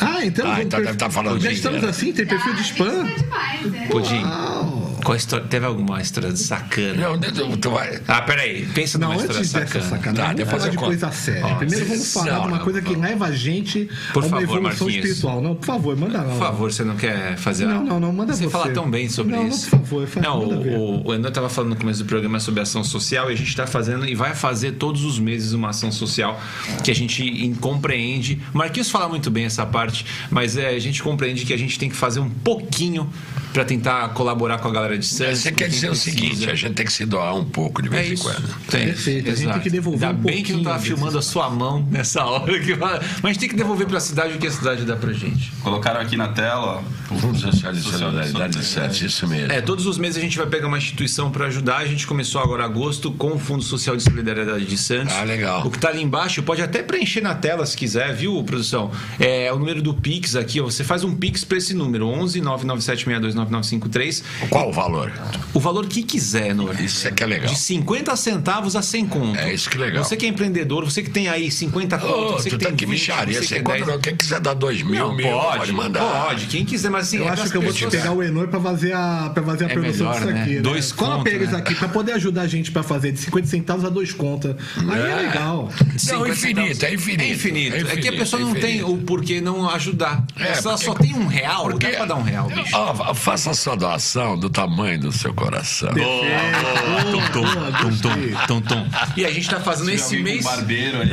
Ah, então. Ah, vamos então per- deve tá falando Já de- estamos assim, tem perfil de spam? Isso é demais, né? Pudim. Qual história? Teve alguma história de sacana? Não, né, tu, tu vai. Ah, peraí. Pensa Não, numa história antes dessa sacana. sacanagem, Tá, vamos depois falar eu de conto. coisa séria. Ó, Primeiro vamos vocês falar de uma são, coisa que vamos. leva a gente Por a uma favor, evolução Marquinhos. espiritual. Não, por favor, manda lá. Por favor, você não quer fazer Não, não, não, manda Você você. fala tão bem sobre Não, não, isso. por favor, faz- Não, manda ver. o, o André estava falando no começo do programa sobre ação social e a gente está fazendo e vai fazer todos os meses uma ação social que a gente in- compreende. O Marquinhos fala muito bem essa parte, mas é, a gente compreende que a gente tem que fazer um pouquinho para tentar colaborar com a galera de Santos. Você com quer quem dizer o precisa. seguinte: a gente tem que se doar um pouco de É vez em isso. quando. Tem. Perfeito, a gente Exato. tem que devolver Ainda um bem que eu não tava pouquinho filmando a sua mão nessa hora. Que... eu- Mas a gente tem que devolver para a cidade o que a cidade dá pra gente. Colocaram aqui na tela, ó. Vamos deixar de solidariedade de Santos, isso mesmo. É, todos os meses a gente vai pegar uma instituição para ajudar. A gente começou agora agosto com o Fundo Social de Solidariedade de Santos. Ah, legal. O que tá ali embaixo, pode até preencher na tela se quiser, viu, produção? É o número do Pix aqui, ó. Você faz um Pix para esse número, 11 997629953. Qual o valor? O valor que quiser, Nor. Isso é que é legal. De 50 centavos a 100 conto. É isso que é legal. Você que é empreendedor, você que tem aí 50 conto, Ô, você tu tá tem que 20, micharia. você Você que tem encontra, quem quiser dar dois mil, Não, mil, pode, mandar. Pode, quem quiser, mas assim, Eu é acho pras que eu vou te pessoas- pegar o Enor pra fazer a, pra fazer a É produção melhor, disso né? aqui. Né? Dois Cola conto, pra eles né? aqui, pra poder ajudar a gente pra fazer de 50 centavos a dois contas. Aí é, É. legal. Não, 50 infinito, é infinito. É infinito. É, que a infinito, pessoa é não tem infinito. o porquê não ajudar. É, Se ela porque- só tem um real, porque- dá pra dar um real, bicho. Ó, fa- faça a sua doação do tamanho do seu coração. É. Tom, tom, tom, tom. E a gente tá fazendo esse Esse mês. barbeiro ali.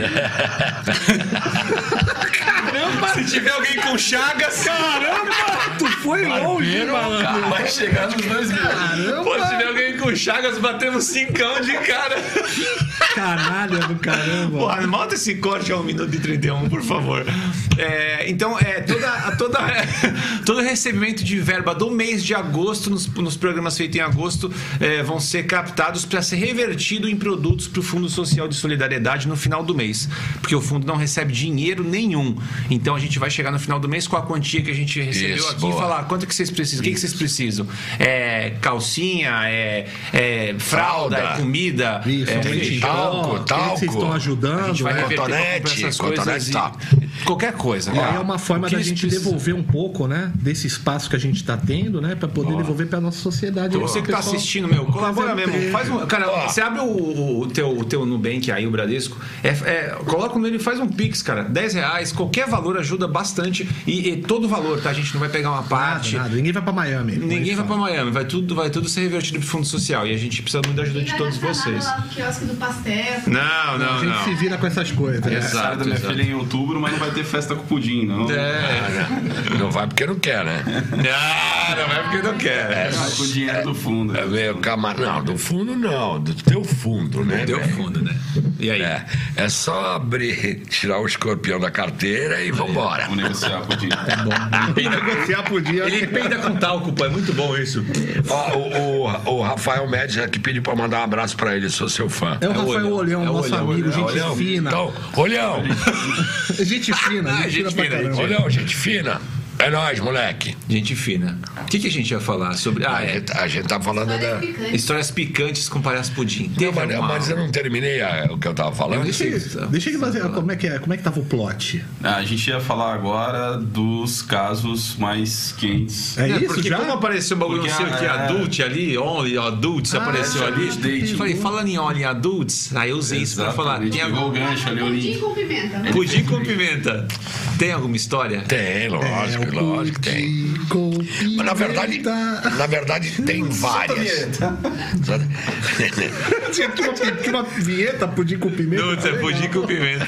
Se tiver alguém com chagas, caramba! Tu foi longe, malandro. Vai chegar nos dois mil. Pô, se tiver alguém com chagas, batemos cincão de cara. Canalha do caramba. um, Porra, malta esse corte a 1 minuto e 31, por favor. É, então, é, toda, toda, todo recebimento de verba do mês de agosto, nos, nos programas feitos em agosto, eh, vão ser captados para ser revertido em produtos para o Fundo Social de Solidariedade no final do mês. Porque o fundo não recebe dinheiro nenhum. Então a gente vai chegar no final do mês com a quantia que a gente recebeu Isso, aqui e boa. falar "Ah, quanto que vocês precisam, o que, que vocês precisam? É calcinha, é, é fralda, Fralda. um é comida, Isso, é, leite em feijão. talco, pó, o é que talco. Vocês estão ajudando, A gente vai né? reverter pra comprar cotonete, essas coisas cotonete, e- tá. Qualquer coisa. E Ó, aí é uma forma o que da eles gente precisam- devolver um pouco, né? Desse espaço que a gente tá tendo, né? Pra poder devolver pra nossa sociedade. Então, você que tá Pessoal, assistindo, meu, colabora fazer mesmo. emprego. Faz um, cara, Ó. você abre o, o- o teu, o teu Nubank aí, o Bradesco, é, é, coloca nele e faz um Pix, cara. 10 reais, qualquer valor ajuda bastante. E, e todo valor, tá? A gente não vai pegar uma parte. Nada, ninguém vai pra Miami. Ninguém vai pra Miami, vai tudo, vai tudo ser revertido pro fundo social. E a gente precisa muito da ajuda Quem de vai todos dar trabalho vocês. lá no quiosque do pastel. Não, A não, gente se não. vira com essas coisas. né? Exato, Aniversário da minha exato. filha em outubro, mas não vai ter festa com pudim, não. É. Não vai porque não quer, né? Não, não é porque não quer. Ah, com o dinheiro do fundo. É meio camar... Não, do fundo não, do teu fundo, É, né? Deu velho? fundo, né? E aí? É, é só abrir, tirar o escorpião da carteira e vambora. Vamos negociar pudim. Negociar podia. Ele peida com talco, pô. É muito bom isso. Ó, o, o, o Rafael Médici aqui pediu pra mandar um abraço pra ele, sou seu fã. É o Rafael olhão, Olhão, é o nosso olhão, amigo, olhão, gente Olhão, fina. então, olhão, Gente fina, Ah, gente, gente fina, fina, pra gente caramba. olhão, gente fina. É nóis, moleque. Gente fina. O que, que a gente ia falar sobre. Ah, A é. gente, a gente tá falando Olha da. que picante. Histórias picantes com palhaço pudim. Não, Teve mas, alguma- mas eu não terminei a- o que eu tava falando. Eu Deixa Sim, ele, deixa ele fazer como é, que é, como é que tava o plot. Ah, a gente ia falar agora dos casos mais quentes. É, É, isso porque já? como apareceu o bagulho, não Porque sei o a- que, é. adult ali, only adults apareceu é, ali. adult dating. Eu falei, falando em only adults, aí eu usei isso pra falar. Exatamente. Tem Pegou é o algum... gancho ali, o Pudim link. com pimenta. Pudim com pimenta. Tem alguma história? Tem, lógico, É, o lógico que tem. pudim Mas na verdade, pimenta. na verdade tem várias. Tinha aqui uma, tinha uma vinheta, pudim com pimenta. Adults é pudim com pimenta.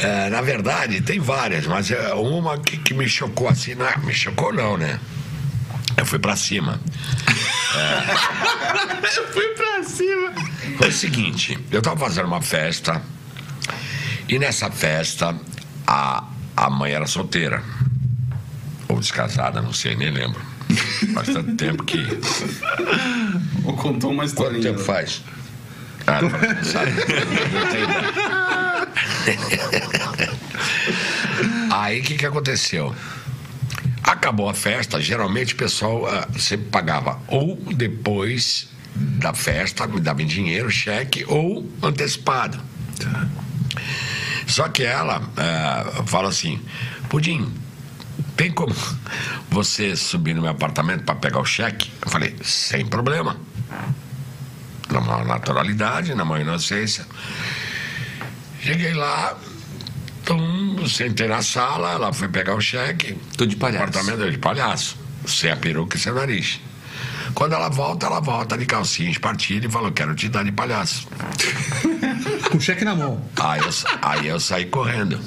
É, na verdade, tem várias, mas é uma que, que me chocou assim, não, me chocou não, né? Eu fui pra cima. Eu fui pra cima. Foi o seguinte, eu tava fazendo uma festa e nessa festa a, a mãe era solteira. Ou descasada, não sei, nem lembro. Faz tanto tempo que. Contou uma Quanto historinha. tempo faz? Ah, não, sabe? Não tem ideia. Aí o que, que aconteceu? Acabou a festa, geralmente o pessoal ah, sempre pagava ou depois da festa, me dava em dinheiro, cheque, ou antecipado. Tá. Só que ela ah, fala assim, Pudim, tem como você subir no meu apartamento para pegar o cheque? Eu falei, sem problema na maior naturalidade, na maior inocência. Cheguei lá, tum, sentei na sala, ela foi pegar o cheque, Tô de palhaço. apartamento de palhaço, sem a peruca e sem o nariz. Quando ela volta, ela volta de calcinha espartilha e falou, quero te dar de palhaço. Com cheque na mão. Aí eu, sa- aí eu saí correndo,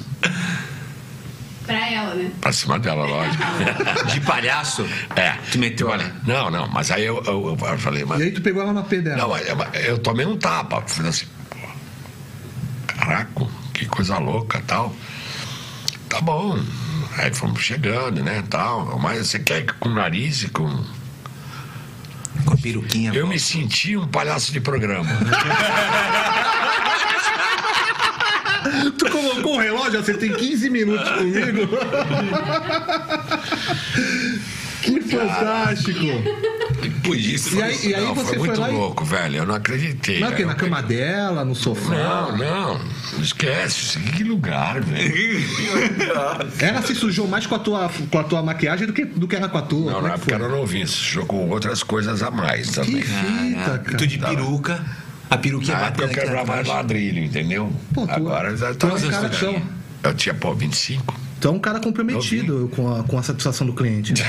Pra ela, né? pra cima dela, lógico. De palhaço? É. Tu meteu olha. Não, não, mas aí eu, eu- eu falei, mas E aí tu pegou ela na pé dela. Não, mas eu, eu tomei um tapa. Falei assim, pô, caraca, que coisa louca tal. Tá bom. Aí fomos chegando, né, tal. Mas você quer que com o nariz e com... Com a peruquinha. Eu me senti um palhaço de programa. Tu colocou o relógio, ó, você tem 15 minutos comigo. que fantástico. Pudim, você E aí- falou, e aí não, você foi foi muito lá e- louco, velho. Eu não acreditei. Na, que, velho. na cama dela, no sofá. Não, não. Esquece. é Que lugar, velho. Ela se sujou mais com a tua, com a tua maquiagem do que, do que ela com a tua. Não, Como é na que época foi? era novinho. Você jogou outras coisas a mais Que também. Ah, é. fita, Tu cara. de peruca. A peruquinha Na época eu batendo aqui quebrava atrás. ladrilho, entendeu? Pô, tu- Agora já Tu é tá... um cara, tu é um- Eu tinha, pô, 25. tu é um cara comprometido com a, com a satisfação do cliente. né?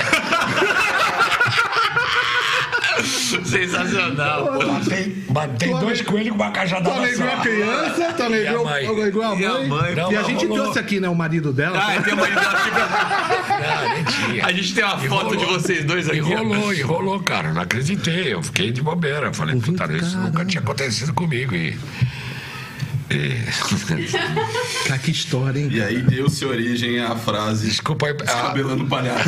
Sensacional. Matei, matei Tu é um dois ame- coelhos com uma cajada Tá igual a só. criança, tá E a igual mãe? igual a E a mãe. mãe? Não, E a mas gente rolou. é. trouxe aqui, né, o marido dela. Ah, tem uma Não, nem tinha. A gente tem uma E foto rolou. de vocês dois aqui. E rolou, e rolou, cara. Não acreditei. Eu fiquei de bobeira. Eu Falei, puta, isso nunca tinha acontecido comigo. E, e Cara, que história, hein? E aí deu-se origem à frase Desculpa aí. ah, cabelando palhaço.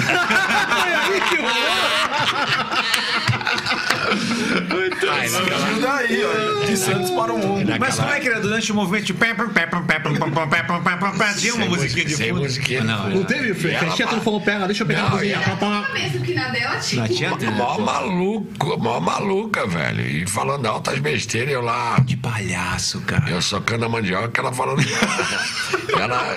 ai, não, cara. Surgiu daí, ó. De Santos para o mundo. Mas como é Naquela- que era durante o movimento de pé, pam, pé, pam, pé, pam, pam, pam, pé, pam, pam, pam, pam, tinha uma Sem musiquinha música- de sem fundo? musiquinha. Não, Não teve, Fê? Ela A tia vai- não falou, pera, deixa eu pegar Não, a cozinha. e Pá, pá. Uma mesmo tá que é na dela tinha. Não tinha trilha. Mó maluco, mó maluca, velho. E falando altas besteiras, eu lá. Que palhaço, cara. Eu socando a mandioca, ela falando. ela.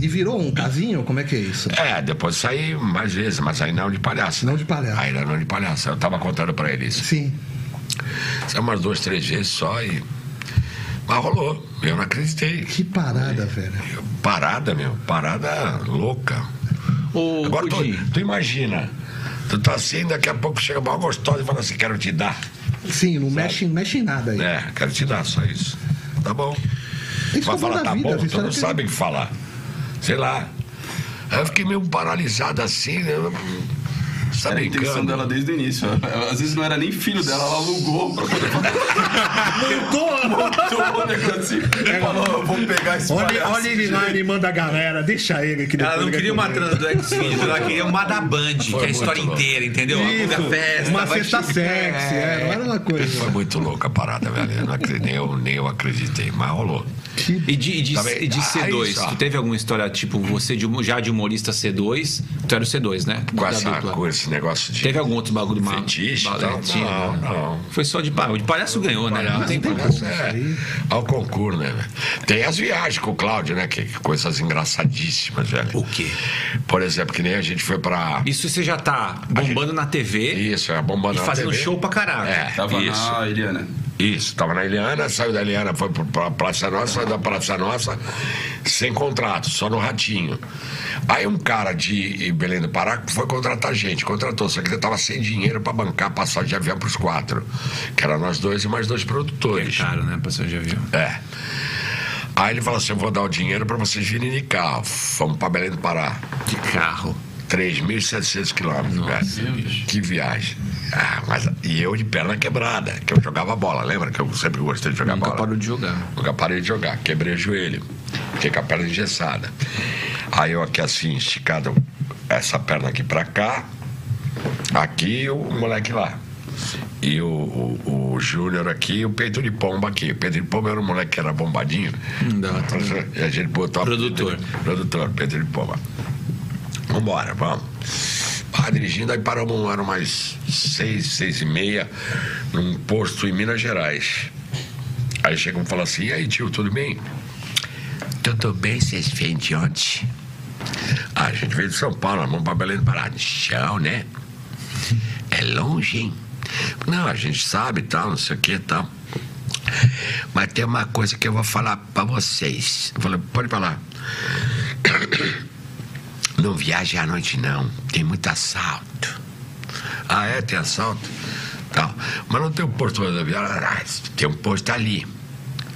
E virou um casinho? Como é que é isso? É, depois saí mais vezes, mas aí não de palhaço. Não de palhaço. Aí não de palhaço. Eu tava contando pra ele isso. Sim. Saí umas duas, três vezes só e. Mas rolou. Eu não acreditei. Que parada, velho. Parada, meu. Parada louca. Ô, Agora tu, Pudim, tu imagina. Tu tá assim, daqui a pouco chega mal gostosa e fala assim, quero te dar. Sim, não mexe, mexe em nada aí. É, quero te dar só isso. Tá bom. Isso Vai que eu falo falar, da tá vida, bom, isso tu é não que- sabe o que falar. Sei lá. Aí eu fiquei meio paralisado assim, né? Você tá Era a intenção brincando? dela desde o início. Ela- Às vezes não era nem filho dela, ela alugou pra poder fazer. Montou? Montou o negócio assim. Falou, eu vou pegar esse Olha, palhaço. olha ele lá, ele manda a galera, deixa ele que depois Ela não ele vai queria uma comer. trans do X-Videos, ela queria uma da Band, que é a muito história louco. inteira, entendeu? Isso, a festa, uma vai cesta chegar- sexy, é, não era uma Foi coisa. muito louca a parada, velho. Eu não acre- nem, eu, nem eu acreditei, mas rolou. Que e de, e de, Tá bem. e de Ah, C2, isso, ó. tu teve alguma história, tipo, você de, já de humorista C2, tu era o C2, né? Com, Da essa, dupla. com esse negócio de Teve algum outro bagulho mal? fetiche e tal? Tinha, Não, né? não. Foi só de palhaço. De palhaço ganhou, né? Não tem como. Mas é, ao concurso, né? velho? Tem as viagens com o Cláudio, né? Que, que coisas engraçadíssimas, velho. O quê? Por exemplo, que nem a gente foi pra. Isso você já tá bombando na TV Isso, é a bomba e na fazendo TV. show pra caralho. É, Tava isso. na Eliana. Isso, tava na Eliana, saiu da Eliana, foi pra- pra Praça Nossa, saiu da Praça Nossa, sem contrato, só no ratinho. Aí um cara de Belém do Pará foi contratar a gente, contratou, só que ele tava sem dinheiro pra bancar a passagem de avião pros quatro, que era nós dois e mais dois produtores. Caro, né? Passou de avião. É. Aí ele falou assim: eu vou dar o dinheiro pra vocês virem de carro. Fomos pra Belém do Pará. De carro. 3.700 quilômetros, velho. bicho. Que viagem. Ah, mas, e eu de perna quebrada, que eu jogava bola, lembra? Que eu sempre gostei de jogar Nunca bola. parou de jogar. Nunca parei de jogar, quebrei o joelho, fiquei com a perna engessada. Aí eu aqui assim, esticado, essa perna aqui pra cá, aqui e o moleque lá. E o, o, o Júnior aqui e o peito de pomba aqui. O peito de pomba era um moleque que era bombadinho. Não dá, tá. E Então, a gente botou a- Produtor. Produtor, peito de pomba. Vambora, vamos. Ah, dirigindo, aí paramos, eram mais seis, seis e meia, num posto em Minas Gerais. Aí chegam e falam assim, e aí tio, tudo bem? Tudo bem, vocês vêm de onde? Ah, a gente veio de São Paulo, vamos pra Belém do Pará. Chão, né? É longe, hein? Não, a gente sabe e tal, não sei o que e tal. Mas tem uma coisa que eu vou falar pra vocês. Eu falei, pode falar. Não viaje à noite, não. Tem muito assalto. Ah, é? Tem assalto? Tal. Mas não tem um posto rodoviário? Ah, tem um posto ali.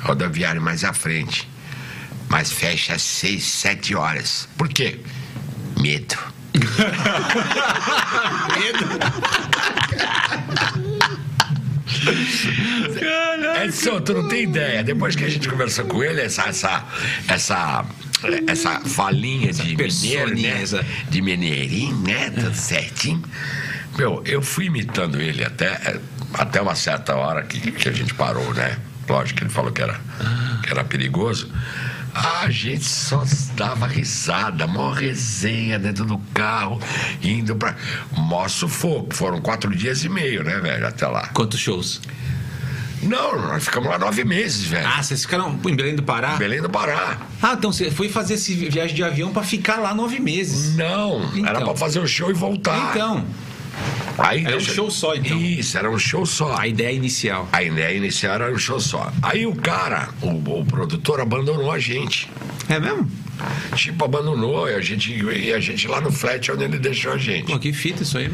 Rodoviário mais à frente. Mas fecha às seis, sete horas. Por quê? Medo. Edson, É, tu não tem ideia. Depois que a gente conversou com ele, essa essa essa essa falinha de mineiro, né? personeza. De mineirinho, né? Tudo certinho. Meu, eu fui imitando ele até é, até uma certa hora que, que a gente parou, né? Lógico que ele falou que era que era perigoso. A gente só dava risada, mó resenha dentro do carro, indo pra. Mó sufoco. Foram quatro dias e meio, né, velho? Até lá. Quantos shows? Não, nós ficamos lá nove meses, velho. Ah, vocês ficaram em Belém do Pará? Belém do Pará. Ah, então você foi fazer esse viagem de avião pra ficar lá nove Hum, meses. Não, era Então. pra fazer o show e voltar. Então, Aí, era um deixa- show só, então. Isso, era um show só. a ideia inicial. A ideia inicial era um show só. Aí o cara, o, o produtor, abandonou a gente. É mesmo? Tipo, abandonou e a gente, e a gente lá no flat é onde ele deixou a gente. Pô, que fita isso aí.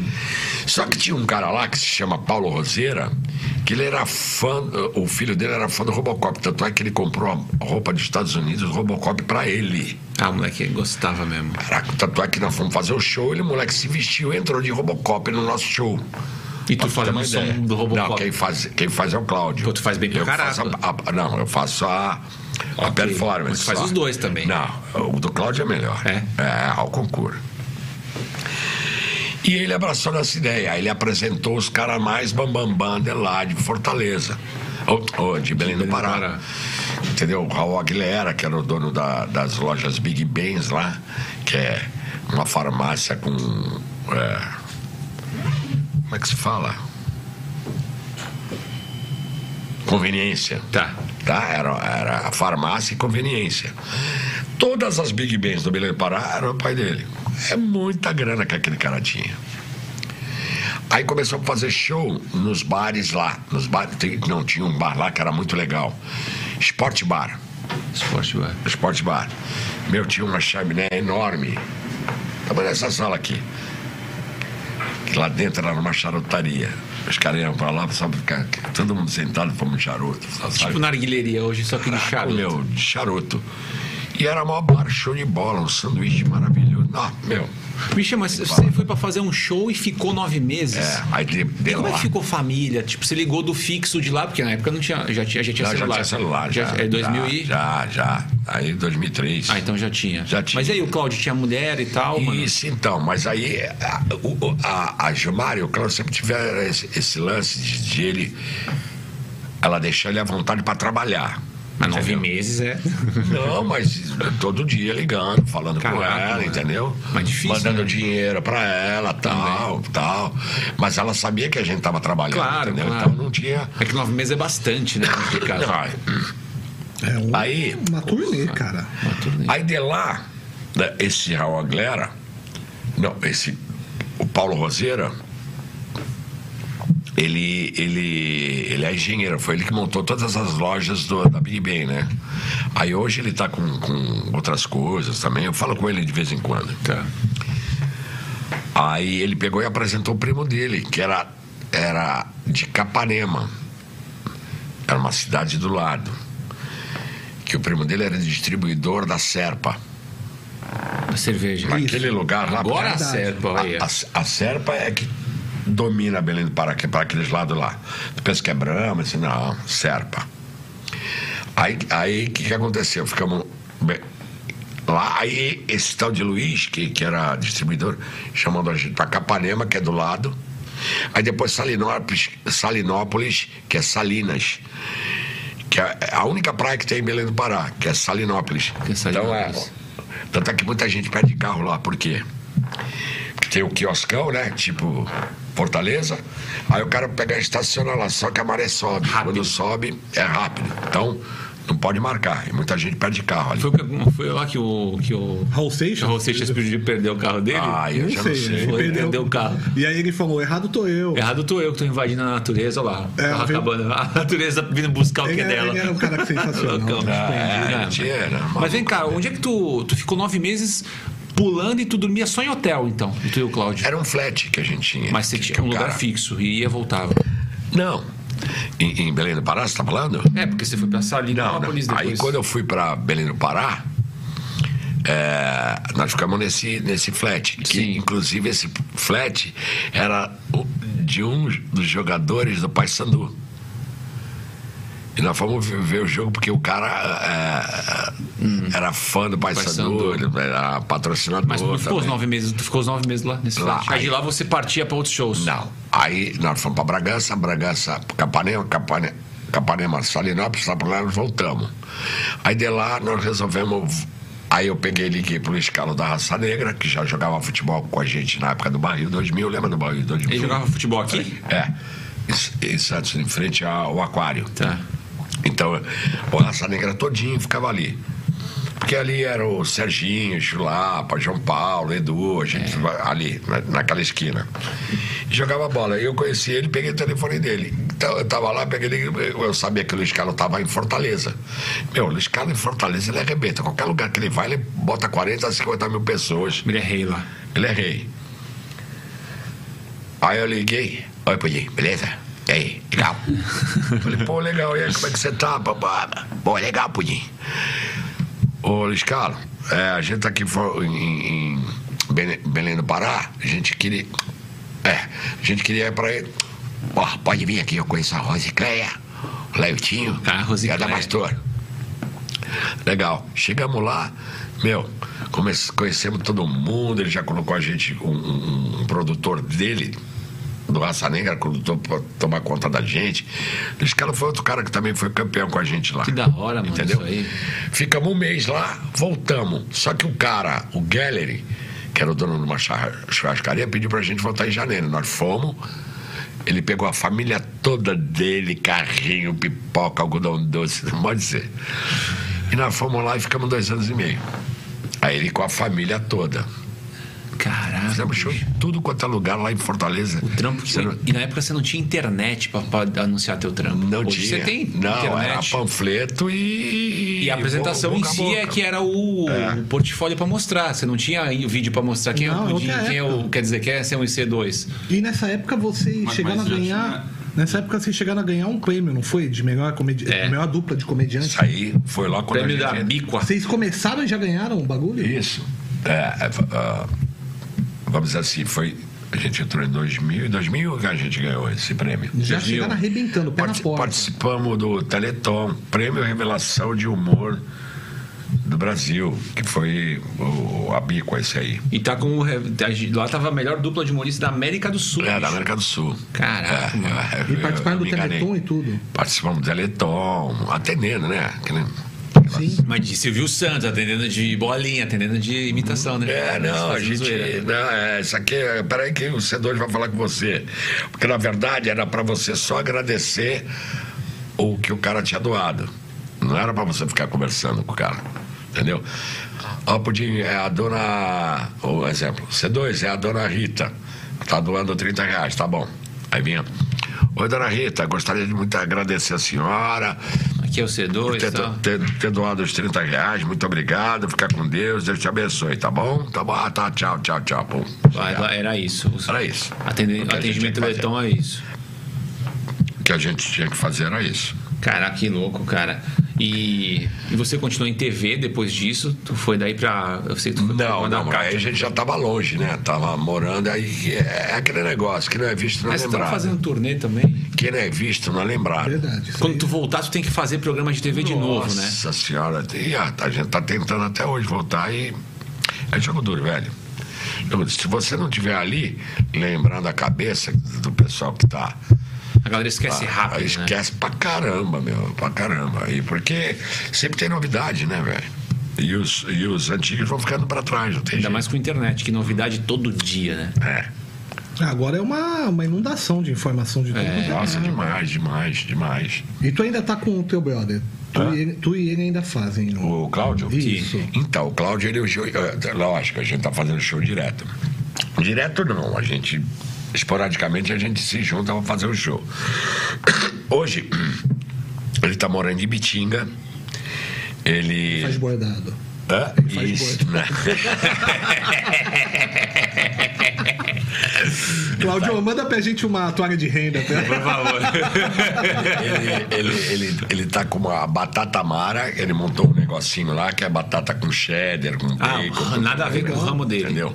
Só que tinha um cara lá que se chama Paulo Roseira, que ele era fã, o filho dele era fã do Robocop. Tanto é que ele comprou a roupa dos Estados Unidos, Robocop, pra ele. Ah, o moleque gostava mesmo. Caraca, tanto é que nós fomos fazer o show, ele, moleque, se vestiu, entrou de Robocop no nosso show. E tu Pra ter faz uma o som ideia. um do Não, Robocop. quem faz, quem faz é o Cláudio. Pô, tu faz bem pra eu caraca. faço a- a- Não, eu faço a, A Ok. performance. Mas faz só. os dois também. Não, o do Cláudio é melhor. É? ao concurso. E ele abraçou nessa ideia. Aí Ele apresentou os caras mais bambambam de lá, de Fortaleza. Ou, ou de Belém do Pará. Pará. Entendeu? O Raul Aguilera, que era o dono da- das lojas Big Bens lá, que é uma farmácia com. é, como é que se fala? Conveniência Tá. tá? Era, era a farmácia e conveniência. Todas as Big Bands do Belém do Pará eram o pai dele. É muita grana que aquele cara tinha. Aí começou a fazer show nos bares lá. Nos bares, tem- não, tinha um bar lá que era muito legal. Sport Bar. Esporte vai. Sport Bar. Meu, tinha uma chaminé enorme. Tava nessa sala aqui. Que lá dentro era uma charutaria. Os caras iam pra lá, só pra ficar todo mundo sentado fumando charuto. sabe? Tipo narguilheria hoje, só que Ah, de charuto. Meu, de charuto. E era mó bar, show de bola, um sanduíche maravilhoso. Ah, meu. Bicha, mas você foi pra fazer um show e ficou nove meses. É, aí de, de E como é lá. que ficou família? Tipo, você ligou do fixo de lá, porque na época não tinha, já tinha, já tinha Já, já celular. tinha celular, já. É 2000 já, e... Já, já. Aí 2003. Ah, então já tinha. Já tinha. Mas aí o Claudio tinha mulher e tal, mano. Isso, então, mas aí a, o- a, a Gilmar e o Cláudio sempre tiveram esse, esse lance de, de ele. Ela deixar ele à vontade para trabalhar. Mas nove entendeu? meses é... Não, mas todo dia ligando, falando com Caraca, ela, mano. entendeu? Mas difícil, Mandando né? dinheiro pra ela, tal, tal. Mas ela sabia que a gente tava trabalhando, Claro, entendeu? claro. Então não tinha. É que nove meses é bastante, né? nesse caso. Não, É um- Aí- uma turnê, cara. Mas tudo bem. Aí de lá, né, esse Raul Aglera, não, esse o Paulo Roseira, ele, ele, ele é engenheiro, foi ele que montou todas as lojas do- da Big Ben, né? Aí hoje ele tá com, com outras coisas também, eu falo com ele de vez em quando. Tá. Aí ele pegou e apresentou o primo dele, que era, era de Capanema. Era uma cidade do lado. Que o primo dele era distribuidor da Serpa. A cerveja. Aquele lugar lá. Agora a porque- Serpa, olha. a, a, a Serpa é que domina Belém do Pará, que é para aqueles lados lá. Tu pensa que é Brahma, assim, não, Serpa. Aí o aí, que, que aconteceu? Ficamos bem, lá, aí esse tal de Luiz, que, que era distribuidor, chamando a gente para Capanema, que é do lado. Aí depois Salinópolis, Salinópolis que é Salinas. Que é a única praia que tem em Belém do Pará, que é Salinópolis. Que é Salinópolis. Então é. Tanto é que muita gente pede carro lá, por quê? que tem o quioscão, né? Tipo Fortaleza. Aí o cara pega e estaciona lá, só que a maré sobe. Quando sobe, é rápido. Então, não pode marcar. E muita gente perde carro ali. Foi, o que- foi lá que o... Que o... Raul Seixas? Raul Seixas pediu perder o carro dele? Ah, eu já não sei. Foi, perdeu o um carro. E aí ele falou: errado tô eu. Errado tô eu que tô invadindo a natureza, olha lá. É, Tava viu? acabando. A natureza vindo buscar o que Ele é era, dela. ele era um cara sensacional. Loucão. Ah, É, é, mas- mentira, Mas maluco. vem cá, onde é que tu, tu ficou nove meses pulando e tu dormia só em hotel, então? E tu e o Cláudio? Era um flat que a gente tinha. Mas você Que- tinha que um o lugar cara- fixo e ia e voltava. Não. Em, em Belém do Pará, você tá falando? É, porque você foi pra Não, não. Salinópolis depois. Aí quando eu fui para Belém do Pará, é, nós ficamos nesse, nesse flat. Que, Sim. Inclusive, esse flat era o- de um dos jogadores do Paysandu. E nós fomos ver, ver o jogo porque o cara é, era fã do Paysandu, Hum. Paysandu. ele era patrocinador. Mas tu ficou os também. nove meses, tu ficou os nove meses lá nesse tá Lá. flat. Aí de lá você partia pra outros shows. Não. Aí nós fomos para Bragança, Bragança, Capanema, Capanema, Capanema Salinópolis, lá para lá nós voltamos. Aí de lá nós resolvemos. Aí eu peguei e liguei pro escalo da Raça Negra, que já jogava futebol com a gente na época do Barril 2000, lembra do Barril 2000? Ele jogava futebol aqui? É. Em- Em Santos, em frente ao aquário. Tá. Então, o Raça Negra todinho ficava ali. Porque ali era o Serginho, Chulapa, João Paulo, Edu, a gente ficava ali, na- naquela esquina. E jogava bola. Eu conheci ele, peguei o telefone dele. Então, eu tava lá, peguei ele, eu sabia que o Luiz Carlos tava em Fortaleza. Meu, o Luiz Carlos em Fortaleza, ele arrebenta. Qualquer lugar que ele vai, ele bota 40, 50 mil pessoas. Ele é rei lá. Ele é rei. Aí eu liguei. Oi, Pudim, beleza? E aí, legal? Falei, pô, legal, e aí, como é que você tá, bababa? Bom, legal, Pudim. Ô, Luiz Carlos, é, a gente tá aqui fo- em, em Bene- Belém do Pará, a gente queria... É, a gente queria ir pra ele. Ó, pode vir aqui, eu conheço a Rosicléia, o Leutinho Ah, Rosicléia. e a Damastor. Legal. Chegamos lá, meu, come- conhecemos todo mundo, ele já colocou a gente, um, um- um produtor dele, do Raça Negra, produtor pra tomar conta da gente. Esse cara foi outro cara que também foi campeão com a gente lá. Que da hora, mano, Entendeu? isso aí. Ficamos um mês lá, voltamos. Só que o cara, o Gallery, que era o dono de uma charra- churrascaria, pediu pra gente voltar em janeiro. Nós fomos. Ele pegou a família toda dele, carrinho, pipoca, algodão doce, não pode ser. E nós fomos lá e ficamos dois anos e meio. Aí ele com a família toda. Caraca. Fizemos show em tudo quanto é lugar lá em Fortaleza. um O trampo. Você não- E na época você não tinha internet pra, pra anunciar teu trampo. Não Hoje tinha. Você tem não, era internet. panfleto e. E a apresentação boca a em si é boca. É. que era o, o portfólio pra mostrar. Você não tinha aí o vídeo pra mostrar quem, Não, é, o Pudim, outra quem é época. o. Quer dizer, quem é ser um IC2. E nessa época vocês Mas- chegaram mas a já ganhar. é- Nessa época vocês chegaram a ganhar um prêmio, não foi? De melhor, comedi... É. melhor dupla de comediantes. Isso aí foi lá quando Prêmio a da gente... Bico. Vocês começaram e já ganharam o bagulho? Isso. É, é, f- ah, vamos dizer assim, foi. A gente entrou em 2000 e 2000 que a gente ganhou esse prêmio. Já 2000. chegaram arrebentando, pé na Parti- porta. Participamos do Teleton, Prêmio Revelação de Humor do Brasil, que foi o, a bico esse aí. E tá com o. re- Lá tava a melhor dupla de humoristas da América do Sul. É, da bicho. América do Sul. Caraca, É, mano. é, eu- E eu- participaram eu do me enganei. Teleton e tudo. Participamos do Teleton, atendendo, né? Aquele- Sim. Mas de Silvio Santos, atendendo de bolinha, atendendo de imitação, né? É, não, a gente. Zoeira. né? Não, é, isso aqui. é, Peraí, que o C2 vai falar com você. Porque, na verdade, era pra você só agradecer o que o cara tinha doado. Não era pra você ficar conversando com o cara. Entendeu? Ah. Ó, Pudim, é a dona. O exemplo, C2 é a dona Rita. Tá doando 30 reais, tá bom. Aí vinha. Oi, dona Rita, gostaria de muito agradecer a senhora Aqui é o por C2 e ter, tal. ter- ter doado os 30 reais, muito obrigado, fica com Deus, Deus te abençoe, tá bom? Tá bom, ah, tá, tchau, tchau, tchau. Pum. Vai, vai, era isso. Os- Era isso. Atende- O que a gente tinha atendimento que fazer. leitão é isso. O que a gente tinha que fazer era isso. Caraca, que louco, cara. E, e você continuou em TV depois disso? Tu foi daí pra. Eu sei que tu foi pra Não, Banda não, Cátia. aí a gente já tava longe, né? Tava morando, aí é, é aquele negócio, que não é visto não é Mas você tá lembrado. fazendo turnê também? Que não é visto não é lembrado. Verdade. isso Quando aí. tu voltar, tu tem que fazer programa de TV de novo, né? Nossa senhora, e, ah, a gente tá tentando até hoje voltar e. É jogo duro, velho. Jogo duro. Se você não tiver ali, lembrando a cabeça do pessoal que tá A galera esquece rápido. Aí né? Ah, Esquece pra caramba, meu, pra caramba. E porque sempre tem novidade, né, velho? E os, e os antigos vão ficando pra trás, não tem Ainda jeito. mais com internet, que novidade todo dia, né? É. Agora é uma, uma inundação de informação de tudo. quanto é Nossa, lado. demais, demais, demais. E tu ainda tá com o teu brother. Tu, e ele, tu e ele ainda fazem. o- O Cláudio? Isso. Então, o Cláudio, ele é o show. eh, Lógico, a gente tá fazendo show direto. Direto não, a gente. Esporadicamente a gente se junta pra fazer o show. Hoje, ele tá morando em Bitinga. Ele. Faz bordado. Hã? faz Isso, né? Claudio, manda pra gente uma toalha de renda. tá? Pra... ele, ele, ele, ele tá com uma batata amara, ele montou um negocinho lá que é batata com cheddar, com Ah, bacon. com- nada a ver com o ramo dele. Entendeu?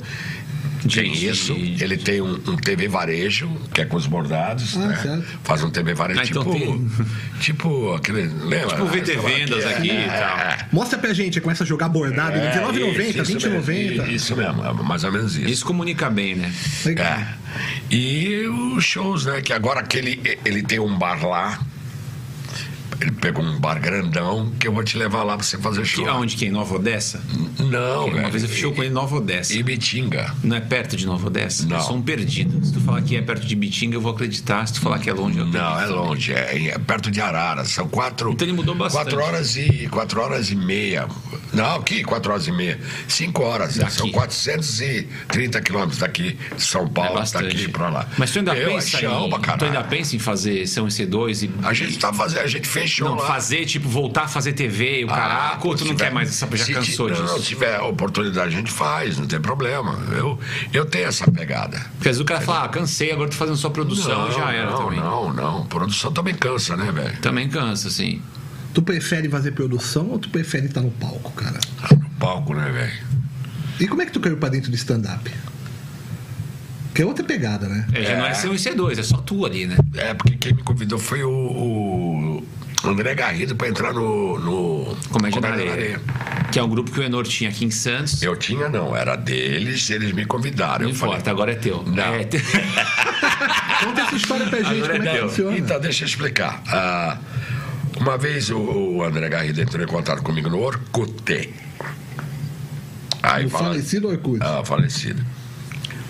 Tem isso, ele tem um, um TV varejo, que é com os bordados, Ah, né? certo. Faz um TV varejo, Ah, então tipo, tem. tipo aquele, lembra? Tipo, VT vendas aqui e né? tal. Mostra pra gente, começa a jogar bordado. É, R$19,90, isso, isso mesmo, R$20,90. Isso mesmo, é mais ou menos isso. Isso comunica bem, né? Legal. É. E os shows, né? Que agora que ele, ele tem um bar lá. Ele pegou um bar grandão que eu vou te levar lá pra você fazer Que, show. aonde que é? Em Nova Odessa? Não, é, velho. Uma vez eu fiz show com ele em Nova Odessa. Ibitinga. Não é perto de Nova Odessa? Não. Eu sou um perdido. Se tu falar que é perto de Bitinga, eu vou acreditar. Se tu falar que é longe, eu acredito. Não, é longe, é, é perto de Arara. São quatro. Então ele mudou bastante. Quatro horas e, quatro horas e meia. Não, aqui, quatro horas e meia. Cinco horas. né? São Daqui. 430 quilômetros daqui de São É Paulo, bastante. daqui pra lá. Mas tu ainda, Eu, pensa é chão pra em, tu caralho. ainda pensa em fazer São C2 e. A gente tá fazendo, a gente fez show Não, lá. fazer, tipo, voltar a fazer TV, o Ah, caraca, ou tu se não tiver- quer mais essa, já se cansou ti- não, disso. se tiver oportunidade, a gente faz, não tem problema. Eu, eu tenho essa pegada. Porque às vezes o cara fala, ah, cansei, agora tô fazendo só produção, já era não, também. não, não. Produção também cansa, né, velho? Também cansa, assim. Tu prefere fazer produção ou tu prefere estar no palco, cara? Tá no palco, né, velho? E como é que tu caiu pra dentro do stand-up? Que é outra pegada, né? É, já não é São C2, é só tu ali, né? É, porque quem me convidou foi o, o, André Garrido pra entrar no. no Comédia é da Areia. é Que é um grupo que o Enor tinha aqui em Santos. Eu tinha, não, era deles, eles me convidaram. Não eu importa, falei, agora é teu. Não. É, te- Conta essa história pra gente, Agora como é que deu. funciona. Então, deixa eu explicar. Ah, uma vez o, o André Garrido entrou em contato comigo no Orkut. Aí o fala- é falecido Orkut. Ah, falecido.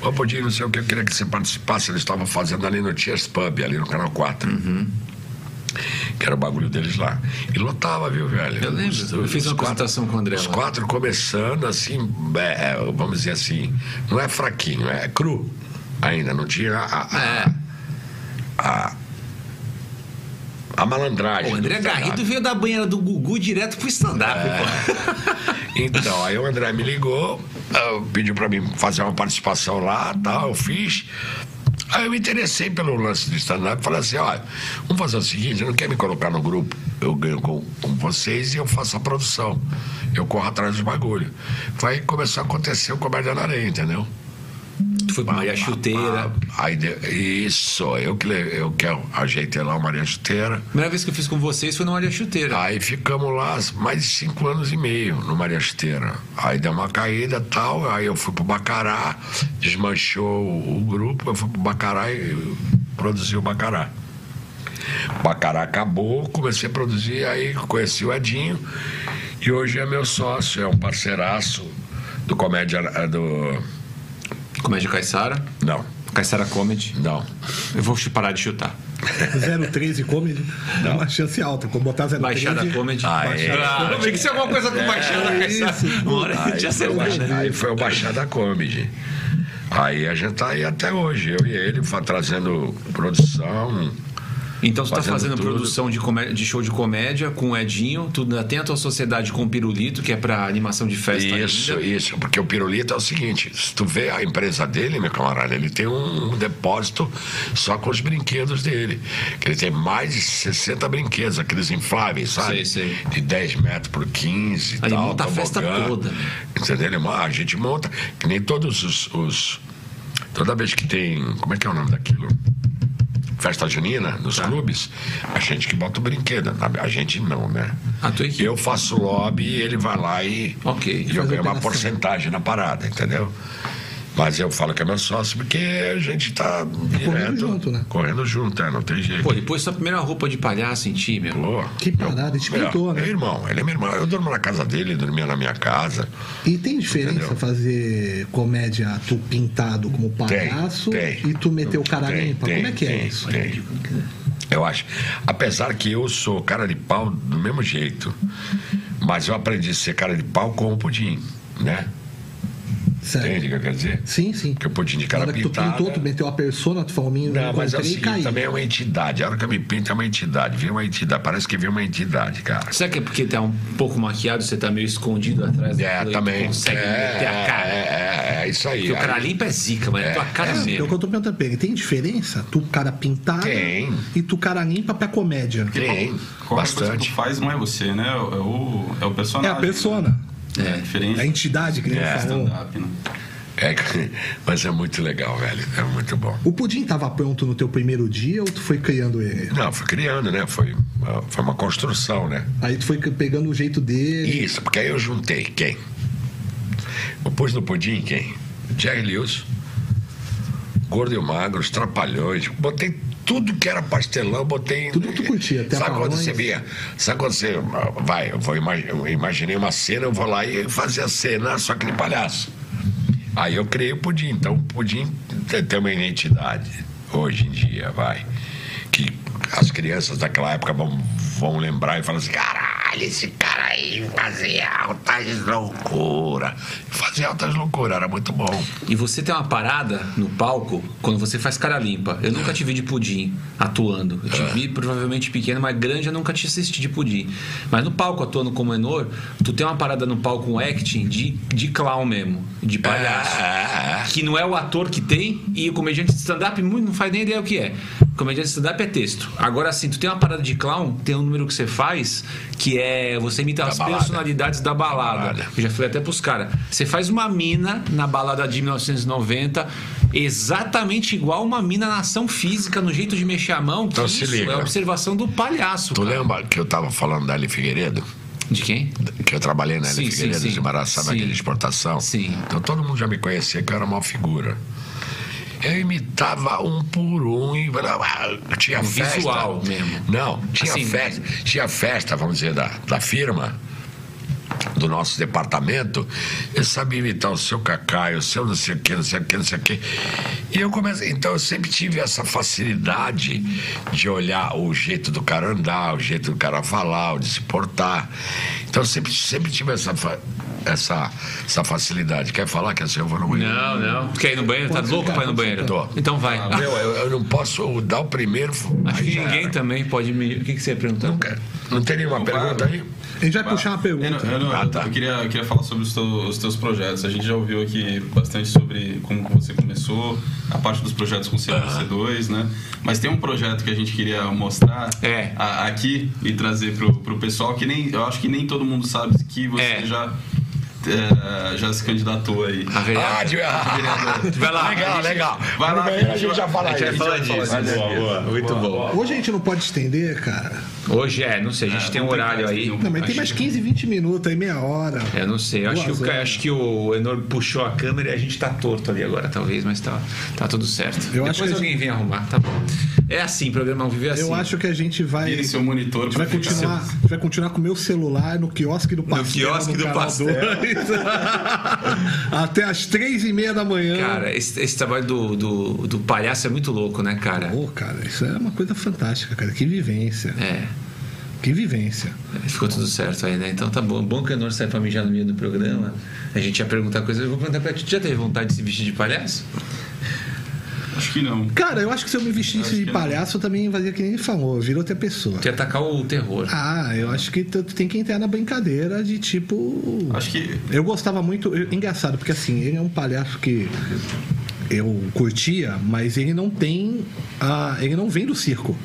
Ô, Podinho, não sei o que, eu queria que você participasse. Eles estavam fazendo ali no Cheers Pub, ali no Canal 4. Uhum. Que era o bagulho deles lá. E lotava, viu, velho? Eu lembro, Os- eu fiz os uma quatro- apresentação com o André Os lá. quatro começando, assim, é, é, vamos dizer assim, não é fraquinho, é cru. Ainda não tinha a, a, É. a, a malandragem. O André do Garrido veio da banheira do Gugu direto pro stand-up. pô. Então, aí o André me ligou, ah, pediu pra mim fazer uma participação lá, tal, eu fiz. Aí eu me interessei pelo lance do stand-up, falei assim, olha, vamos fazer o seguinte, não quer me colocar no grupo, eu ganho com, com vocês e eu faço a produção. Eu corro atrás dos bagulho. Aí começou a acontecer o Comédia na Areia, entendeu? Tu foi pro Maria Chuteira. Ah, aí de- isso, eu que, le- eu que ajeitei lá o Maria Chuteira. Primeira vez que eu fiz com vocês foi no Maria Chuteira. Aí ficamos lá mais de cinco anos e meio no Maria Esteira. Aí deu uma caída tal, aí eu fui pro Bacará, desmanchou o, o grupo, eu fui pro Bacará e produzi o Bacará. Bacará acabou, comecei a produzir, aí conheci o Edinho e hoje é meu sócio, é um parceiraço do comédia eh, do Comédia Caissara. não, Caissara Comedy. não. Eu vou chu- parar de chutar. 013 Comedy. É uma chance alta. Como botar 013. Baixada Comedy. Ah, é. Ah, tinha que ser alguma coisa com Baixada Caissara. Uma hora a gente Aí foi, o acertar, Baixada- né? aí foi o Baixada Comedy. Aí a gente tá aí até hoje, eu e ele, fa- trazendo produção. Então tu tá Fazendo fazendo tudo. produção de, comé- de show de comédia com o Edinho, tu ainda tem a tua sociedade com o Pirulito, que é pra animação de festa Isso, ainda. isso. Porque o Pirulito é o seguinte: se tu vê a empresa dele, meu camarada, ele tem um depósito só com os brinquedos dele. Que ele tem mais de 60 brinquedos, aqueles infláveis, sabe? Sei, sei. De 10 metros por 15 e Aí tal. tá monta a festa toda. né? Entendeu? Ele mo- A gente monta, que nem todos os. os- toda vez que tem. Como é que é o nome daquilo? Festa junina, nos Tá. clubes, a gente que bota o brinquedo. A gente não, né? A tua equipe. Eu faço lobby e ele vai lá e. Ok. E eu ganho uma operação. porcentagem na parada, entendeu? Mas eu falo que é meu sócio porque a gente tá direto. junto, né? Correndo junto, é, não tem jeito. Pô, ele pôs sua primeira roupa de palhaço em ti, meu. Pô, Que parada, escritor, meu, né? Meu irmão, ele é meu irmão. Eu durmo na casa dele, ele dormia na minha casa. E tem diferença Entendeu? fazer comédia tu pintado como palhaço tem. e tu meter o cara Tem, limpa? tem, Como é que é tem, isso? tem. Eu acho. Apesar que eu sou cara de pau do mesmo jeito, mas eu aprendi a ser cara de pau com o pudim, né? Sério. Entende o que eu quero dizer? É. Sim, sim. Porque o pudim de Na cara hora que tu pintada- pintou, tu meteu a persona, tu falou, "Minho, Não, mas é o encontrei e seguinte, caí. também é uma entidade. A hora que eu me pinto é uma entidade. Vem uma entidade. Parece que vem uma entidade, cara. Será que é porque tá um pouco maquiado, você tá meio escondido atrás É, daquilo e tu também. consegue é, meter a cara? É, é, é, é isso aí. Porque o Aí cara limpa é zica, mas É, tua cara é é, mesmo. É o que eu tô perguntando pra ele. Tem diferença tu cara pintado Tem. e tu cara limpa pra comédia? Tem, Qualquer coisa que É, bastante. tu faz não é você, né? É o, é o, é o É personagem. a persona, É, diferente. a entidade que ele né? É. falou. stand-up, né? É, mas é muito legal, velho. É muito bom. O pudim tava pronto no teu primeiro dia ou tu foi criando ele? Não, foi criando, né? Foi, uma- foi uma construção, né? Aí tu foi pegando o jeito dele. Isso, porque aí eu juntei quem? Eu pus no pudim quem? Jerry Lewis, Gordo e o Magro, os Trapalhões. Botei tudo que era pastelão, botei. Tudo que tu curtia, até Sabe quando Barões. você via? Sabe quando você. ah, Vai, eu, vou ima- eu imaginei uma cena, eu vou lá e fazer a cena, só que de palhaço. Aí eu criei o pudim. Então o pudim te- tem uma identidade hoje em dia, vai. Que as crianças daquela época vão, vão lembrar e falar assim: caralho, esse cara aí fazia altas loucuras. Fazia altas loucuras, era muito bom. E você tem uma parada no palco quando você faz cara limpa. Eu nunca te vi de pudim atuando. É. Eu te vi provavelmente pequeno, mas grande eu nunca te assisti de pudim. Mas no palco atuando como Enor, tu tem uma parada no palco, um acting de, de clown mesmo, de palhaço. É, é, é. Que não é o ator que tem e o comediante de stand-up muito não faz nem ideia o que é. Comédia de stand-up é texto. Agora, assim, tu tem uma parada de clown, tem um número que você faz, que é você imita as balada. personalidades da balada. balada. Eu já falei até pros caras. Você faz uma mina na balada de 1990, exatamente igual uma mina na ação física, no jeito de mexer a mão. que Então se liga. É a observação do palhaço. Tu cara. lembra que eu tava falando da Eli Figueiredo? De quem? Que eu trabalhei na Sim, Eli sim, Figueiredo sim. de Maraçaba, Sim. aquele de exportação. Sim. Então todo mundo já me conhecia, que eu era uma figura. Eu imitava um por um e tinha Um festa. visual mesmo. Não, tinha Assim. festa, tinha festa, vamos dizer, da, da firma, do nosso departamento. Eu sabia imitar o seu Cacá, o seu não sei o que, não sei o que, não sei o que. E eu comecei, então eu sempre tive essa facilidade de olhar o jeito do cara andar, o jeito do cara falar, o de se portar. Então eu sempre, sempre tive essa, fa- essa, essa facilidade. Quer falar que assim eu vou no banheiro? Não, não. Tu quer ir no banheiro? Tá louco pra ir no banheiro? Tô. Então vai. Ah, Meu, eu, eu não posso dar o primeiro. Acho aí que já ninguém era. também pode me. O que, que você ia perguntar? Nunca. Não tem nenhuma pergunta aí? A gente vai puxar uma Eu, não- pergunta. eu, não- Ah, tá. eu queria, eu queria falar sobre os teus, os teus projetos. A gente já ouviu aqui bastante sobre como que você começou, a parte dos projetos com o C2, né? Mas tem um projeto que a gente queria mostrar É. a- aqui e trazer pro, pro pessoal que nem eu acho que nem todo mundo sabe que você É. já é, já se candidatou aí. A Ah, verdade. de... Vai lá. Legal, legal. Vai lá, a gente já a fala gente vai isso. falar disso. Boa, boa. Muito bom. Hoje a gente não pode estender, cara. Hoje é, não sei, a gente tem um não tem horário mais aí. nenhum. Também tem Acho mais 15, 20 minutos aí, meia hora. Eu não sei, eu acho que, o, Duas ca- horas. acho que o Enor puxou a câmera e a gente tá torto ali agora, talvez, mas tá, tá tudo certo. Eu Depois acho que a alguém vem arrumar, tá bom. É assim, programa ao vivo é assim. Eu acho que a gente vai. Vire A seu monitor gente vai pra ficar- continuar, a gente vai continuar com o meu celular no quiosque do pastel. quiosque do Canal pastel. dois. Até as três e meia da manhã. Cara, esse, esse trabalho do, do, do palhaço é muito louco, né, cara? Ô, cara, isso é uma coisa fantástica, cara. Que vivência. É. Que vivência. Ficou tudo certo aí, né? Então tá bom. Bom que o Enor sai pra mijar no meio do programa. A gente ia perguntar coisas. Eu vou perguntar pra ti. Tu já teve vontade de se vestir de palhaço? Acho que não. Cara, eu acho que se eu me vestisse acho de que não. palhaço, eu também fazia que nem ele falou, vira outra pessoa. Tu ia atacar o terror. Ah, eu acho que tu tu tem que entrar na brincadeira de tipo. Acho que Eu gostava muito. eu- engraçado, porque assim, ele é um palhaço que eu curtia, mas ele não tem. a- ele não vem do circo.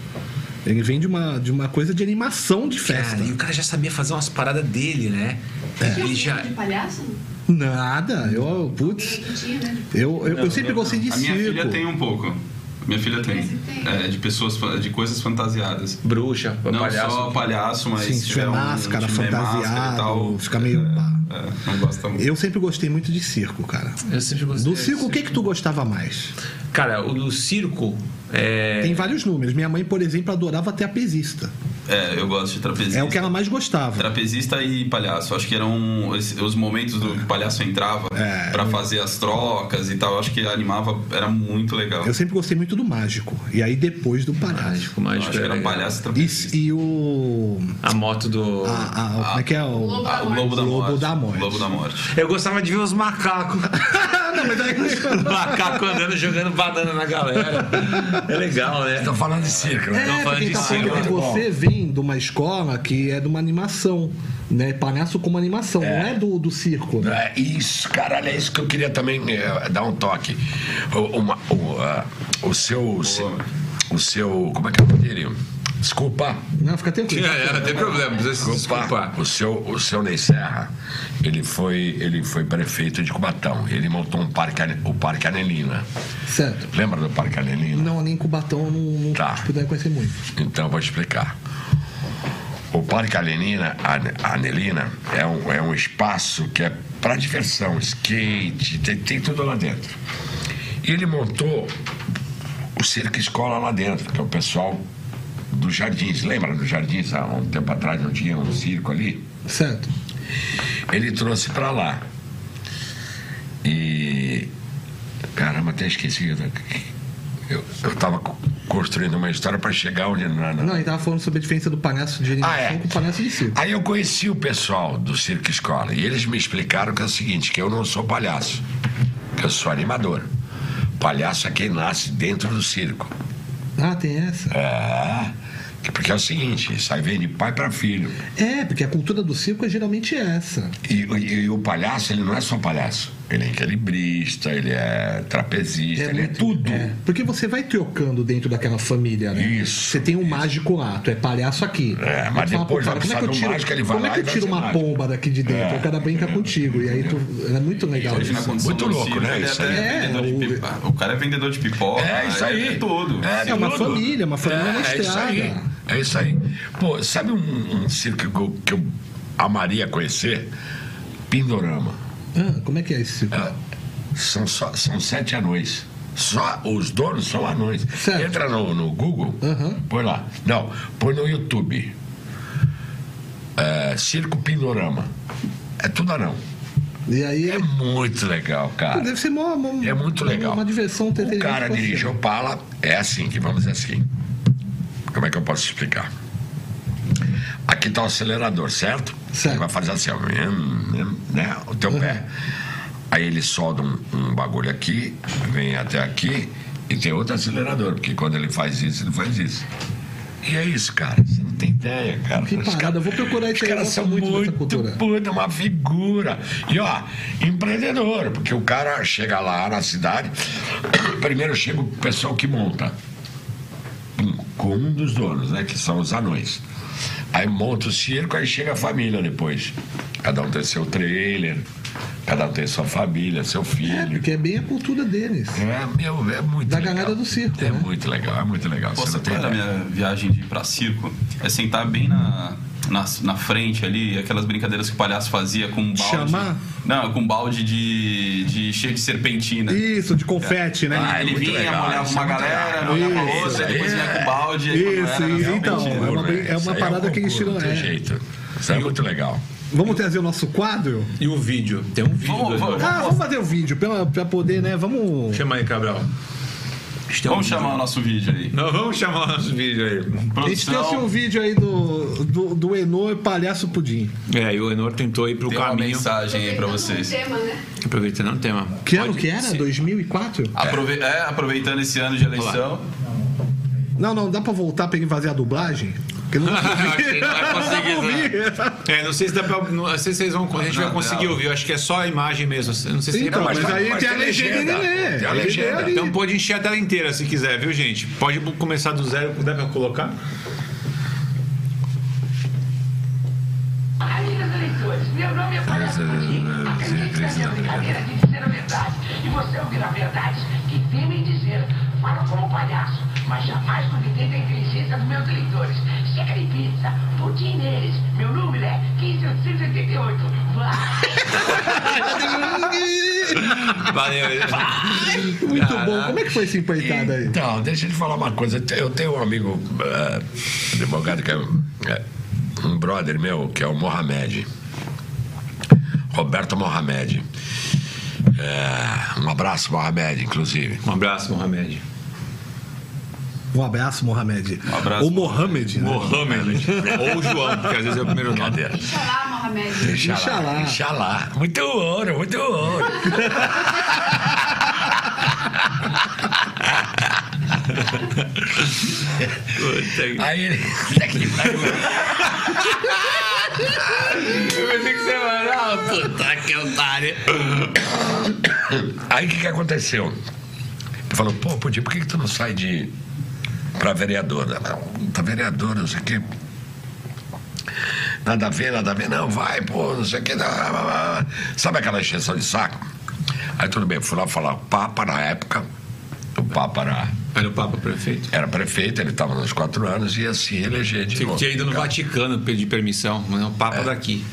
Ele vem de uma, de uma coisa de animação de festa. Cara, Ah, e o cara já sabia fazer umas paradas dele, né? Ele Tinha já. medo tipo de palhaço? Nada, eu. Putz. Ninguém tinha, né? Eu, eu, eu sempre gostei de A minha filha circo. tem um pouco. Minha filha tem. Você tem. É, de pessoas, fa- de coisas fantasiadas. Bruxa, Não palhaço. só palhaço, né? mas. é um Sim, se tiver máscara, tiver fantasiado, fica meio- É, é, não gosta muito. Eu sempre gostei muito de circo, cara. Eu sempre gostei. Do circo, o que que tu gostava mais? Cara, o do circo é. Tem vários números. Minha mãe, por exemplo, adorava trapezista. É, eu gosto de trapezista. É o que ela mais gostava. Trapezista e palhaço. Acho que eram os, os momentos do que o palhaço entrava É. pra fazer as trocas e tal. Acho que animava, era muito legal. Eu sempre gostei muito do mágico. E aí depois do palhaço. Mágico, mágico. acho que era legal. palhaço e trapezista. E, e o. A moto do. a- a- como é que é o. Lobo Ah, o da Lobo da Lobo Morte. da Morte. Lobo da Morte. Eu gostava de ver os macacos. É, Macaco andando, jogando banana na galera. É legal, né? Estão falando de circo, né? Não, falando quem de tá falando circo. é que você vem de uma escola que é de uma animação, né? Palhaço como animação, não é do, do circo, né? É isso, caralho, é isso que eu queria também eh, dar um toque. O, uma- o, ah, o seu. O seu, o seu- Como é que eu poderia? Desculpa. Não, fica tranquilo. É, não tem problema, precisa se desculpar. O seu, o seu Ney Serra, ele foi, ele foi prefeito de Cubatão. Ele montou um parque, Ane- o Parque Anelina. Certo. Lembra do Parque Anelina? Não, nem Cubatão eu não, não Tá. tipo, deve conhecer muito. Então eu vou explicar. O Parque Alenina, Ane- Anelina é um, é um espaço que é para diversão, skate, tem, tem tudo lá dentro. E ele montou o Circo Escola lá dentro, que é o pessoal dos jardins. Lembra dos jardins? Há um tempo atrás não tinha um circo ali? Certo. Ele trouxe para lá. E. Caramba, até esqueci. Eu, eu tava co- construindo uma história para chegar onde. na- na- Não, ele tava falando sobre a diferença do palhaço de animação Ah, é. com o palhaço de circo. Aí eu conheci o pessoal do Circo Escola e eles me explicaram que é o seguinte, que eu não sou palhaço, que eu sou animador. Palhaço é quem nasce dentro do circo. Ah, tem essa. É, que- porque é o seguinte, isso aí vem de pai para filho. É, porque a cultura do circo é geralmente essa. E, e- e o palhaço, ele não é só palhaço. Ele é equilibrista, ele é trapezista, ele é muito- tudo. é, porque você vai trocando dentro daquela família, né? Isso, Você tem um mágico lá, tu é palhaço aqui. É, mas Aí tu fala, depois "Pô, vai como é precisar que eu do tiro, mágico, ele vai como é lá que e eu vai tiro ser um uma mágico." pomba daqui de dentro? É. O cara brinca contigo. E aí tu. É muito legal Hoje na isso. condição Muito louco, município, né? Ele Isso até aí. é vendedor de É, o- pipa- o cara é vendedor de pipoca. É isso aí. ele É tudo. É, É uma tudo. família, uma família é, é isso estrada. aí. É isso aí. Pô, sabe um, um circo que eu, que eu amaria conhecer? Pindorama. Ah, como é que é isso? É, são, só, são sete anões. Só os donos são anões. Certo. Uhum. Entra no, no Google, Aham. põe lá. Não, põe no YouTube. É, circo Pindorama. É tudo anão. E aí. É muito legal, cara. Deve ser mó, mó- É muito uma- legal. Uma diversão O entretenimento cara pra você. dirige o Opala, é assim que vamos dizer assim. Como é que eu posso explicar? Aqui está o acelerador, certo? Certo. Ele vai fazer assim, ó, hum, hum, né? O teu pé. Aí ele solta um, um bagulho aqui, vem até aqui e tem outro acelerador, porque quando ele faz isso, ele faz isso. E é isso, cara. Você não tem ideia, cara. Que Os parada, caras- eu vou procurar isso os aí, eu caras gosto são muito dessa muito cultura. puta, uma figura. E ó, empreendedor, porque o cara chega lá na cidade, primeiro chega o pessoal que monta. Pum, Com um dos donos, né? Que são os anões. Aí monta o circo, aí chega a família depois. Cada um tem seu trailer, cada um tem sua família, seu É, filho. porque é bem a cultura deles. É, meu, é muito Da legal. galera do circo, É né? muito legal, é muito legal. Pô, Você Você não tem para a ideia. minha viagem de ir pra circo é sentar bem na, na, na frente ali, aquelas brincadeiras que o palhaço fazia com um balde. Chamar? Não, com um balde de, de cheio de serpentina. É. Isso, de confete, né? Ah, Aí ele muito vinha, legal, molhava isso é uma muito galera, legal. molhava Isso, outra, aí depois vinha é- com balde. aí quando Isso, era na isso, serpentina. então, é uma brin- é uma Isso aí um parada que eles tiram, concurso, não é. tem jeito. Isso é muito legal. Vamos trazer o nosso quadro? E o vídeo? Tem um vídeo. Vamos, do vamos, Eduardo. Ah, vamos fazer o vídeo pra, pra poder, né? Vamos. Chama aí, Cabral. é um Vamos chamar o nosso vídeo aí. Não, vamos chamar o nosso vídeo aí. A gente Produção, trouxe um vídeo aí do, do, do Enor Palhaço Pudim. É, e o Enor tentou ir pro tem uma caminho. mensagem aí pra vocês. Tema, né? Aproveitando o tema. Que ano Pode- que era? se- 2004? Aprove- é, aproveitando esse ano de eleição. Não, não, dá pra voltar pra ele fazer a dublagem? Porque não Ah, Acho que não vai dá conseguir, pra ouvir. É, não sei se dá pra. Não não sei se vocês vão. A gente vai Não, conseguir não. ouvir. eu Acho que é só a imagem mesmo. Não sei se Então, dá pra- mas aí tem a legenda, né? Tem a Ele deu legenda. ali. Então pode encher a tela inteira se quiser, viu, gente? Pode começar do zero, dá pra colocar? Amigas eleitores, meu nome é Palhaço Pudim. eh, Acredite na minha brincadeira de dizer a verdade. E você ouvirá verdades que temem dizer. Falo como palhaço, mas jamais duvidei da inteligência dos meus eleitores. Chega de pizza, pudim neles. Meu número é 15888. Vai! Valeu. Muito bom. Como é que foi esse empreitado aí? Então, deixa eu te falar uma coisa. Eu tenho um amigo eh, advogado que é, um- é um brother meu, que é o Mohamed. Roberto Mohamed. Eh, um abraço, Mohamed, inclusive. Um abraço, Mohamed. Um abraço, Mohamed. Um abraço. O Mohamed, né? Mohamed. Ou João, porque às vezes é o primeiro nome. Brincadeira. Xalá, Mohamed. Inxalá. Inxalá. Muito ouro, muito ouro. Puta Aí ele. que otário. Aí o que, que aconteceu? Ele falou, pô, Pudim, por que, que tu não sai de. pra vereadora? Não, tá vereadora, não sei o quê. Nada a ver, nada a ver, não, vai, pô, não sei o quê. não, blá, blá, blá. Sabe aquela encheção de saco? Aí tudo bem, fui lá falar, o Papa na época, o Papa era, Era o Papa prefeito? era prefeito, ele estava nos quatro anos, assim ia se eleger de novo. Tinha ido no Vaticano pedir permissão, mas é o Papa daqui.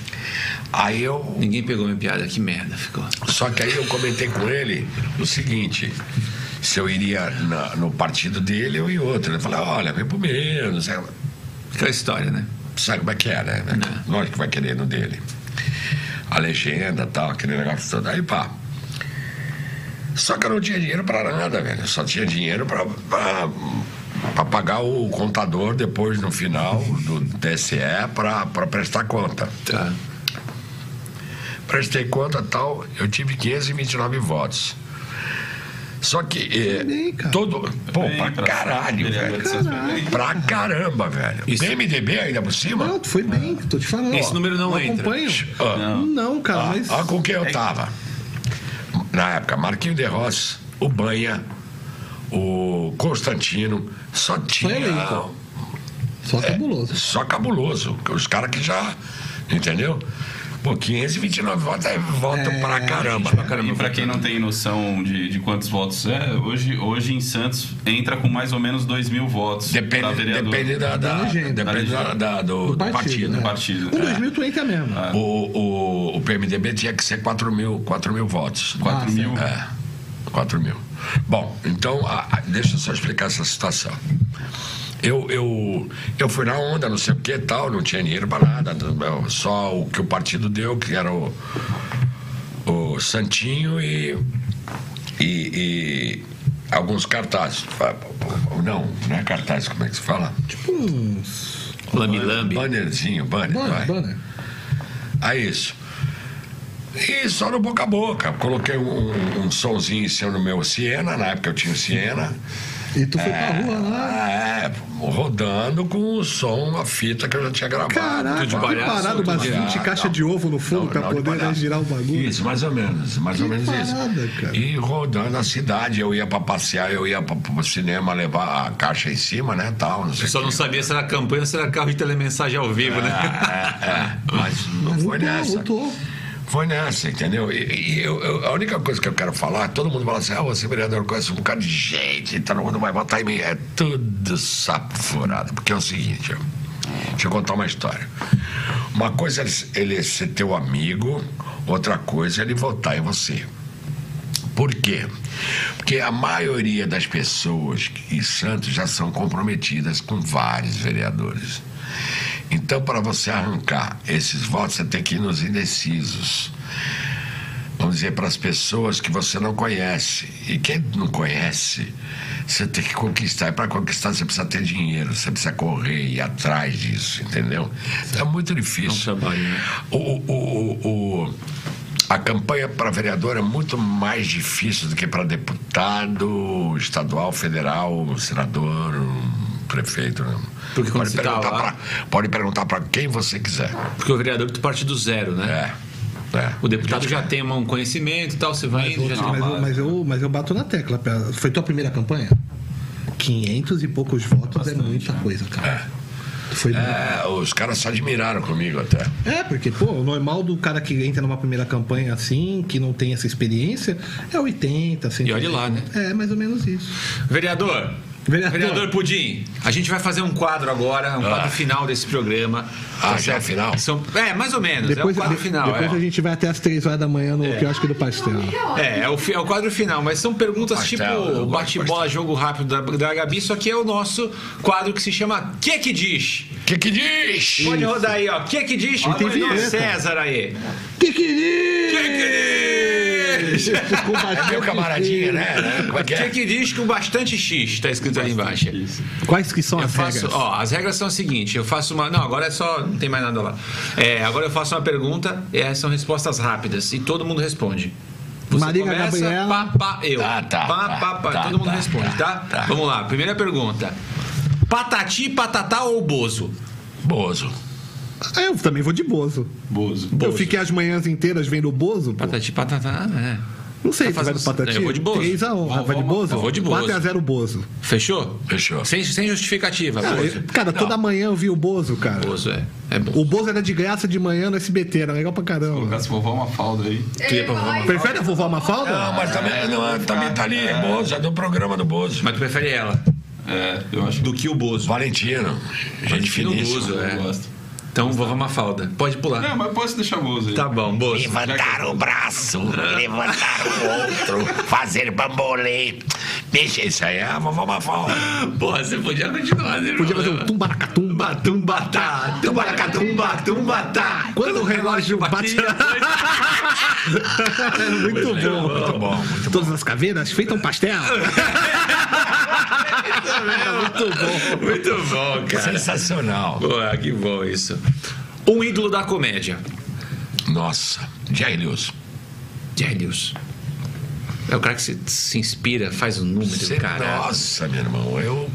Aí eu Ninguém pegou minha piada, que merda ficou. Só que aí eu comentei com ele o seguinte: se eu iria na- no partido dele ou em outro. Ele falou: olha, vem pro meu, não sei. Aquela história, né? Sabe como é que é, né? Lógico que vai querer no dele. A legenda tal, aquele negócio todo. Aí pá. Só que eu não tinha dinheiro pra nada, velho. Eu Só tinha dinheiro pra, pra, pra pagar o contador depois, no final do TSE, pra, pra prestar conta. Tá. Prestei conta tal, eu tive 529 votos. Só que eh, bem, cara. todo. Pô, Bem, pra pra- caralho, vereador velho. de São Paulo. Pra caramba, velho. Isso. PMDB ainda por cima? Não, tu foi bem, tô te falando. Esse ó. número não eu entra. acompanho. Ah, Não, cara, mas. Olha com quem eu tava. na época, Marquinho de Ross, o Banha, o Constantino, só tinha. elenco. Só cabuloso. Só cabuloso. Os caras que já. Entendeu? Pô, 529 votos é voto pra caramba. E pra quem não tem noção de, de quantos votos é, hoje, hoje em Santos entra com mais ou menos 2 mil votos. pra Depende, tá vereador. depende da, da- Da legenda. depende da- da- do, do partido. Ah. né? partido, Com é. 2 mil tu entra mesmo. O, o, o PMDB tinha que ser 4 mil, 4 mil votos. 4 Ah, mil. É, 4 mil. Bom, então, a- a- deixa eu só explicar essa situação. Eu, eu, eu fui na onda, não sei o que e tal, não tinha dinheiro para nada, eu- só o que o partido deu, que era o, o Santinho e, e, e alguns cartazes. Ah, Não, não é cartaz, como é que se fala? Tipo uns. Lambi-lambi. Bannerzinho, banner. vai. Banner, banner. É isso. E só no boca a boca. Coloquei um, um somzinho em cima do meu Siena, na época eu tinha o Siena. E tu foi pra rua lá. É, rodando com o som, a fita que eu já tinha gravado. Tudo Caraca, que de palhaço, parado, umas tudo de- Ah, 20 caixas não. de ovo no fundo Não, pra não, de poder né, palhaço. girar o bagulho. Isso, mais ou menos, mais ou Que menos parada, isso. cara. E rodando a cidade, eu ia pra passear, eu ia pra, pro cinema levar a caixa em cima, né, tal, não sei Só o não quê. sabia se era campanha ou se era carro de telemensagem ao vivo, né? É, é, mas não Mas foi lutou, nessa. lutou. Foi nessa, entendeu? E, e eu- eu- a única coisa que eu quero falar, todo mundo fala assim, ah, você vereador conhece um bocado de gente, todo mundo vai votar em mim. É tudo sapo furado. Porque é o seguinte, ó, deixa eu contar uma história. Uma coisa é ele- ele ser teu amigo, outra coisa é ele votar em você. Por quê? Porque a maioria das pessoas que- em Santos já são comprometidas com vários vereadores. Então, para você arrancar esses votos, você tem que ir nos indecisos. Vamos dizer, para as pessoas que você não conhece. E quem não conhece, você tem que conquistar. E para conquistar, você precisa ter dinheiro, você precisa correr e ir atrás disso, entendeu? Então, é muito um difícil. né? O, o- o- o- a campanha para vereador é muito mais difícil do que para deputado estadual, federal, senador, prefeito. né? Porque quando pode, você tá perguntar lá- pra, pode perguntar para quem você quiser. Porque o vereador tu parte do zero, né? É. é. O deputado já tem um conhecimento e tal, você vai indo, já tem uma Mas eu, base. mas, eu, mas eu bato na tecla. pera. Foi tua primeira campanha? 500 e poucos votos é muita coisa, cara. Tu Foi É, os caras se admiraram comigo até. É, porque, pô, o normal do cara que entra numa primeira campanha assim, que não tem essa experiência, é 80, 100. E olhe lá, né? É, mais ou menos isso. Vereador. Vereador. Pudim, a gente vai fazer um quadro agora, um quadro final desse programa. Ah, Tá já é certo? final? São- é, mais ou menos. Depois, é o quadro de- final. depois é. a gente vai até as 3 horas da manhã no quiosque do pastel. É, é o, fi- é o quadro final, mas são perguntas Pastel, eu tipo gosto de bate-bola, jogo rápido da, da Gabi, só que é o nosso quadro que se chama Que Que Diz? O que, que diz? Pode rodar aí, ó. Que Que Diz? tem Manoel vinheta. César aí. Que querido! É meu camaradinha, né? né? Como é que Que é? Que Diz com bastante X, tá escrito ali embaixo. Quais que são Eu as faço, regras? ó, as regras são o seguinte, eu faço uma, não, agora é só, não tem mais nada lá. É, agora eu faço uma pergunta, é, são respostas rápidas e todo mundo responde. Você Marília começa, Gabriela. pá, pá, eu. Tá, tá, pá, tá, pá, pá, tá, todo mundo tá, responde, tá? tá, tá. Vamos lá, primeira pergunta. Patati, patatá ou bozo? Bozo. Ah, Eu também vou de Bozo. Bozo. Eu fiquei as manhãs inteiras vendo o Bozo, pô. Patati, patatá, é. Não sei, Tá tu vai do fazendo- Patati? Eu vou de Bozo. 3x1. Ah, vai de Bozo? Eu vou de Bozo. 4x0 Bozo. Fechou? Fechou. Sem, sem justificativa, Ah, bozo. eu- Cara, toda manhã eu vi o Bozo, cara. tá Bozo, é. É bom. O Bozo era de graça de manhã no SBT, era legal pra caramba. Colocar se vovó uma falda aí. Eu ia falar isso. Prefere a vovó Mafalda? Não, mas também, não, também tá ali, Bozo, é do programa do Bozo. Mas tu prefere ela É, eu acho do que o bozo. Valentino, gente Valentino finíssima. Bozo. eu é. gosto. Então vou uma falda. Pode pular. Não, mas eu posso deixar Bozo aí. Tá bom, bozo. Levantar o braço, levantar o outro, fazer bambolê. Deixa isso aí, ah, vovó Mafalda. Porra, você podia continuar, né? Podia fazer um tumbaracatumba. Tumbatumbatá, tumbaracatumba, tumbatá. Quando o relógio bate. É muito bom. Muito bom, muito Todas as caveiras feitam pastel. Muito bom, bom. cara. Sensacional. Pô, que bom isso. Um ídolo da comédia. Nossa, Jair Lewis. Jair Lewis. É o cara que se, se inspira, faz um o número, é Você- cara. nossa, meu irmão, eu,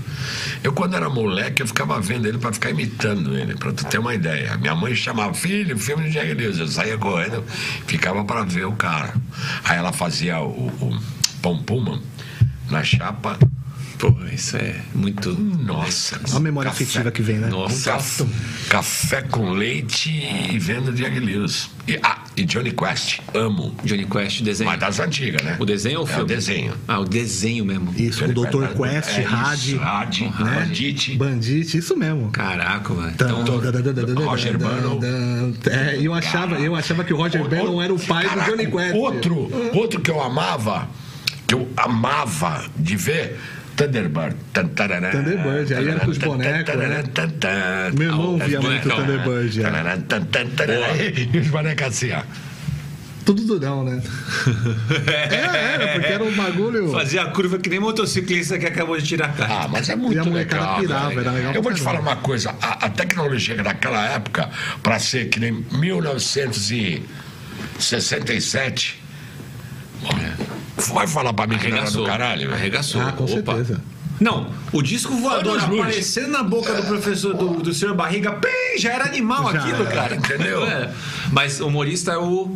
eu quando era moleque, eu ficava vendo ele pra ficar imitando ele, pra tu ter uma ideia. Minha mãe chamava, filho, filme de Jack Lewis. Eu saía correndo, ficava pra ver o cara. Aí ela fazia o, o pão puma na chapa. Pô, isso é muito. Nossa, Olha a memória café- afetiva que vem, né? Nossa. Café, café com leite e vendo Jack Lewis. E, ah, e Johnny Quest, amo. Johnny Quest, desenho. tá- Mas das antigas, né? O desenho ou o É, filme? o desenho. Ah, o desenho mesmo. Isso, o Dr. Quest, É isso, Had, Hadi, né? Bandite. Bandite, isso mesmo. Tá, Caraca, mano. Tan, Então, tan, tan, tan, tan, Roger tan, Bannon. tan. É, eu achava, eu achava que o Roger Bannon era o pai do Caraca, Johnny Quest. Outro, outro que eu amava, que eu amava de ver, Thunderbird. Tan, tarará, Thunderbird, aí era com os bonecos, tarará, né? tan, tan. Meu irmão Ah, os via muito bonecão, Thunderbird, né? é. Tarará, tan, tan, tarará. E os bonecos assim, ó. Tudo durão, né? É, era, porque era um bagulho. Fazia a curva que nem motociclista que acabou de tirar a carta. Ah, mas é E muito a molecada legal. pirava, velho. era legal Eu vou pra te falar caramba. uma coisa. A, a tecnologia daquela época, para ser que nem 1967, olha, vai falar para mim Ah, que não era do arregaçou. caralho? velho? Arregaçou. Ah, com Opa. certeza. Não, o disco voador Olha as luzes. aparecendo na boca do professor do, do senhor Barriga, pim, já era animal Já aquilo, era. cara. Entendeu? É. Mas o humorista é o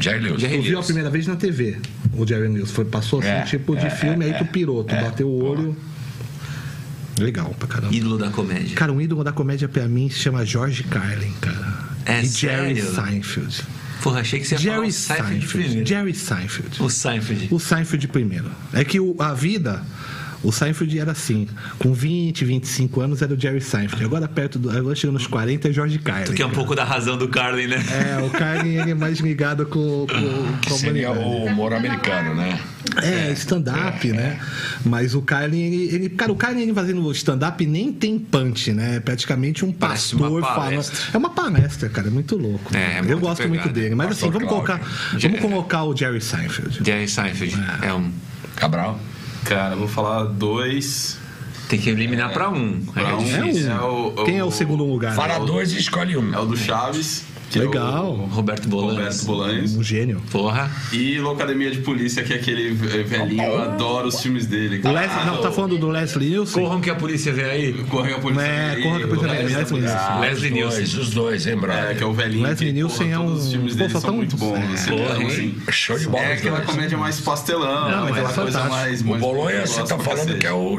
Jerry Lewis. Jerry Eu vi a Lewis. primeira vez na TV, o Jerry News. Foi, passou assim, É, tipo de é, filme, é, aí tu é, pirou, tu é. bateu o olho. Legal pra caramba. ídolo da comédia. Cara, um ídolo da comédia pra mim se chama George Carlin, cara. É e Jerry sério? Seinfeld. Porra, achei que você ia falar Jerry o é Seinfeld Seinfeld. primeiro. Jerry Seinfeld. O Seinfeld. O Seinfeld primeiro. É que o- a vida. O Seinfeld era assim. Com 20, 25 anos era o Jerry Seinfeld. Agora perto do. Agora chegando nos 40 é George Carlin. Que é um pouco da razão do Carlin, né? É, o Carlin ele é mais ligado com, com, Que com a seria humanidade. o humor americano, né? É, stand-up, né? Mas o Carlin, ele, ele- Cara, o Carlin ele fazendo stand-up nem tem punch, né? É praticamente um Parece pastor uma falando. palestra. É uma palestra, cara. É muito louco. É, é Eu muito gosto muito pegada. dele. Mas Pastor assim, vamos Cláudio. colocar. Vamos colocar o Jerry Seinfeld. Jerry Seinfeld. É um. Cabral. Cara, eu vou falar dois. Tem que eliminar pra um. Aí Pra é um. difícil. É o- Quem é o- o segundo lugar? Fala dois e escolhe um. É o do Chaves. que Legal. É o Roberto Bolanes. Roberto Bolanes. Um gênio. Porra. E Locademia de Polícia, que é aquele ve- velhinho, eu adoro os filmes dele. O cara. Leslie, não, tá falando do Leslie Nielsen? Corram que a polícia vem aí. Corre a polícia. É, Vem, corra depois eu- também. Leslie Nielsen. Ah, Leslie Os Nielsen. dois, os dois, hein, brother? É, que é o velhinho. Leslie que, Nielsen porra, é todos um- os filmes Pô, dele só são tão- muito bons. É. assim, Porra, então, hein? assim, Show de bola. É os aquela dois. comédia mais pastelão, Não, mas aquela é coisa fantástico. mais. O mais Bolonha, gosto você tá pra falando cacete. que é o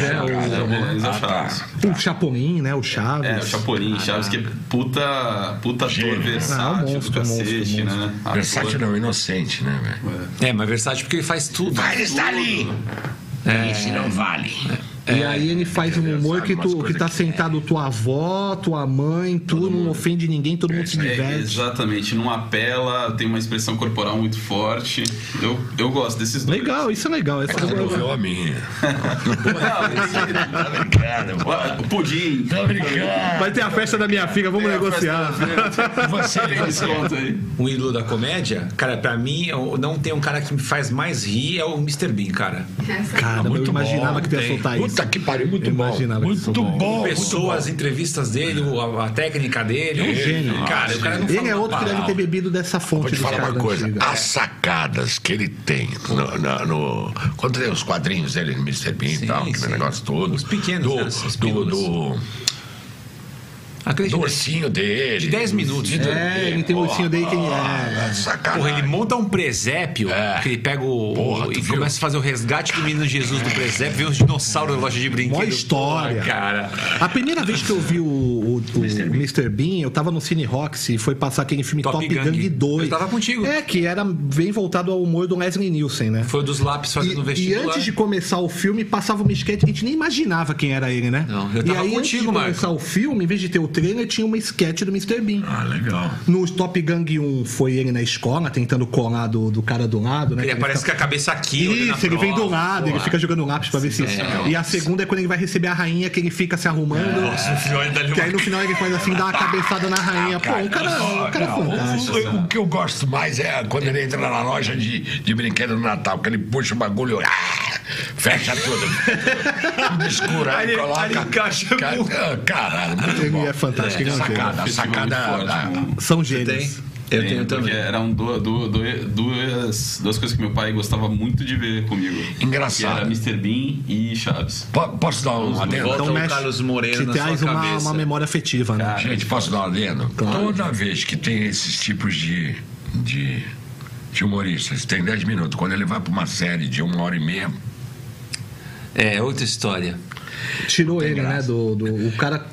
Chaves, né? né? O- cara? É, o Bolonha é o Ah, tá. Ah, Chaves. O Chapolin, né? O Chaves. É, o Chapolin, Chaves, que é puta, puta ator Gênio. Ah, versátil do monstro, um cacete, monstro, né? Ator. Versátil não, inocente, né, velho? É, mas versátil porque ele faz tudo. Vai estar ali! Isso não vale. E aí ele faz um entendeu? humor Sabe que, umas tu, que coisas tá que- sentado tua avó, tua mãe, tu não ofende ninguém, todo mundo se isso aí, É, diverte. exatamente, não apela, tem uma expressão corporal muito forte. Eu, eu gosto desses dois. Legal, isso é legal. Essa Você não eu- viu a minha. Não, Tá brincando, pô. esse- Pudim. Tá brincando. Vai ter a festa da minha filha, vamos negociar. Você, você. Desconto aí. Um ídolo da comédia, cara, pra mim, eu- não tem um cara que me faz mais rir, é o Mr. Bean, cara. Cara, eu Muito imaginava bom, que tu ia tem. soltar isso. Puta que pariu, muito Eu bom. imaginava que Muito isso bom. bom. Pessoas, entrevistas dele, o- a, a técnica dele. É um gênio. Cara, o cara não fala Ele é uma outro que deve palavra. ter bebido dessa Vou fonte te dos falar caras uma coisa. antigos. As sacadas que ele tem no, na- no- quando tem os quadrinhos dele no Mr. Bean Sim, e tal, aquele sim. negócio todo. Os pequenos, né? Essas do, do, pílulas. do, do Acredita. ursinho dele. De 10 minutos. De- É, ele tem o Porra, ursinho dele que ele é. Sacanagem. Porra, ele monta um presépio, É. que ele pega o. Porra, o- tu e viu? começa a fazer o resgate do menino Jesus do presépio, vê uns dinossauros na loja de brinquedos. Mó história. Cara. A primeira vez que eu vi o, o, o Mr. Bean, eu tava no Cine Rocks e foi passar aquele filme Top Top, Gang. Gang. 2. Eu tava contigo. É, que era bem voltado ao humor do Leslie Nielsen, né? Foi o dos lápis fazendo E, e vestibular. antes de começar o filme, passava uma sketch. A gente nem imaginava quem era ele, né? Não, eu e tava aí, antes de contigo, Marco. começar o filme, em vez de ter o trailer, tinha uma sketch do Mr. Bean. Ah, legal. No Top Gang 1 foi ele na escola, tentando colar do, do cara do lado, né? Ele Que aparece com a cabeça aqui, olhando na Isso, ele vem prova. do lado, ele fica jogando lápis pra ver se. e a segunda é quando ele vai receber a rainha, que ele fica se arrumando. Nossa, no final ele dá ali Que É. uma- aí no final ele faz assim, dá uma cabeçada na rainha. Pô, um cara, um cara Ah, Não, fantástico. o, o que eu gosto mais é quando ele entra na loja de, de brinquedo no Natal, que ele puxa o bagulho, ah, fecha tudo. tudo escuro, aí, Aí ele- coloca. aí ele encaixa Ca- com- ah, Caralho, muito Ele bom. é fantástico, ele é um sacada, gênio. sacada. né? Muito forte, ah, São gênios. Eu Tem, tenho porque também. Eram du- du- du- duas, duas coisas que meu pai gostava muito de ver comigo. Engraçado. Que era Mr. Bean e Chaves. Po- Posso dar um adendo? Então Volta o mexe- Carlos Moreno Te na traz sua uma, cabeça. uma memória afetiva, né? Gente, posso dar um adendo? Toda vez que tem esses tipos de, de, de humoristas, tem 10 minutos, quando ele vai pra uma série de uma hora e meia, É, outra história. Tirou ele, né? Do, do, o cara.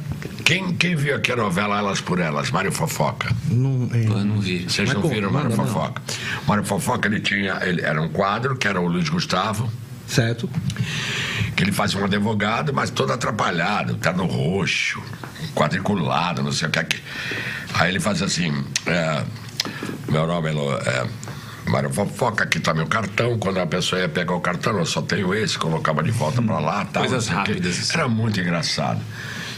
quem, quem viu aqui a novela Elas por Elas, Mário Fofoca? Não, é. Pô, eu não vi. Vocês Mas não como? viram Mário Manda, manda. Fofoca? Mário Fofoca, ele tinha, ele, era um quadro que era o Luiz Gustavo, Certo? que ele fazia um advogado, mas todo atrapalhado, tá no roxo, quadriculado, não sei o que. é que- Aí ele fazia assim: é, meu nome é, Lo- é Mário Fofoca, aqui tá meu cartão. Quando a pessoa ia pegar o cartão, eu só tenho esse, colocava de volta pra lá. Tal, Coisas não sei o quê. rápidas, assim. Era muito engraçado.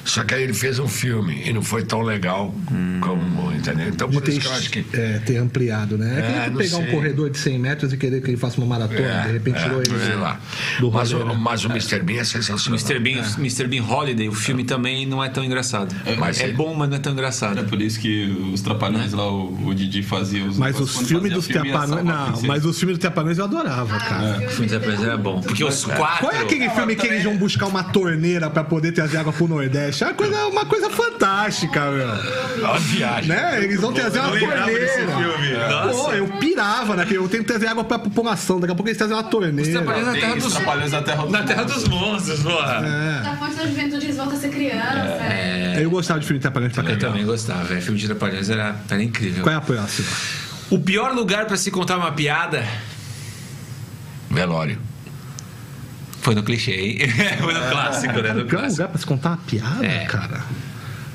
Só que aí ele fez um filme e não foi tão legal Hum. como, entendeu? Então De por ter, isso que eu acho que. é, ter ampliado, né? É, É que nem tu não pegar um sei. corredor de 100 metros e querer que ele faça uma maratona, de repente tirou ele. É, sei do- lá. Do mas, rolê, o, né? mas o Mr. Bean é sensacional. Mr. Bean, Mr. Bean Holiday, o filme também não é tão engraçado. Mas é. é ele- bom, mas não é tão Era engraçado. por isso que os Trapalhões lá, o, o Didi fazia os Mas negócios. os Quando filmes fazia dos filme, ia salvar é Teapanões. a Não, princesa. mas os filmes do Teapanões eu adorava, Ah, cara. O filme da Presa era é bom. Porque os quatro. Qual é aquele filme que eles vão buscar uma torneira pra poder trazer água pro Nordeste? É uma coisa, uma coisa fantástica, meu. Uma viagem. Né? Eles vão trazer uma torneira. Pô, eu pirava naquele. Eu tenho que trazer água pra população. Daqui a pouco eles trazem uma torneira. Trapalhões- na Tem Terra os dos- Trapalhões na Terra dos Na Terra dos Monstros, porra. É. Da fonte da juventude eles voltam a ser criança. Eu gostava de filme de Teapanões pra Eu caramba. também gostava, velho. Filme de Trapalhões era, era incrível. Qual é a próxima? é? O pior lugar pra se contar uma piada Velório. foi no clichê, hein? foi no clássico, né? No Pior clássico. lugar pra se contar uma piada, É. cara.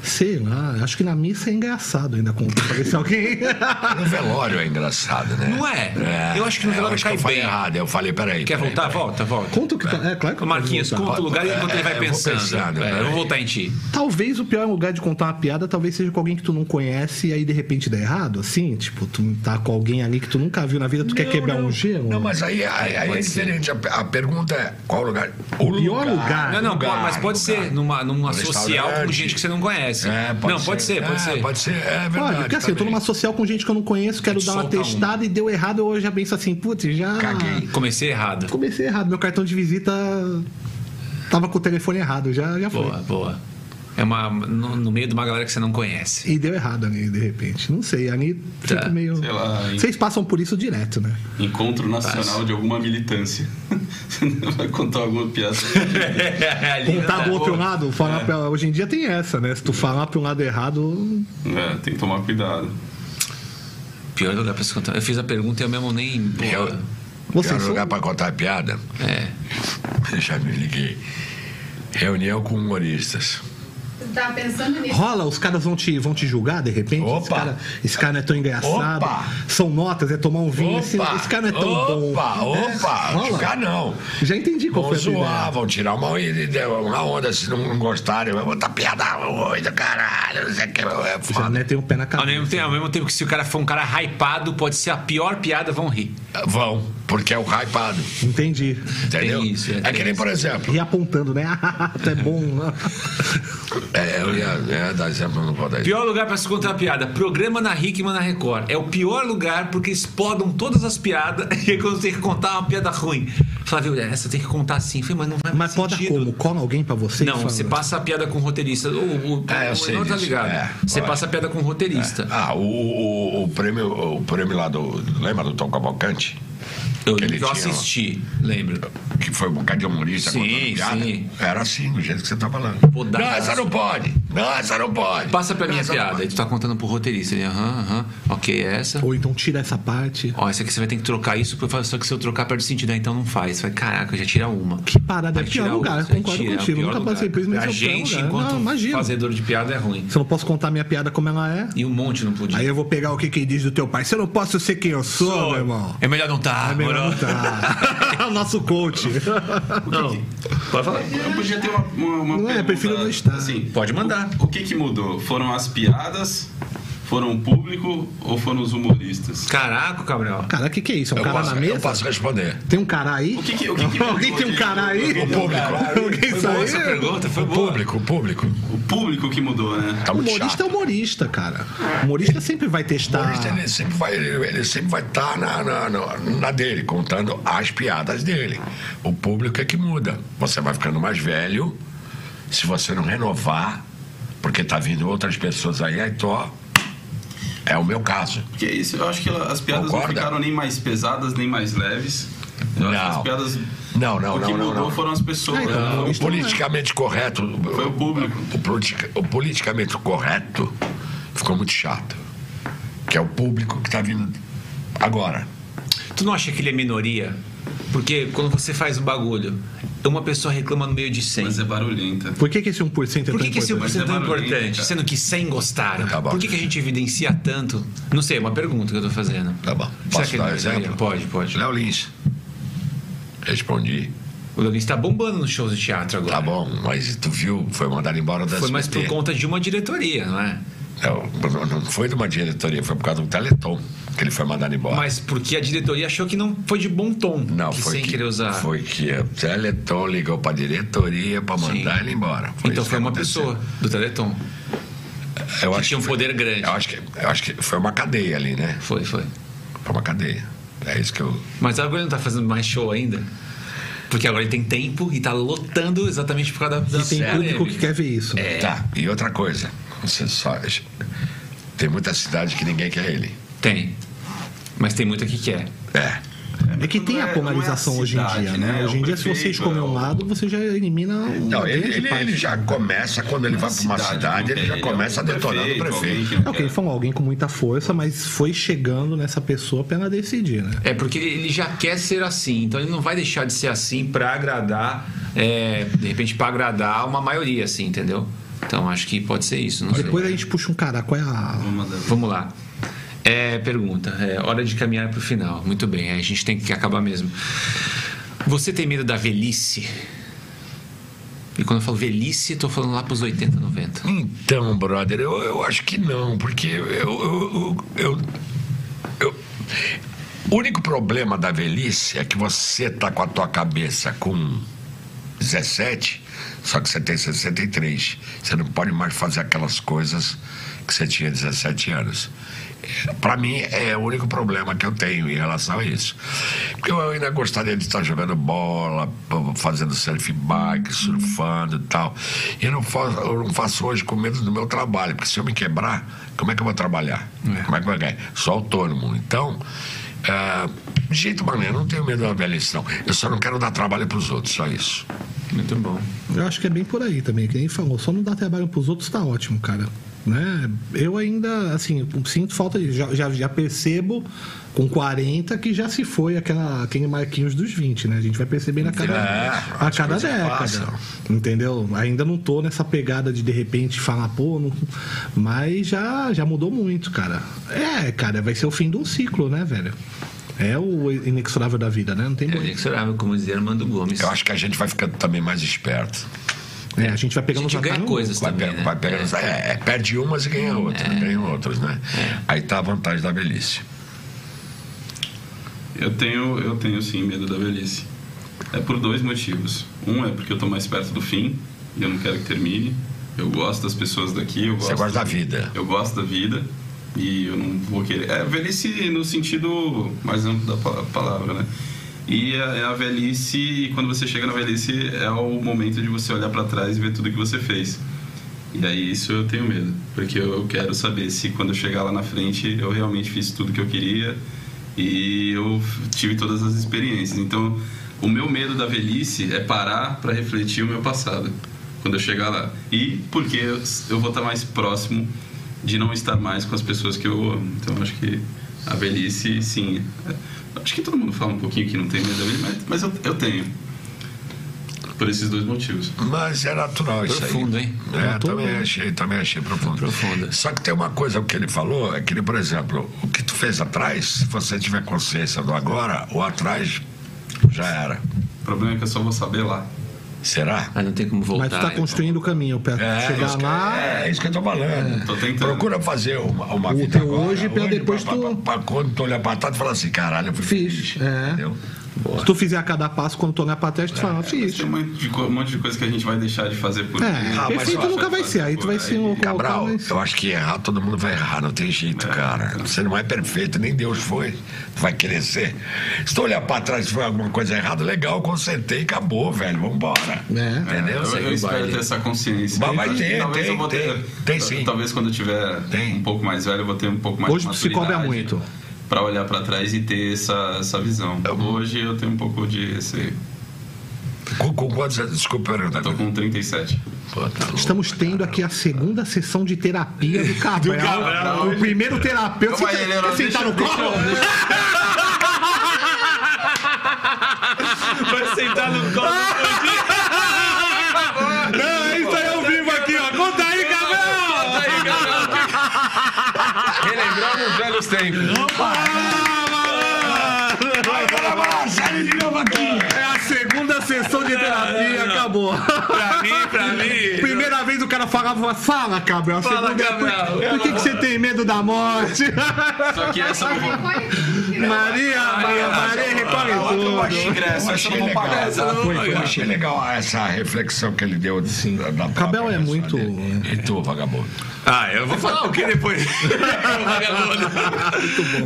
Sei lá, acho que na missa é engraçado ainda contar pra ver se alguém. No velório é engraçado, né? Não é? Eu acho que no é, velório acho cai que eu falei bem. errado. Eu falei, peraí. Quer peraí, voltar? peraí. Volta, volta. Conta o que tá. É claro que eu Marquinhos, vou voltar. conta o lugar e enquanto ele É, vai eu vou pensando. pensando, É, eu peraí. vou voltar em ti. Talvez o pior lugar de contar uma piada talvez seja com alguém que tu não conhece e aí de repente dá errado, assim? Tipo, tu tá com alguém ali que tu nunca viu na vida, tu quer Não, quebrar não. um gelo? Não, mas aí, aí, aí é diferente. A, a pergunta é: qual lugar? O pior lugar. Não, não, lugar, pode- mas pode lugar. ser numa, numa Um social com restaurante. gente que você não conhece. É, pode não, ser. pode ser, É, pode ser. Pode ser, é verdade. Olha, porque assim, eu tô também. numa social com gente que eu não conheço, quero dar uma Solta um. testada e deu errado, eu hoje já penso assim, putz, já. Caguei. Ah. Comecei errado. Comecei errado, meu cartão de visita tava com o telefone errado, já, já foi. Boa, boa. É uma, no, no meio de uma galera que você não conhece. E deu errado ali, de repente. Não sei, ali Tá. É, fico meio. Sei lá, hein? Vocês passam por isso direto, né? Encontro Nacional de alguma militância. Vai contar alguma piada. É, Contar do outro lado, falar pra... hoje em dia tem essa, né? Se tu falar pro lado errado, É, tem que tomar cuidado. Pior lugar pra se contar. Eu fiz a pergunta e eu mesmo nem. Pô, É, Eu- vocês Pior são- lugar pra contar piada? É. Já me liguei. Reunião com humoristas. Você tá pensando nisso. Rola, os caras vão te, vão te julgar de repente? Esse Opa! cara, esse cara não é tão engraçado. Opa! São notas, é tomar um vinho. Esse, esse cara não é tão bom. opa, É, opa, rola. jogar não. Já entendi qual Vão foi a tua zoar, ideia. vão tirar uma, uma onda se não gostarem, vai botar piada ruim do caralho, não sei o que, é Já foda. né, tem o pé na Ao cabeça. mesmo, tempo, ao mesmo tempo que se o cara for um cara hypado, pode ser a pior piada, vão rir. Vão, porque é o hypado, Entendi. entendeu? Tem isso, é, é tem que nem, isso. por exemplo, E apontando, né? Ah, tu é bom. né? é, eu ia, é, dar exemplo, eu não vou dar exemplo. Pior lugar pra se contar piada. Programa na Rickman na Record. É o pior lugar porque eles podam todas as piadas e aí quando tem que contar uma piada ruim. Flávio, essa tem que contar assim. Falei, mas não vai Mas mais pode sentido. como? Cola alguém pra você? e Não, fala. você passa a piada com o roteirista. O, o, É, eu o sei Enor tá disso, ligado. é, você lógico. passa a piada com o roteirista. Ah, o, o, o prêmio, o prêmio lá do, lembra do Tom Cavalcante? eu É, que ele eu tinha assisti, lembro. Que foi um bocado de humorista Sim, contando piada? sim. Era assim, do jeito que você tá falando. Podadaço. Não, essa não pode. Não, essa não pode. Passa pra mim a Essa não piada. pode. Aí tu tá contando pro roteirista. Ele, aham, aham. Ok, é essa. Ou então tira essa parte. Ó, essa aqui você vai ter que trocar isso, porque eu falo, só que se eu trocar perde sentido, ah, então não faz. Vai, caraca, já tira uma. Que parada, é Vai pior tirar lugar, outra, vai concordo tirar, é o contigo, pior nunca lugar. passei por isso, mas A é o pior gente, lugar. enquanto Não, imagino. fazedor de piada, é ruim. Se eu não posso contar minha piada como ela é, E um monte não podia. aí eu vou pegar o que que diz do teu pai. Se eu não posso ser quem eu sou, meu irmão. É melhor não tá, É melhor não tá. o nosso coach. Eu podia ter uma, uma, uma Não é, pergunta, assim, prefiro não estar. Pode mandar. O, o que que mudou? Foram as piadas? Foram o público ou foram os humoristas? Caraca, Gabriel. Cara, o que, que é isso? É um Eu cara posso- na Eu mesa? posso responder. Tem um cara aí? O que que- o que que- Alguém tem um cara aí? O público. Alguém boa aí- essa pergunta, foi o boa. público, o público. O público que mudou, né? Tá muito humorista chato. é humorista, cara. Humorista sempre vai é um testar. Humorista, Ele sempre vai ele, ele sempre vai estar na, na, na- na dele, contando as piadas dele. O público é que muda. Você vai ficando mais velho, se você não renovar, porque tá vindo outras pessoas aí, aí tô. É o meu caso. Porque é isso, eu acho que ela- as piadas não Concorda? ficaram nem mais pesadas, nem mais leves. Eu acho que Não. as piadas. Não, não, o que não, não, mudou não. foram as pessoas. Não, né? o politicamente correto. Foi o público. O, politica- o politicamente correto ficou muito chato. Que é o público que tá vindo agora. Tu não acha que ele é minoria? Porque quando você faz um bagulho, uma pessoa reclama no meio de 100. Mas é barulhenta. Por que, que esse 1% é Por que, tão que esse 1% importante? é tão Mas é barulhento, importante? cara. Sendo que 100 gostaram. Tá bom. Por que, que a gente evidencia tanto? Não sei, é uma pergunta que eu tô fazendo. Tá bom. Será Posso que ele dar não exemplo? deveria? Pode, pode. Léo Lins. Respondi. O Leolins tá bombando nos shows de teatro agora. Tá bom, mas tu viu, foi mandado embora da Foi mais por SBT. conta de uma diretoria, não é? Não, não foi de uma diretoria, foi por causa do Teleton que ele foi mandado embora. Mas porque a diretoria achou que não foi de bom tom. não, que foi sem que, querer usar. Foi que o Teleton ligou pra diretoria pra mandar ele embora. então isso foi que uma aconteceu. pessoa do Teleton. Eu que acho tinha um que foi- poder grande. Eu acho, que, eu acho que foi uma cadeia ali, né? Foi, foi. Foi uma cadeia. É isso que eu. Mas agora ele não tá fazendo mais show ainda. Porque agora ele tem tempo e tá lotando exatamente por é causa da, da E tem público que quer ver isso. É. Tá, e outra coisa. Você só. Tem muita cidade que ninguém quer ele. Tem. Mas tem muita que quer. É. É que Não tem é- a não é polarização a hoje em cidade, dia, né? né? É Hoje em o dia, se você prefeito, escolher é um o- lado, você já elimina um. Não, ele, ele, parte. ele já começa, quando ele vai pra uma cidade, ele já é começa algum detonando o alguém prefeito. que não É o que ele quer. falou, alguém com muita força, mas foi chegando nessa pessoa pra ela decidir, né? É porque ele ele já quer ser assim, então ele não vai deixar de ser assim pra agradar, é, de repente pra agradar uma maioria, assim, entendeu? Então acho que pode ser isso. Não sei. Depois a gente puxa um cara, qual é a. Uma das- Vamos lá. É, pergunta. É hora de caminhar pro final. Muito bem, é, a gente tem que acabar mesmo. Você tem medo da velhice? E quando eu falo velhice, tô falando lá pros 80, 90. Então, brother, eu, eu acho que não, porque eu. eu, eu, eu- eu- o único problema da velhice é que você tá com a tua cabeça com 17, só que você tem 63. Você não pode mais fazer aquelas coisas que você tinha 17 anos. Para mim, é o único problema que eu tenho em relação a isso. Porque eu ainda gostaria de estar jogando bola, p- fazendo surf bike, surfando e tal. E eu não faço, eu não faço hoje com medo do meu trabalho, porque se eu me quebrar, como é que eu vou trabalhar? Como é que eu vou ganhar? Sou autônomo. Então, é, de jeito maneiro, eu não tenho medo da velhice, não. Eu só não quero dar trabalho para os outros, só isso. Muito bom. Eu acho que é bem por aí também, que nem falou, só não dá trabalho pros outros, tá ótimo, cara. Né? Eu ainda, assim, eu sinto falta de. Já, já, já percebo com 40 que já se foi aquela, aquele marquinhos dos 20, né? A gente vai percebendo a cada, É, a as cada coisas década. passam. Entendeu? Ainda não tô nessa pegada de de repente falar, pô, não- mas já, já mudou muito, cara. É, cara, vai ser o fim de um ciclo, né, velho? É o inexorável da vida, né? Não tem É muito. inexorável, como dizer Armando Gomes. Eu acho que a gente vai ficando também mais esperto. É, a gente vai A pegando gente os ganha atalhos. coisas Vai, também, pe- né? Hum, é. vai pegando. É, é, perde umas e ganha outras, ganha outras, né? Aí tá a vantagem da velhice. Eu tenho, eu tenho sim medo da velhice. É por dois motivos. Um é porque eu tô mais perto do fim e eu não quero que termine. Eu gosto das pessoas daqui, eu gosto Você gosta da vida. Eu gosto da vida e eu não vou querer. É velhice no sentido mais amplo da pa- palavra, né? E a, é a velhice, e quando você chega na velhice, é o momento de você olhar pra trás e ver tudo que você fez. E aí isso eu tenho medo, porque eu quero saber se quando eu chegar lá na frente eu realmente fiz tudo que eu queria e eu f- tive todas as experiências. Então, o meu medo da velhice é parar pra refletir o meu passado quando eu chegar lá. E porque eu, s- eu vou estar mais próximo de não estar mais com as pessoas que eu amo. Então, eu acho que a velhice, sim. é- Acho que todo mundo fala um pouquinho que não tem medo da velhice, mas, mas eu, eu tenho. Por esses dois motivos. Mas é natural isso Profundo, aí. hein? É, também achei, também achei profundo. Profundo. Só que tem uma coisa que ele falou, é que ele, por exemplo, o que tu fez atrás, se você tiver consciência do agora, o atrás já era. O problema é que eu só vou saber lá. Será? Ah, não tem como voltar. Mas tu tá então. construindo o caminho pra chegar É, isso que, lá. é isso que eu tô falando. Tô tentando. Procura fazer uma, uma O vida teu agora, hoje pra depois pra, tu- pra- pra quando tu olhar pra trás, tu falar assim, caralho, eu fui Fiz, feliz. é. Entendeu? Se tu fizer a cada passo quando tu olhar pra trás, tu fala, Mas fiz. Tem um monte, de, co- um monte de coisa que a gente vai deixar de fazer por É, Ah, mas perfeito eu acho nunca vai ser. Aí tu vai ser um. Cabral, vai ser- eu acho que errar todo mundo vai errar, não tem jeito, cara. Você não é perfeito, nem Deus foi. Vai querer ser. Se tu olhar pra trás e foi alguma coisa errada, legal, consertei e acabou, velho. Vambora. É. Entendeu? Eu, Segue eu o espero baile. ter essa consciência. Mas vai Talvez- ter, talvez tem, eu vou ter. tem. Tem sim. Talvez quando eu tiver Tem. um pouco mais velho, eu vou ter um pouco mais Hoje de tu se cobra maturidade muito. Pra olhar pra trás e ter essa, essa visão. É Hoje eu tenho um pouco de. Esse, Com, com quantos anos? Desculpa, perguntar. tô com 37. Pô, tá louco. Estamos tendo aqui a segunda sessão de terapia do Cabral. Cabral. O primeiro terapeuta. Calma Você aí, quer, Leonardo, quer sentar no deixa- colo? Vai sentar no colo. Não, isso aí ao vivo aqui, ó. Conta aí, Cabral! Relembramos velhos tempos. Vai, fala, fala, sério de novo aqui. É a segunda sessão de terapia, acabou. Pra mim, pra mim. Primeira vez o cara falava, fala, Cabral. Fala, Segunda, Cabral. Por, por que, que você tem medo da morte? Só que essa eu não vou. Maria, Maria, Maria, recorre Eu tudo. achei, ingresso, eu essa eu achei não vou pagar, legal. essa não Eu achei legal essa reflexão que ele deu Sim. da, da própria Cabel é pessoa muito- dele. E tu, vagabundo? Ah, eu vou falar o que depois.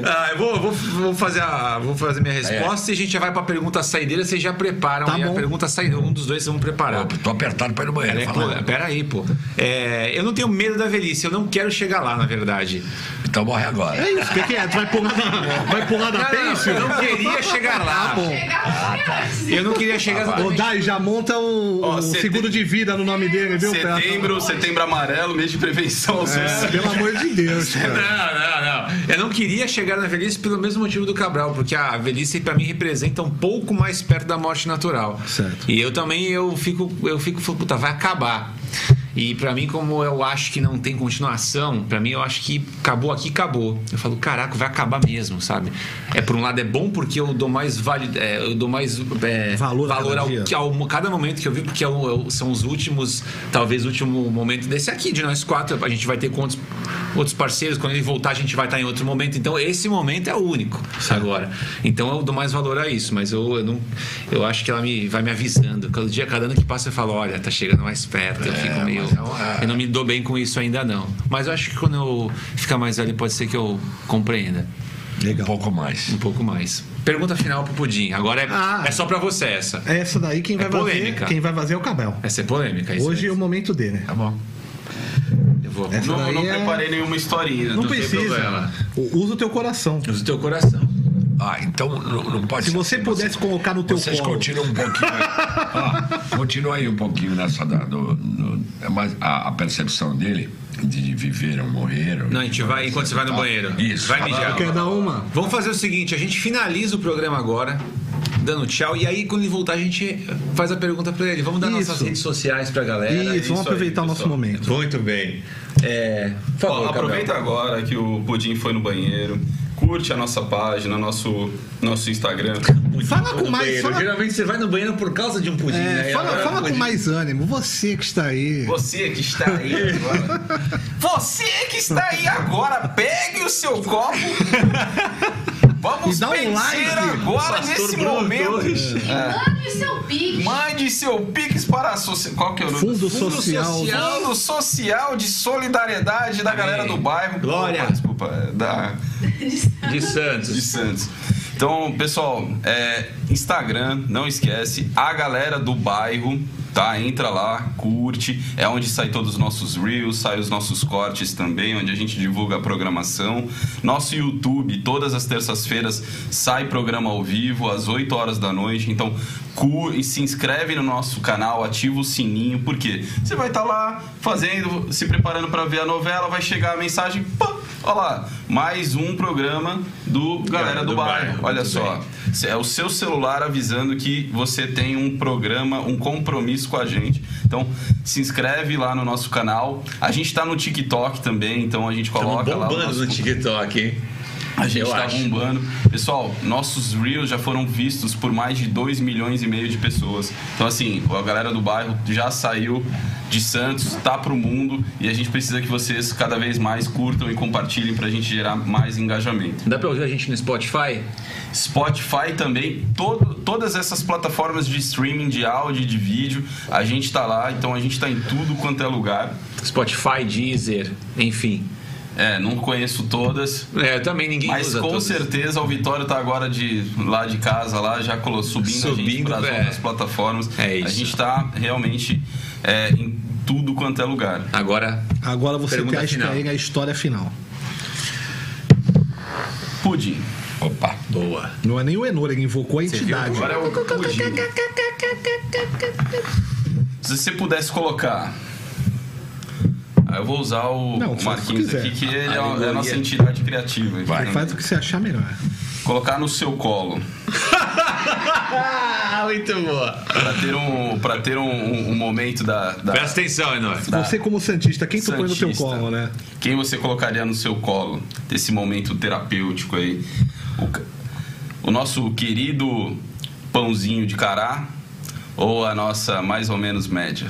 Ah, eu vou, vou, vou fazer a, vou fazer minha resposta e a gente já vai pra pergunta saideira. Vocês já preparam É. Tá aí a bom. pergunta saideira. Um dos dois vocês vão preparar. Tô apertado pra ir no banheiro. É, fala. pô, peraí, pô. É, eu não tenho medo da velhice, eu não quero chegar lá, na verdade. Então morre agora. É isso, o que, que é? Tu vai pular da, vai pular da peixe? Ah, eu não queria chegar lá. Bom, um Eu não queria chegar lá. ô Dai, já monta o, Ó, o setembro- seguro de vida no nome dele, viu? Pra- Setembro, setembro amarelo, mês de prevenção É. ao suicídio. Pelo amor de Deus, Não, cara. não, não. Eu não queria chegar na velhice pelo mesmo motivo do Cabral, porque a velhice pra mim representa um pouco mais perto da morte natural. Certo. E eu também eu fico eu fico falo, puta, vai acabar. E pra mim como eu acho que não tem continuação, pra mim eu acho que acabou aqui, acabou. Eu falo, caraca, vai acabar mesmo, sabe? É por um lado é bom porque eu dou mais vale, é, eu dou mais é, Valor a cada ao, dia. que ao mo- cada momento que eu vi, porque é o- é o- são os últimos, talvez o último momento desse aqui, de nós quatro. A gente vai ter com outros, outros parceiros, quando ele voltar, a gente vai estar em outro momento. Então, esse momento é o único agora. Então, eu dou mais valor a isso, mas eu, eu não. Eu acho que ela me, vai me avisando. Cada dia, cada ano que passa, eu falo: olha, tá chegando mais perto. Eu É, fico meio. Eu não me dou bem com isso ainda, não. Mas eu acho que quando eu ficar mais velho, pode ser que eu compreenda Um pouco mais. um pouco mais. Pergunta final pro Pudim. Agora é, Ah. é só pra você essa. Essa daí quem vai polêmica. fazer, quem vai fazer é o Cabel. Essa é polêmica. isso Hoje é mesmo. o momento dele. Tá bom. Eu vou. Essa Não, daí não é- preparei nenhuma historinha. Não Tô- precisa. problema. U- Usa o teu coração. Usa o teu coração. Ah, então não, não pode Se ser você assim, pudesse colocar no teu Vocês colo. continuam um pouquinho. aí. ah, continua aí um pouquinho nessa. Da, do, do- é mais a, a percepção dele de viver ou morrer. ou- Não, a gente vai enquanto você vai no banheiro. Isso. Vai mijar. Quer dar uma? Vamos fazer o seguinte: a gente finaliza o programa agora, dando tchau. E aí, quando ele voltar, a gente faz a pergunta pra ele. Vamos dar Isso. nossas redes sociais pra galera. Isso, isso aí, vamos aproveitar o nosso pessoal. momento. Muito bem. É, por Ó, favor, aproveita Gabriel. agora que o Pudim foi no banheiro. Curte a nossa página, nosso, nosso Instagram. Fala com mais, Banheiro. fala, Geralmente você vai no banheiro por causa de um pudim. é, né? fala- Agora fala o com pudim. mais ânimo. Você que está aí. Você que está aí agora. Você que está aí agora, pegue o seu copo. Vamos E dá um vencer like. agora nesse momento. Mande o seu pix. Mande seu Pix para a sociedade. Qual que é o nome? Fundo social. Fundo Social de Solidariedade da galera do bairro. Glória. Opa, desculpa, é, da, De Santos. de Santos. Então, pessoal, é, Instagram, não esquece, a galera do bairro, tá? Entra lá, curte. É onde sai todos os nossos reels, sai os nossos cortes também, onde a gente divulga a programação. Nosso YouTube, todas as terças-feiras, sai programa ao vivo, às 8 horas da noite. Então, cu- e se inscreve no nosso canal, ativa o sininho, porque você vai estar lá fazendo, se preparando para ver a novela, vai chegar a mensagem, pá, Olha lá, mais um programa do Galera do, Bairro. Olha só, é o seu celular avisando que você tem um programa, um compromisso com a gente. Então, se inscreve lá no nosso canal. A gente tá no TikTok também, então a gente Estamos coloca lá. o bombando nosso- no TikTok, hein? A gente Eu tá acho. bombando. Pessoal, nossos Reels já foram vistos por mais de 2 milhões e meio de pessoas. Então, assim, a galera do bairro já saiu de Santos, tá pro mundo e a gente precisa que vocês cada vez mais curtam e compartilhem pra gente gerar mais engajamento. Dá pra ouvir a gente no Spotify? Spotify também, todo- todas essas plataformas de streaming de áudio e de vídeo, a gente tá lá, então a gente tá em tudo quanto é lugar. Spotify, Deezer, enfim. É, não conheço todas. É, também ninguém Mas usa com todas. certeza o Vitório tá agora de lá de casa, lá já colo- subindo, a gente Subindo, para as é. outras plataformas. É A isso. gente tá realmente é, em tudo quanto é lugar. Agora, Agora você Pergunta quer final. extrair a história final. Pudim. Opa. boa. Não é nem o Enor, ele invocou a entidade. Agora é o pudim. Se você pudesse colocar. Ah, eu vou usar o Não, faz o que Marquinhos quiser. aqui, que ele é, é a Alegoria. nossa entidade criativa. Vai. Faz o que você achar melhor. Colocar no seu colo. Muito boa. Pra ter um, pra ter um, um- um momento da, da- Presta atenção, Enor. Você, como Santista, quem tu põe no teu Santista. colo, né? Quem você colocaria no seu colo? Desse momento terapêutico aí. O, ca- o nosso querido pãozinho de cará ou a nossa mais ou menos média?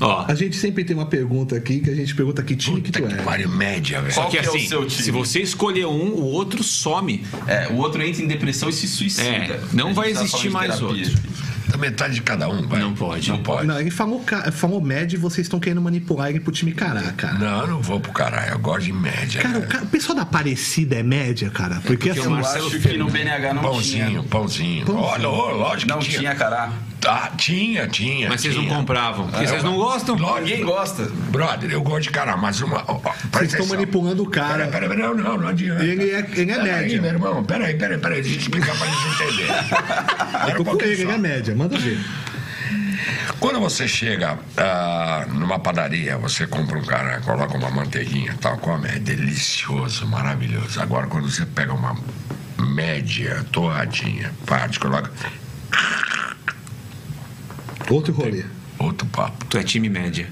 Ó, A gente sempre tem uma pergunta aqui, que a gente pergunta que time que Puta tu que é. pariu, média, velho. Qual que que é o assim, seu time? se você escolher um, o outro some. É, o outro entra em depressão e se suicida. É, não A gente vai tá existir falando de mais terapia. Da metade de cada um, vai. Não pode. Não pode. Não, ele falou, ca- falou médio e vocês estão querendo manipular ele pro time cará, cara. Não, eu não vou pro caralho. Eu gosto de média. Cara, o, cara. ca- o pessoal da Aparecida é média, cara? Porque, Eu assim, acho que no BNH não Pãozinho, tinha. pãozinho. Olha, ó, lógico Não que tinha. tinha cará. Tá, tinha, tinha. Mas vocês não tinha. compravam. Porque vocês não gostam? Lógico. É Ninguém gosta. Brother, eu gosto de cara, mas uma. ó, ó, vocês presta estão atenção. manipulando o cara. Pera, pera, pera, não, não, não adianta. Ele é- ele é Pera aí, médio. meu irmão, pera aí, pera aí, pera aí, deixa eu explicar pra gente entender. Pera Tô um com pouquinho ele, ele só. é média, manda ver. Quando você chega ah, numa padaria, você compra um cara, coloca uma manteiguinha e tal, come, é delicioso, maravilhoso. Agora, quando você pega uma média torradinha, parte, coloca Outro rolê. outro papo. Tu é time média.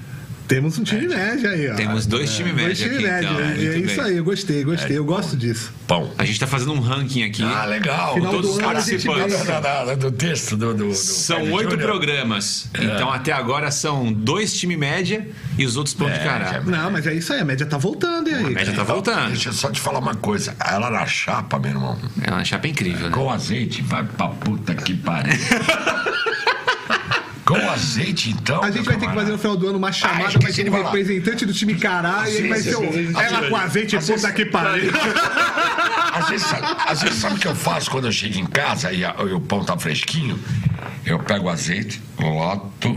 Temos um time média aí, ó. Temos É. dois time Dois média time aqui, média. então. é Muito é isso bem. aí, eu gostei, gostei. Eu gosto disso. Pão. A gente tá fazendo um ranking aqui. Ah, legal. Final Todos do os ano a gente participantes. ganha. Da- da- da- do texto do. do- do é, São Fred oito Júnior. programas. Então até agora são dois time média e os outros pão de caralho. Não, mas é isso aí, a média tá voltando e A aí. média tá voltando. Então, Deixa eu só te falar uma coisa. Ela na chapa, meu irmão. É uma chapa incrível, né? Com azeite, vai pra puta que pariu. Com azeite, então. A gente meu vai ter que camarada. fazer no final do ano uma chamada, esqueci vai ter de um falar. representante do time cará e aí vai Sim, ser o. sim, sim. Ela com azeite, puta que pariu. um- Às vezes, sabe, às vezes, sabe o que eu faço quando eu chego em casa e, a- e o pão tá fresquinho? Eu pego o azeite, loto,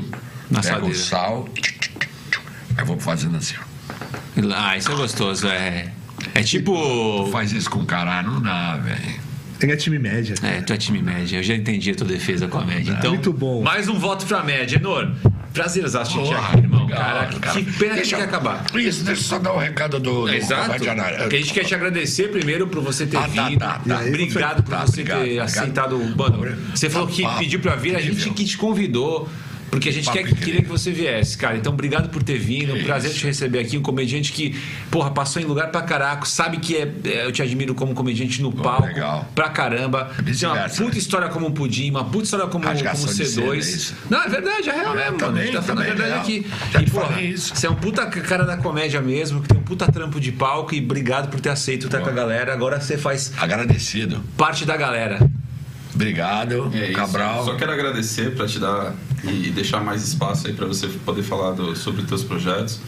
Na pego o assadeira. sal, tch, tch, tch, tch, aí vou fazendo assim. ó. Ah, isso é gostoso, é. É tipo. Faz isso com caralho, não dá, velho. Ele é time média. É, tu é time média. Eu já entendi a tua defesa com a média. Então, Muito bom. Mais um voto pra média, Enor. Prazerzaço te ter Porra, aqui, é irmão. legal, Caraca, cara. que pena que Deixa- tinha que acabar. Isso, deixa eu só dar o recado do, do Exato. É Vai de Anara. A gente quer te agradecer primeiro por você ter Ah, tá, vindo. tá, tá. Obrigado por Tá, você obrigado, ter obrigado. aceitado o banho. Você falou que papo pediu pra vir, a gente incrível. que te convidou. Porque a gente Papo quer, incrível. É queria que você viesse, cara. Então, obrigado por ter vindo. um prazer te receber aqui. Um comediante que, porra, passou em lugar pra caraco. Sabe que é, é, eu te admiro como comediante no palco. legal. É Pra caramba. Tem uma vice-versa, puta né? história como pudim, uma puta história como, como Rasgação de seda, é C2. isso. Não, é verdade, é real mesmo, É, mano. A também, gente tá falando a também, verdade real. aqui. Já te e, porra, falei isso. você é um puta cara da comédia mesmo, que tem um puta trampo de palco e obrigado por ter aceito estar com a galera. Agora você faz Agradecido. parte da galera. Obrigado, É isso. Cabral. Só quero agradecer para te dar e deixar mais espaço aí para você poder falar do- sobre os teus projetos.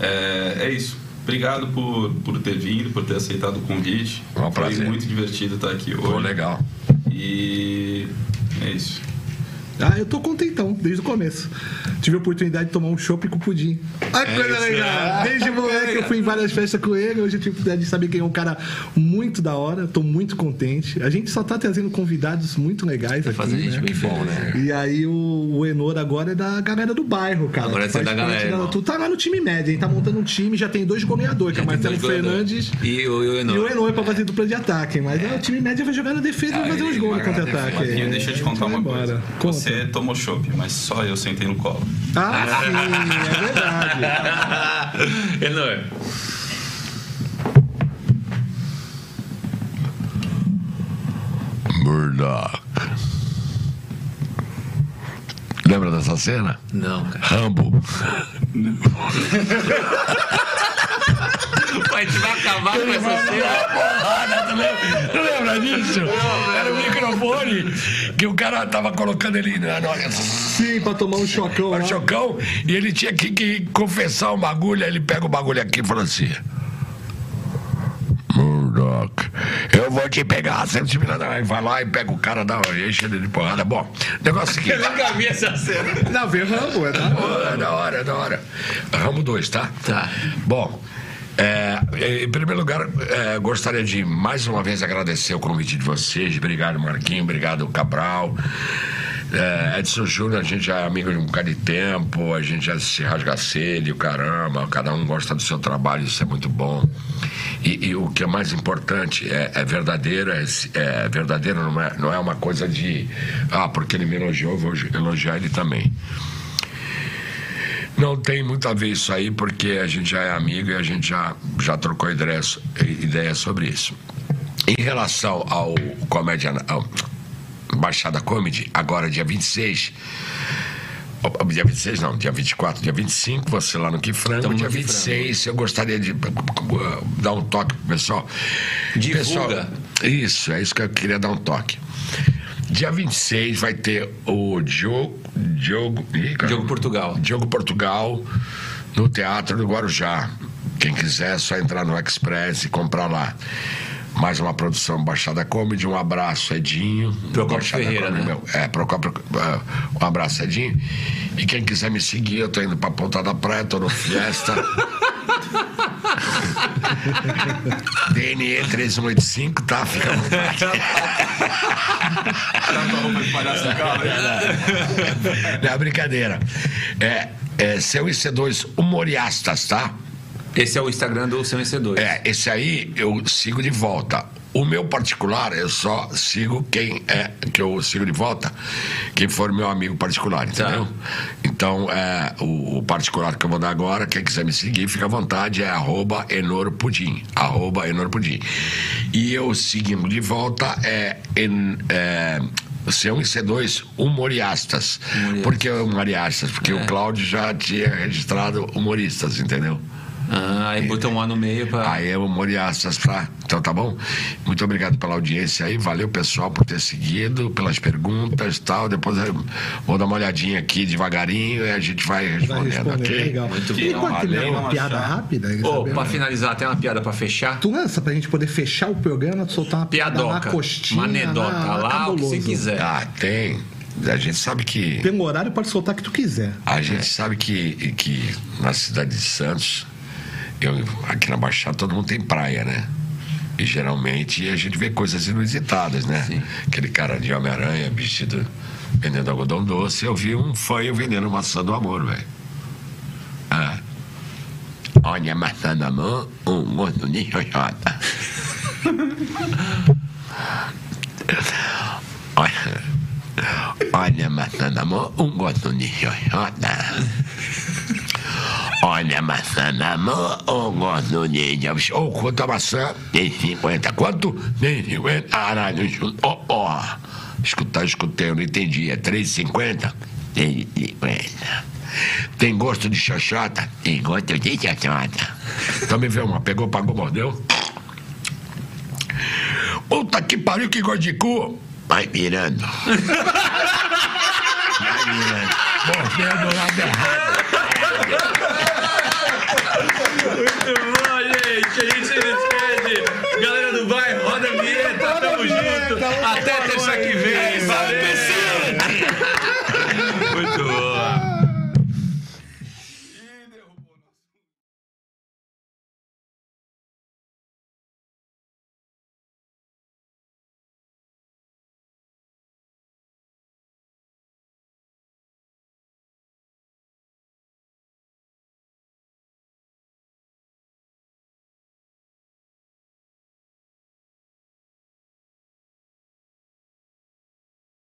É, é isso. Obrigado por, por ter vindo, por ter aceitado o convite. É um prazer. Foi muito divertido estar aqui hoje. Pô, legal. E é isso. Ah, eu tô contentão, desde o começo. Tive a oportunidade de tomar um chopp com o Pudim. Olha que coisa legal! Desde moleque eu fui em várias festas com ele, hoje eu tive a oportunidade de saber que ele é um cara muito da hora, tô muito contente. A gente só tá trazendo convidados muito legais aqui, Fazer gente né? bem bom, né? E aí o, o Enor agora é da galera do bairro, cara. Agora que você é faz da parte galera, irmão. Tu tá lá no time médio, hein? Tá montando um time, já tem dois goleadores, que é Marcelo Fernandes... um E o, e o E o Enor. Enor pra fazer dupla de ataque, mas é, o time médio vai jogar na defesa e vai fazer uns gols vai no jogar na contra-ataque. defesa. Marquinho, É, deixa eu te a gente contar vai uma coisa. embora. Conta. Você tomou chopp, mas só eu sentei no colo. Ah, sim, é verdade. Enor. Murdoch. Lembra dessa cena? Não, cara. Rambo. Pai, a gente vai acabar com essa cena. Porrada, Ah, tu lembra, tu lembra disso? Era o microfone que o cara tava colocando ele na na hora. Sim, pra tomar um chocão lá. o chocão e ele tinha que, que confessar um bagulho, aí ele pega o bagulho aqui e fala assim. Murdoch, eu vou te pegar. Sempre te virar, aí vai lá e pega o cara, dá, enche ele de porrada. Bom, negócio é aqui. Nunca vi essa cena. Não, veio Rambo, é da... Ô, da hora, da hora. Ramo 2, tá? Tá. Bom, é, em primeiro lugar, é, gostaria de mais uma vez agradecer o convite de vocês. Obrigado, Marquinho. Obrigado, Cabral. É, Edson Júnior, a gente já é amigo de um bocado de tempo, a gente já se rasga o caramba, cada um gosta do seu trabalho, isso é muito bom. E, e o que é mais importante é, é verdadeiro, é, é verdadeiro, não é, não é uma coisa de ah, porque ele me elogiou, eu vou elogiar ele também. Não tem muito a ver isso aí, porque a gente já é amigo e a gente já, já trocou ideia, so- ideia sobre isso. Em relação ao Comédia. Ao Baixada Comedy, agora dia 26. ó, ó, Dia 26 não, dia 24, dia 25, você lá no Que Frango. Tamo no Dia Que Frango. 26, eu gostaria de uh, dar um toque pro pessoal. Divulga. isso, é isso que eu queria dar um toque. Dia 26 vai ter o Diogo. Diogo. Ih, cara. Diogo Portugal. Diogo Portugal no Teatro do Guarujá. Quem quiser é só entrar no Express e comprar lá. Mais uma produção Baixada Comedy. Um abraço, Edinho. Procópio Baixada Ferreira, Comedy, né? meu. É, Procópio. ah, Um abraço, Edinho. E quem quiser me seguir, eu tô indo pra Ponta da Praia, tô no Fiesta. DNE 385, tá? Fica à vontade. Tá com a roupa de palhaço no carro aí? Não é brincadeira. É, é seu IC2 Humoriastas, tá? Esse é o Instagram do Seu Vencedor. É, esse aí eu sigo de volta. O meu particular, eu só sigo quem é que eu sigo de volta, quem for meu amigo particular, entendeu? Então, é, o, o particular que eu vou dar agora, quem quiser me seguir, fica à vontade, é arroba enoropudim, arroba enoropudim. E eu seguindo de volta é, en- é C1 e C2 humoriastas. Por que humoriastas? Porque o Cláudio já tinha registrado humoristas, entendeu? Ah, aí botou um A no meio pra. Aí é o Moriaças pra. Então tá bom? Muito obrigado pela audiência aí. Valeu, pessoal, por ter seguido, pelas perguntas e tal. Depois eu vou dar uma olhadinha aqui devagarinho e a gente vai Vai respondendo, responder, ok? legal. Muito e bom, pode valeu, ter uma Machado. piada rápida? quer Ô, saber? pra finalizar, tem uma piada pra fechar? Tu lança pra gente poder fechar o programa, tu soltar uma piada Piadoca. na costinha. Uma anedota na- lá, o que você né? cabuloso. quiser. Ah, tem. A gente sabe que. Tem um horário, pode soltar o que tu quiser. A gente sabe que, que na cidade de Santos, eu, aqui na Baixada, todo mundo tem praia, né? E geralmente a gente vê coisas inusitadas, né? Aquele cara de Homem-Aranha vestido vendendo algodão doce. Eu vi um fanho vendendo maçã do amor, velho. Ah. Olha a maçã da mão, um mundo de xoxota. Olha. Olha, maçã da mão, um gosto de xoxota. Olha, maçã da mão, um gosto de xoxota. Ou quanto a maçã? Tem 50. Quanto? Tem 50. Caralho, escuta. Ó, ó. Escutar, escutei, eu não entendi. É 3,50? Tem 50. Tem gosto de xoxota? Tem gosto de xoxota. Então me vê uma. Pegou, pagou, mordeu? Puta que pariu, que gosto de cu. Vai mirando. Vai mirando. Mordendo o lado errado. É É